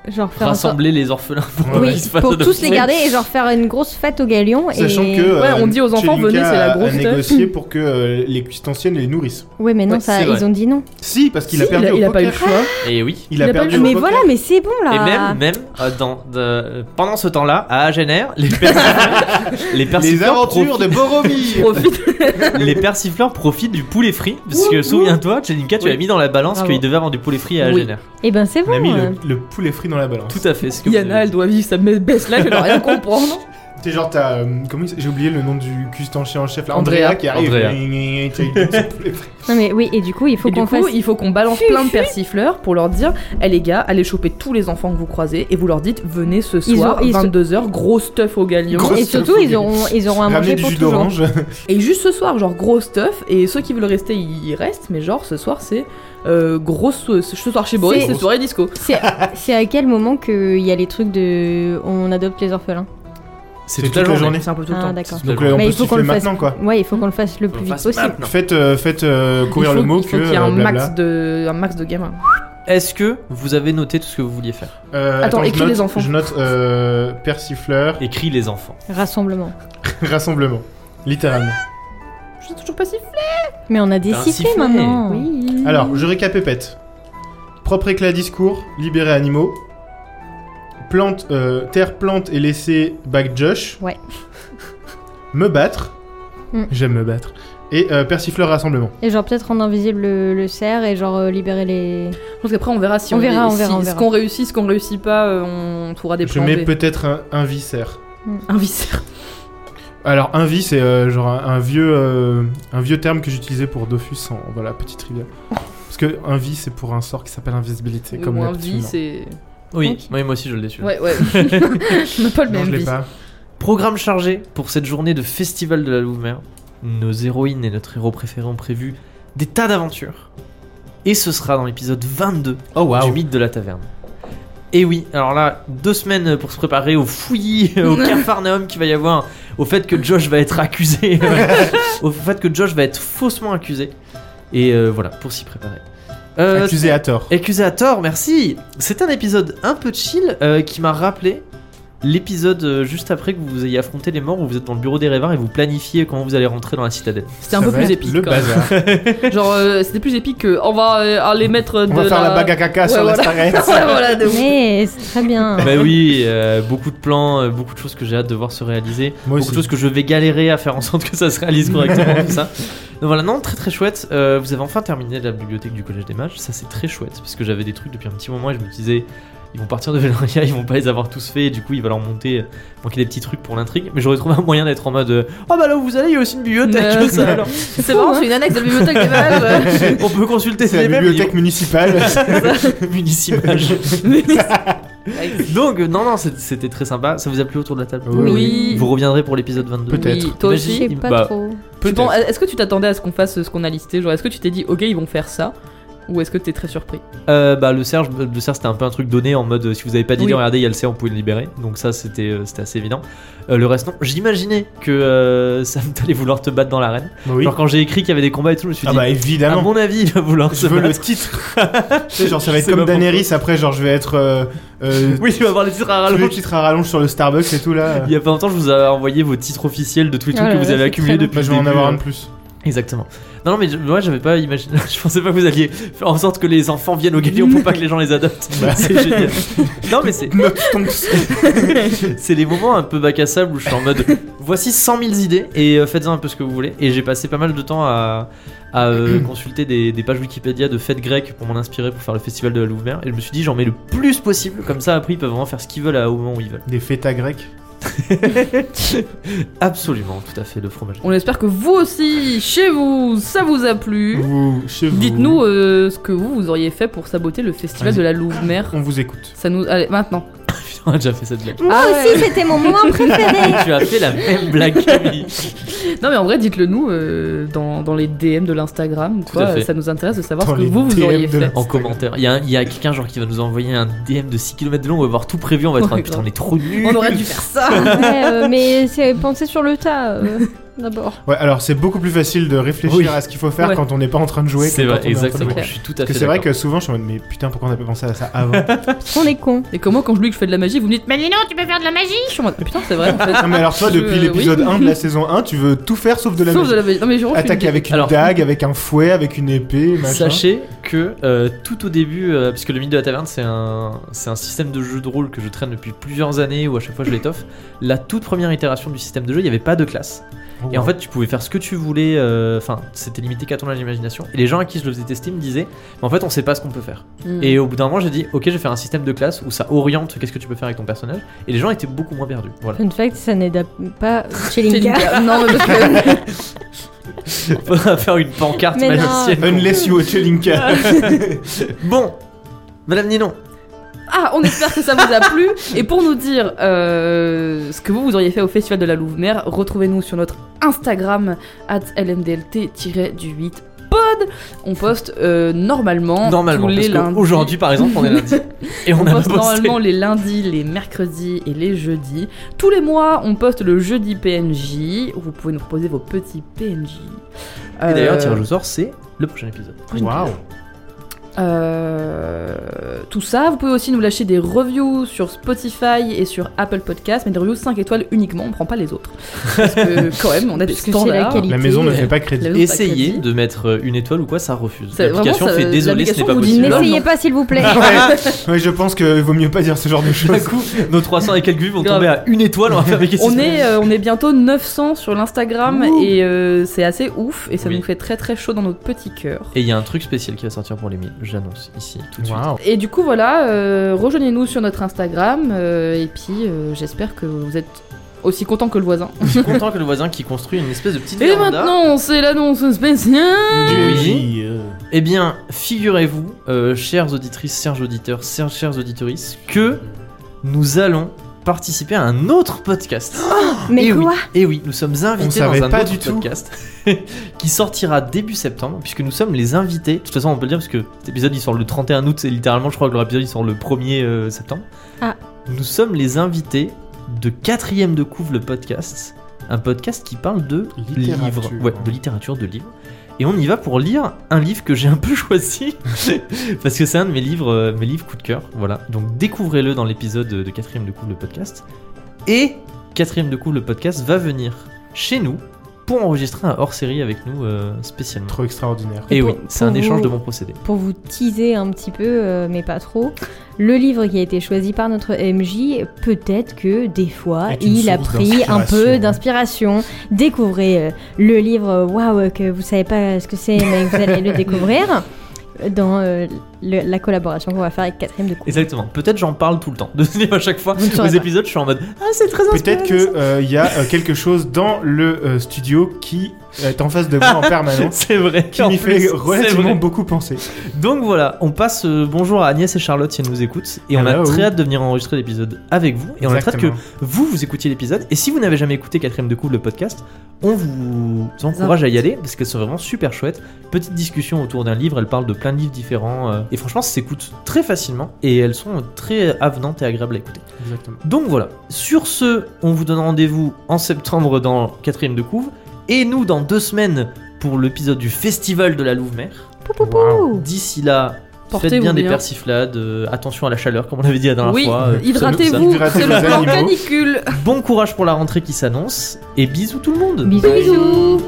genre faire un sort-
Rassembler les orphelins pour
Ouais.
qu'ils
Oui,
se fassent
pour tous
adopter.
les garder et genre faire une grosse fête au galion.
Sachant
et...
que
Ouais, on dit aux enfants,
Tchelinka
venez, c'est la
a-
grosse
a négocié pour que euh, les cuistanciennes les nourrissent.
Ouais, mais non,
Ouais,
ça,
c'est vrai.
ils ont dit non.
Si, parce qu'il
Si,
a perdu
il a,
au
il a pas eu le
poker.
choix.
Et oui.
Il a perdu au
Mais
poker.
voilà, mais c'est bon là.
Et même, même euh, dans, de- pendant ce temps-là, à Agener, les, persifleurs- les,
Les
persifleurs
aventures de Boromir
Profite.
profitent- les persifleurs profitent du poulet frit. Parce que souviens-toi, Jelinka, tu
Oui.
as mis dans la balance
Bravo.
qu'il devait vendre du poulet frit à
Oui.
Agener.
Et ben c'est
On a mis
bon. euh.
le, le poulet frit dans la balance.
Tout à fait. Ce que vous
Yana,
avez
elle
dit.
doit vivre sa baisse là, je dois rien comprendre.
C'est genre t'as... euh, comment il s- J'ai oublié le nom du custancier en chef là.
Andrea.
Andrea qui arrive.
Andrea.
Gna, gna, gna, gna, gna, poulet frit.
Non mais oui, et du coup, il faut
Et du
qu'on
coup,
fasse.
il faut qu'on balance
Fufu.
plein de persifleurs pour leur dire Eh les gars, allez choper tous les enfants que vous croisez et vous leur dites Venez ce
Ils
soir,
ont- ils sont-
22h, gros stuff au galion.
Gros
Et
stuff
surtout,
au
ils
galion.
auront, ils auront à
Ramener
manger
du
pour
jus
toujours.
d'orange.
Et juste ce soir, genre gros stuff, et ceux qui veulent rester, ils restent, mais genre ce soir, c'est euh, gros ce ce soir chez Boris,
C'est-
c'est soirée disco.
C'est c'est à quel moment qu'il y a les trucs de. On adopte les orphelins
C'est toute la journée.
C'est un peu tout le
Ah,
temps.
d'accord.
Donc là, on
Mais
peut
il faut qu'on
siffler
le fasse.
maintenant quoi.
Ouais, il faut qu'on le fasse le plus
Faut
vite
fasse
possible.
maintenant.
Faites, euh, faites euh, courir
il faut,
le mot
il faut
que
qu'il y ait un
euh, blabla.
max, de, un max de gamins.
Est-ce que vous avez noté tout ce que vous vouliez faire
Euh,
Attends,
je
écris
note-
les enfants.
Je note euh, persifleur,
Écris les enfants.
Rassemblement.
rassemblement. Littéralement.
Je suis toujours passif.
Mais on a des
T'as un
sifflets
sifflet.
maintenant.
Oui.
Alors, je récapépète. Propre éclat discours, libérer animaux. Plante, euh, terre plante et laisser back Josh.
Ouais.
Me battre.
Mm.
J'aime me battre. Et euh, persifleur rassemblement.
Et genre peut-être rendre invisible le, le cerf et genre euh, libérer les...
Je pense qu'après on verra si
On
on,
verra,
est-
on verra,
si-
on
ce
verra.
qu'on réussit, ce qu'on réussit pas, euh, on trouvera des
Je
plans
mets
B.
peut-être un, un viscère.
un viscère.
Alors un vis c'est euh, genre un, un vieux euh, un vieux terme que j'utilisais pour Dofus en voilà petite rivière. Parce que un vis c'est pour un sort qui s'appelle invisibilité comme hein.
Ou un
la petite
vis,
mort.
c'est.
Oui,
Ok.
oui, moi aussi je l'ai su.
Ouais, ouais. On n'a pas le
Non
même
je l'ai
vis.
pas.
Programme chargé pour cette journée de festival de la Louve-Mer. Nos héroïnes et notre héros préféré ont prévu des tas d'aventures. Et ce sera dans l'épisode 22
Oh
du
waouh.
mythe de la taverne. Et oui, alors là, deux semaines pour se préparer au fouillis, au cafarnaum qu'il va y avoir, au fait que Josh va être accusé, au fait que Josh va être faussement accusé. Et euh, voilà, pour s'y préparer. Euh,
Accusé à tort.
Accusé à tort, merci. C'est un épisode un peu chill euh, qui m'a rappelé l'épisode euh, juste après que vous ayez affronté les morts où vous êtes dans le bureau des rêveurs et vous planifiez comment vous allez rentrer dans la citadelle.
C'était un
Ça
peu
va
plus
être
épique.
Le
quand même.
bazar.
Genre, euh, c'était plus épique que on va euh, aller mettre de
On va faire la bague à caca sur
Ouais,
la starette.
Ouais, voilà, Ah, de ouf.
Mais c'est très bien.
bah oui, euh, beaucoup de plans, euh, beaucoup de choses que j'ai hâte de voir se réaliser,
Moi
beaucoup de
aussi.
choses que je vais galérer à faire en sorte que ça se réalise correctement, tout ça. Donc voilà, non, très très chouette. Euh, vous avez enfin terminé la bibliothèque du Collège des Mages, ça c'est très chouette parce que j'avais des trucs depuis un petit moment et je me disais. Ils vont partir de Veloria, ils vont pas les avoir tous faits, et du coup il va leur monter, euh, manquer des petits trucs pour l'intrigue. Mais j'aurais trouvé un moyen d'être en mode euh, Oh bah là où vous allez, il y a aussi une bibliothèque,
Ouais.
ça, alors.
C'est marrant, c'est une annexe de la bibliothèque des vaches.
on peut consulter
C'est
les
la
mêmes
bibliothèque municipale.
livres municipales. Donc, euh, non, non, c'est- c'était très sympa. Ça vous a plu autour de la table
Oui.
Oui.
Vous reviendrez pour l'épisode 22
Peut-être.
Oui, toi
Je
Imagine-
aussi.
sais pas
Bah,
trop.
Tu
Peut-être.
penses- Est-ce que tu t'attendais à ce qu'on fasse ce qu'on a listé Genre, est-ce que tu t'es dit, ok, ils vont faire ça Ou est-ce que t'es très surpris
Euh, bah, le Serge, le Serge c'était un peu un truc donné en mode euh, si vous avez pas d'idée,
Oui.
regardez, il y a le Serge, on pouvez le libérer. Donc, ça, c'était euh, c'était assez évident. Euh, le reste, non. J'imaginais que euh, Sam, t'allais vouloir te battre dans l'arène.
Bah Oui.
Genre, quand j'ai écrit qu'il y avait des combats et tout, je me suis
Ah
dit,
bah
à
évidemment.
mon avis, il va vouloir
Je
se
veux le
battre.
titre. tu sais, genre ça va
Je
être
sais
comme
pas
Daenerys après genre je vais être euh, euh,
Oui, il va avoir les titres à
tous les
rallonge.
titres à rallonge sur le Starbucks et tout là.
Il y a pas longtemps, je vous ai envoyé vos titres officiels de tous les trucs
Ah là
que vous
là,
avez
c'est
accumulés
très
depuis
Bah, je vais
le
en
début,
avoir
euh,
un de plus.
Exactement. Non, non, mais je- moi j'avais pas imaginé. Je pensais pas que vous alliez faire en sorte que les enfants viennent au galion pour pas que les gens les adoptent.
Bah.
C'est génial. Non, mais c'est
Notre tonks.
c'est les moments un peu bac à sable où je suis en mode voici 100 000 idées et euh, faites-en un peu ce que vous voulez. Et j'ai passé pas mal de temps à, à, euh, consulter des, des pages Wikipédia de fêtes grecques pour m'en inspirer pour faire le festival de la Louvre-Mer. Et je me suis dit j'en mets le plus possible, comme ça après ils peuvent vraiment faire ce qu'ils veulent à- au moment où ils veulent.
Des feta grecs.
Absolument, tout à fait, le fromage.
On espère que vous aussi, chez vous, ça vous a plu.
Vous, chez vous.
Hmm. Dites-nous euh, ce que vous, vous auriez fait pour saboter le festival
Vas-y.
de la Louve-Mer.
On vous écoute.
Ça nous. Allez, maintenant.
On a déjà fait cette blague.
Moi
Ah ouais.
aussi, c'était mon moment préféré.
tu as fait la même blague, Camille.
Non, mais en vrai, dites-le nous euh, dans, dans les DM de l'Instagram. ou
Tout à
Quoi,
fait.
ça nous intéresse de savoir
Dans
ce que
les
vous, vous
DM
auriez
de
fait.
en commentaire. Il y a, un- il y a quelqu'un genre qui va nous envoyer un DM de 6 km de long, on va voir tout prévu, on va être
Ouais,
ah, putain,
grave.
on est trop nuls.
On aurait dû faire ça.
Ouais, euh, mais c'est penser sur le tas euh, d'abord.
Ouais, alors c'est beaucoup plus facile de réfléchir
Oui.
à ce qu'il faut faire
Ouais.
quand on n'est pas en train de jouer.
C'est
que
vrai,
quand on est en train de
exactement.
jouer.
Je suis tout à
Parce
fait.
que c'est vrai
d'accord.
que souvent je suis en mode mais putain pourquoi on n'a pas pensé à ça avant
On est con.
Et comment, quand je lui que je fais de la magie, vous me dites, mais Nino, Bah tu peux faire de la magie Je suis en mode, putain, c'est vrai. En fait.
Non Ah, mais alors toi
Je-
depuis l'épisode
oui.
1 de la saison 1 tu veux tout faire sauf de la
Sauf
magie.
de la magie. Non, mais je je suis
Attaquer
une-
avec une
Alors-
dague, avec un fouet, avec une épée, machin.
Sachez que euh, tout au début, euh, parce que le mythe de la taverne, c'est un, c'est un système de jeu de rôle que je traîne depuis plusieurs années où à chaque fois je l'étoffe. La toute première itération du système de jeu, il n'y avait pas de classe.
Oh,
Et en
ouais.
fait, tu pouvais faire ce que tu voulais, euh, enfin, c'était limité qu'à ton imagination. Et les gens à qui je le faisais tester me disaient, mais en fait, on sait pas ce qu'on peut faire.
Mm.
Et au bout d'un moment, j'ai dit, ok, je vais faire un système de classe où ça oriente qu'est-ce que tu peux faire avec ton personnage. Et les gens étaient beaucoup moins perdus. Voilà.
Fun fact, ça n'aide à- pas
C'est
Chelinka.
une- Non, mais parce que.
Faudra faire une pancarte
Mais non.
magicienne.
Unless you a Chelinka.
Bon, Madame Ninon,
Ah, on espère que ça vous a plu. Et pour nous dire euh, ce que vous, vous auriez fait au Festival de la Louve-Mer, retrouvez-nous sur notre Instagram, at lmdlt-du8 pod. On poste euh, normalement,
normalement,
tous
parce
les lundis.
qu'aujourd'hui, par exemple, on est lundi. Et on,
On
a
poste
pas posté.
normalement les lundis, les mercredis et les jeudis. Tous les mois, on poste le jeudi PNJ. où Vous pouvez nous proposer vos petits PNJ.
Et
Euh,
d'ailleurs, tirage au sort, c'est le prochain épisode.
Waouh.
Euh, tout ça, vous pouvez aussi nous lâcher des reviews sur Spotify et sur Apple Podcast, mais des reviews 5 étoiles uniquement, on prend pas les autres. Parce que quand même, on a des
Parce que c'est la
standards.
qualité.
La maison ne
Ouais.
fait pas crédit.
La maison
Essayez
pas crédit.
de mettre euh, une étoile ou quoi, ça refuse.
Ça-
L'application
vraiment, ça-
fait désolé, ce n'est
l'application
pas
vous dit
possible.
non.
N'essayez pas, s'il vous plaît.
Ouais, ouais, je pense qu'il vaut mieux pas dire ce genre de
D'un
choses.
coup, nos 300 et quelques vues vont
Grave.
tomber à une étoile. On va faire des questions.
On est, euh, on est bientôt 900 sur l'Instagram
Ouh.
et euh, c'est assez ouf et ça
Oui.
nous fait très très chaud dans notre petit cœur.
Et il y a un truc spécial qui va sortir pour les 1000, j'annonce ici tout de suite.
Waouh.
Et du coup voilà, euh, rejoignez-nous sur notre Instagram euh, et puis euh, j'espère que vous êtes aussi content que le voisin.
Je suis content que le voisin qui construit une espèce de petite
Et
véranda.
maintenant c'est l'annonce spéciale.
Oui.
euh,
Eh bien, figurez-vous, euh, chères auditrices, chers auditeurs, chers, chers auditrices, que nous allons participer à un autre podcast.
Mais
Eh
et
quoi
Eh oui, et oui, nous sommes invités
savait
dans un
pas
autre
du tout.
podcast qui sortira début septembre, puisque nous sommes les invités. De toute façon, on peut le dire, parce que cet épisode il sort le 31 août, c'est littéralement, je crois que leur épisode il sort le 1er euh, septembre.
Ah.
Nous sommes les invités de quatrième de couvre le podcast, un podcast qui parle de
Littérature.
livres, ouais, de littérature, de livres. Et on y va pour lire un livre que j'ai un peu choisi, parce que c'est un de mes livres, euh, mes livres coup de cœur. Voilà, donc découvrez-le dans l'épisode de quatrième de couvre le podcast. Et quatrième de coup, le podcast va venir chez nous pour enregistrer un hors-série avec nous euh, spécialement.
Trop extraordinaire.
Et
Pour-
oui, c'est un
pour
échange
vous-
de bons procédés.
Pour vous teaser un petit peu, euh, mais pas trop, le livre qui a été choisi par notre MJ, peut-être que des fois,
Est une
il a
source
pris un
d'inspiration.
peu d'inspiration. Découvrez euh, le livre, waouh, que vous savez pas ce que c'est, mais vous allez le découvrir dans euh, le- la collaboration qu'on va faire avec Quatrième de Coupe.
Exactement. Peut-être j'en parle tout le temps. De ce livre à chaque fois,
Vous ne
aux
saurez pas.
épisodes, je suis en mode Ah, c'est très inspirant.
Peut-être qu'il y a euh, quelque chose dans le euh, studio qui est en face de moi en permanence.
C'est vrai.
Qui
en
m'y
plus,
fait
c'est
relativement
vrai.
beaucoup penser.
Donc voilà, on passe euh, bonjour à Agnès et Charlotte si elles nous écoutent. Et on a
Hello.
très hâte de venir enregistrer l'épisode avec vous. Et on a très hâte que
Exactement.
vous, vous écoutiez l'épisode. Et si vous n'avez jamais écouté Quatrième de Couple, le podcast, on vous encourage à y aller parce qu'elles sont vraiment super chouettes. Petite discussion autour d'un livre, elles parlent de plein de livres différents. euh, et franchement, ça s'écoute très facilement et elles sont très avenantes et agréables à écouter.
Exactement.
Donc voilà, sur ce, on vous donne rendez-vous en septembre dans Quatrième de Couve. Et nous, dans deux semaines, pour l'épisode du Festival de la Louve-Mer.
Pou, pou, pou.
Waouh.
D'ici là, faites
Oh. Portez-vous
bien, des
bien.
persiflades, euh, attention à la chaleur, comme on l'avait dit la dernière
Oui,
fois. euh, tout ça, tout ça.
hydratez-vous,
Hydratez
c'est
vos
le plan
animaux.
canicule.
Bon courage pour la rentrée qui s'annonce et bisous tout le monde.
Bisous, bisous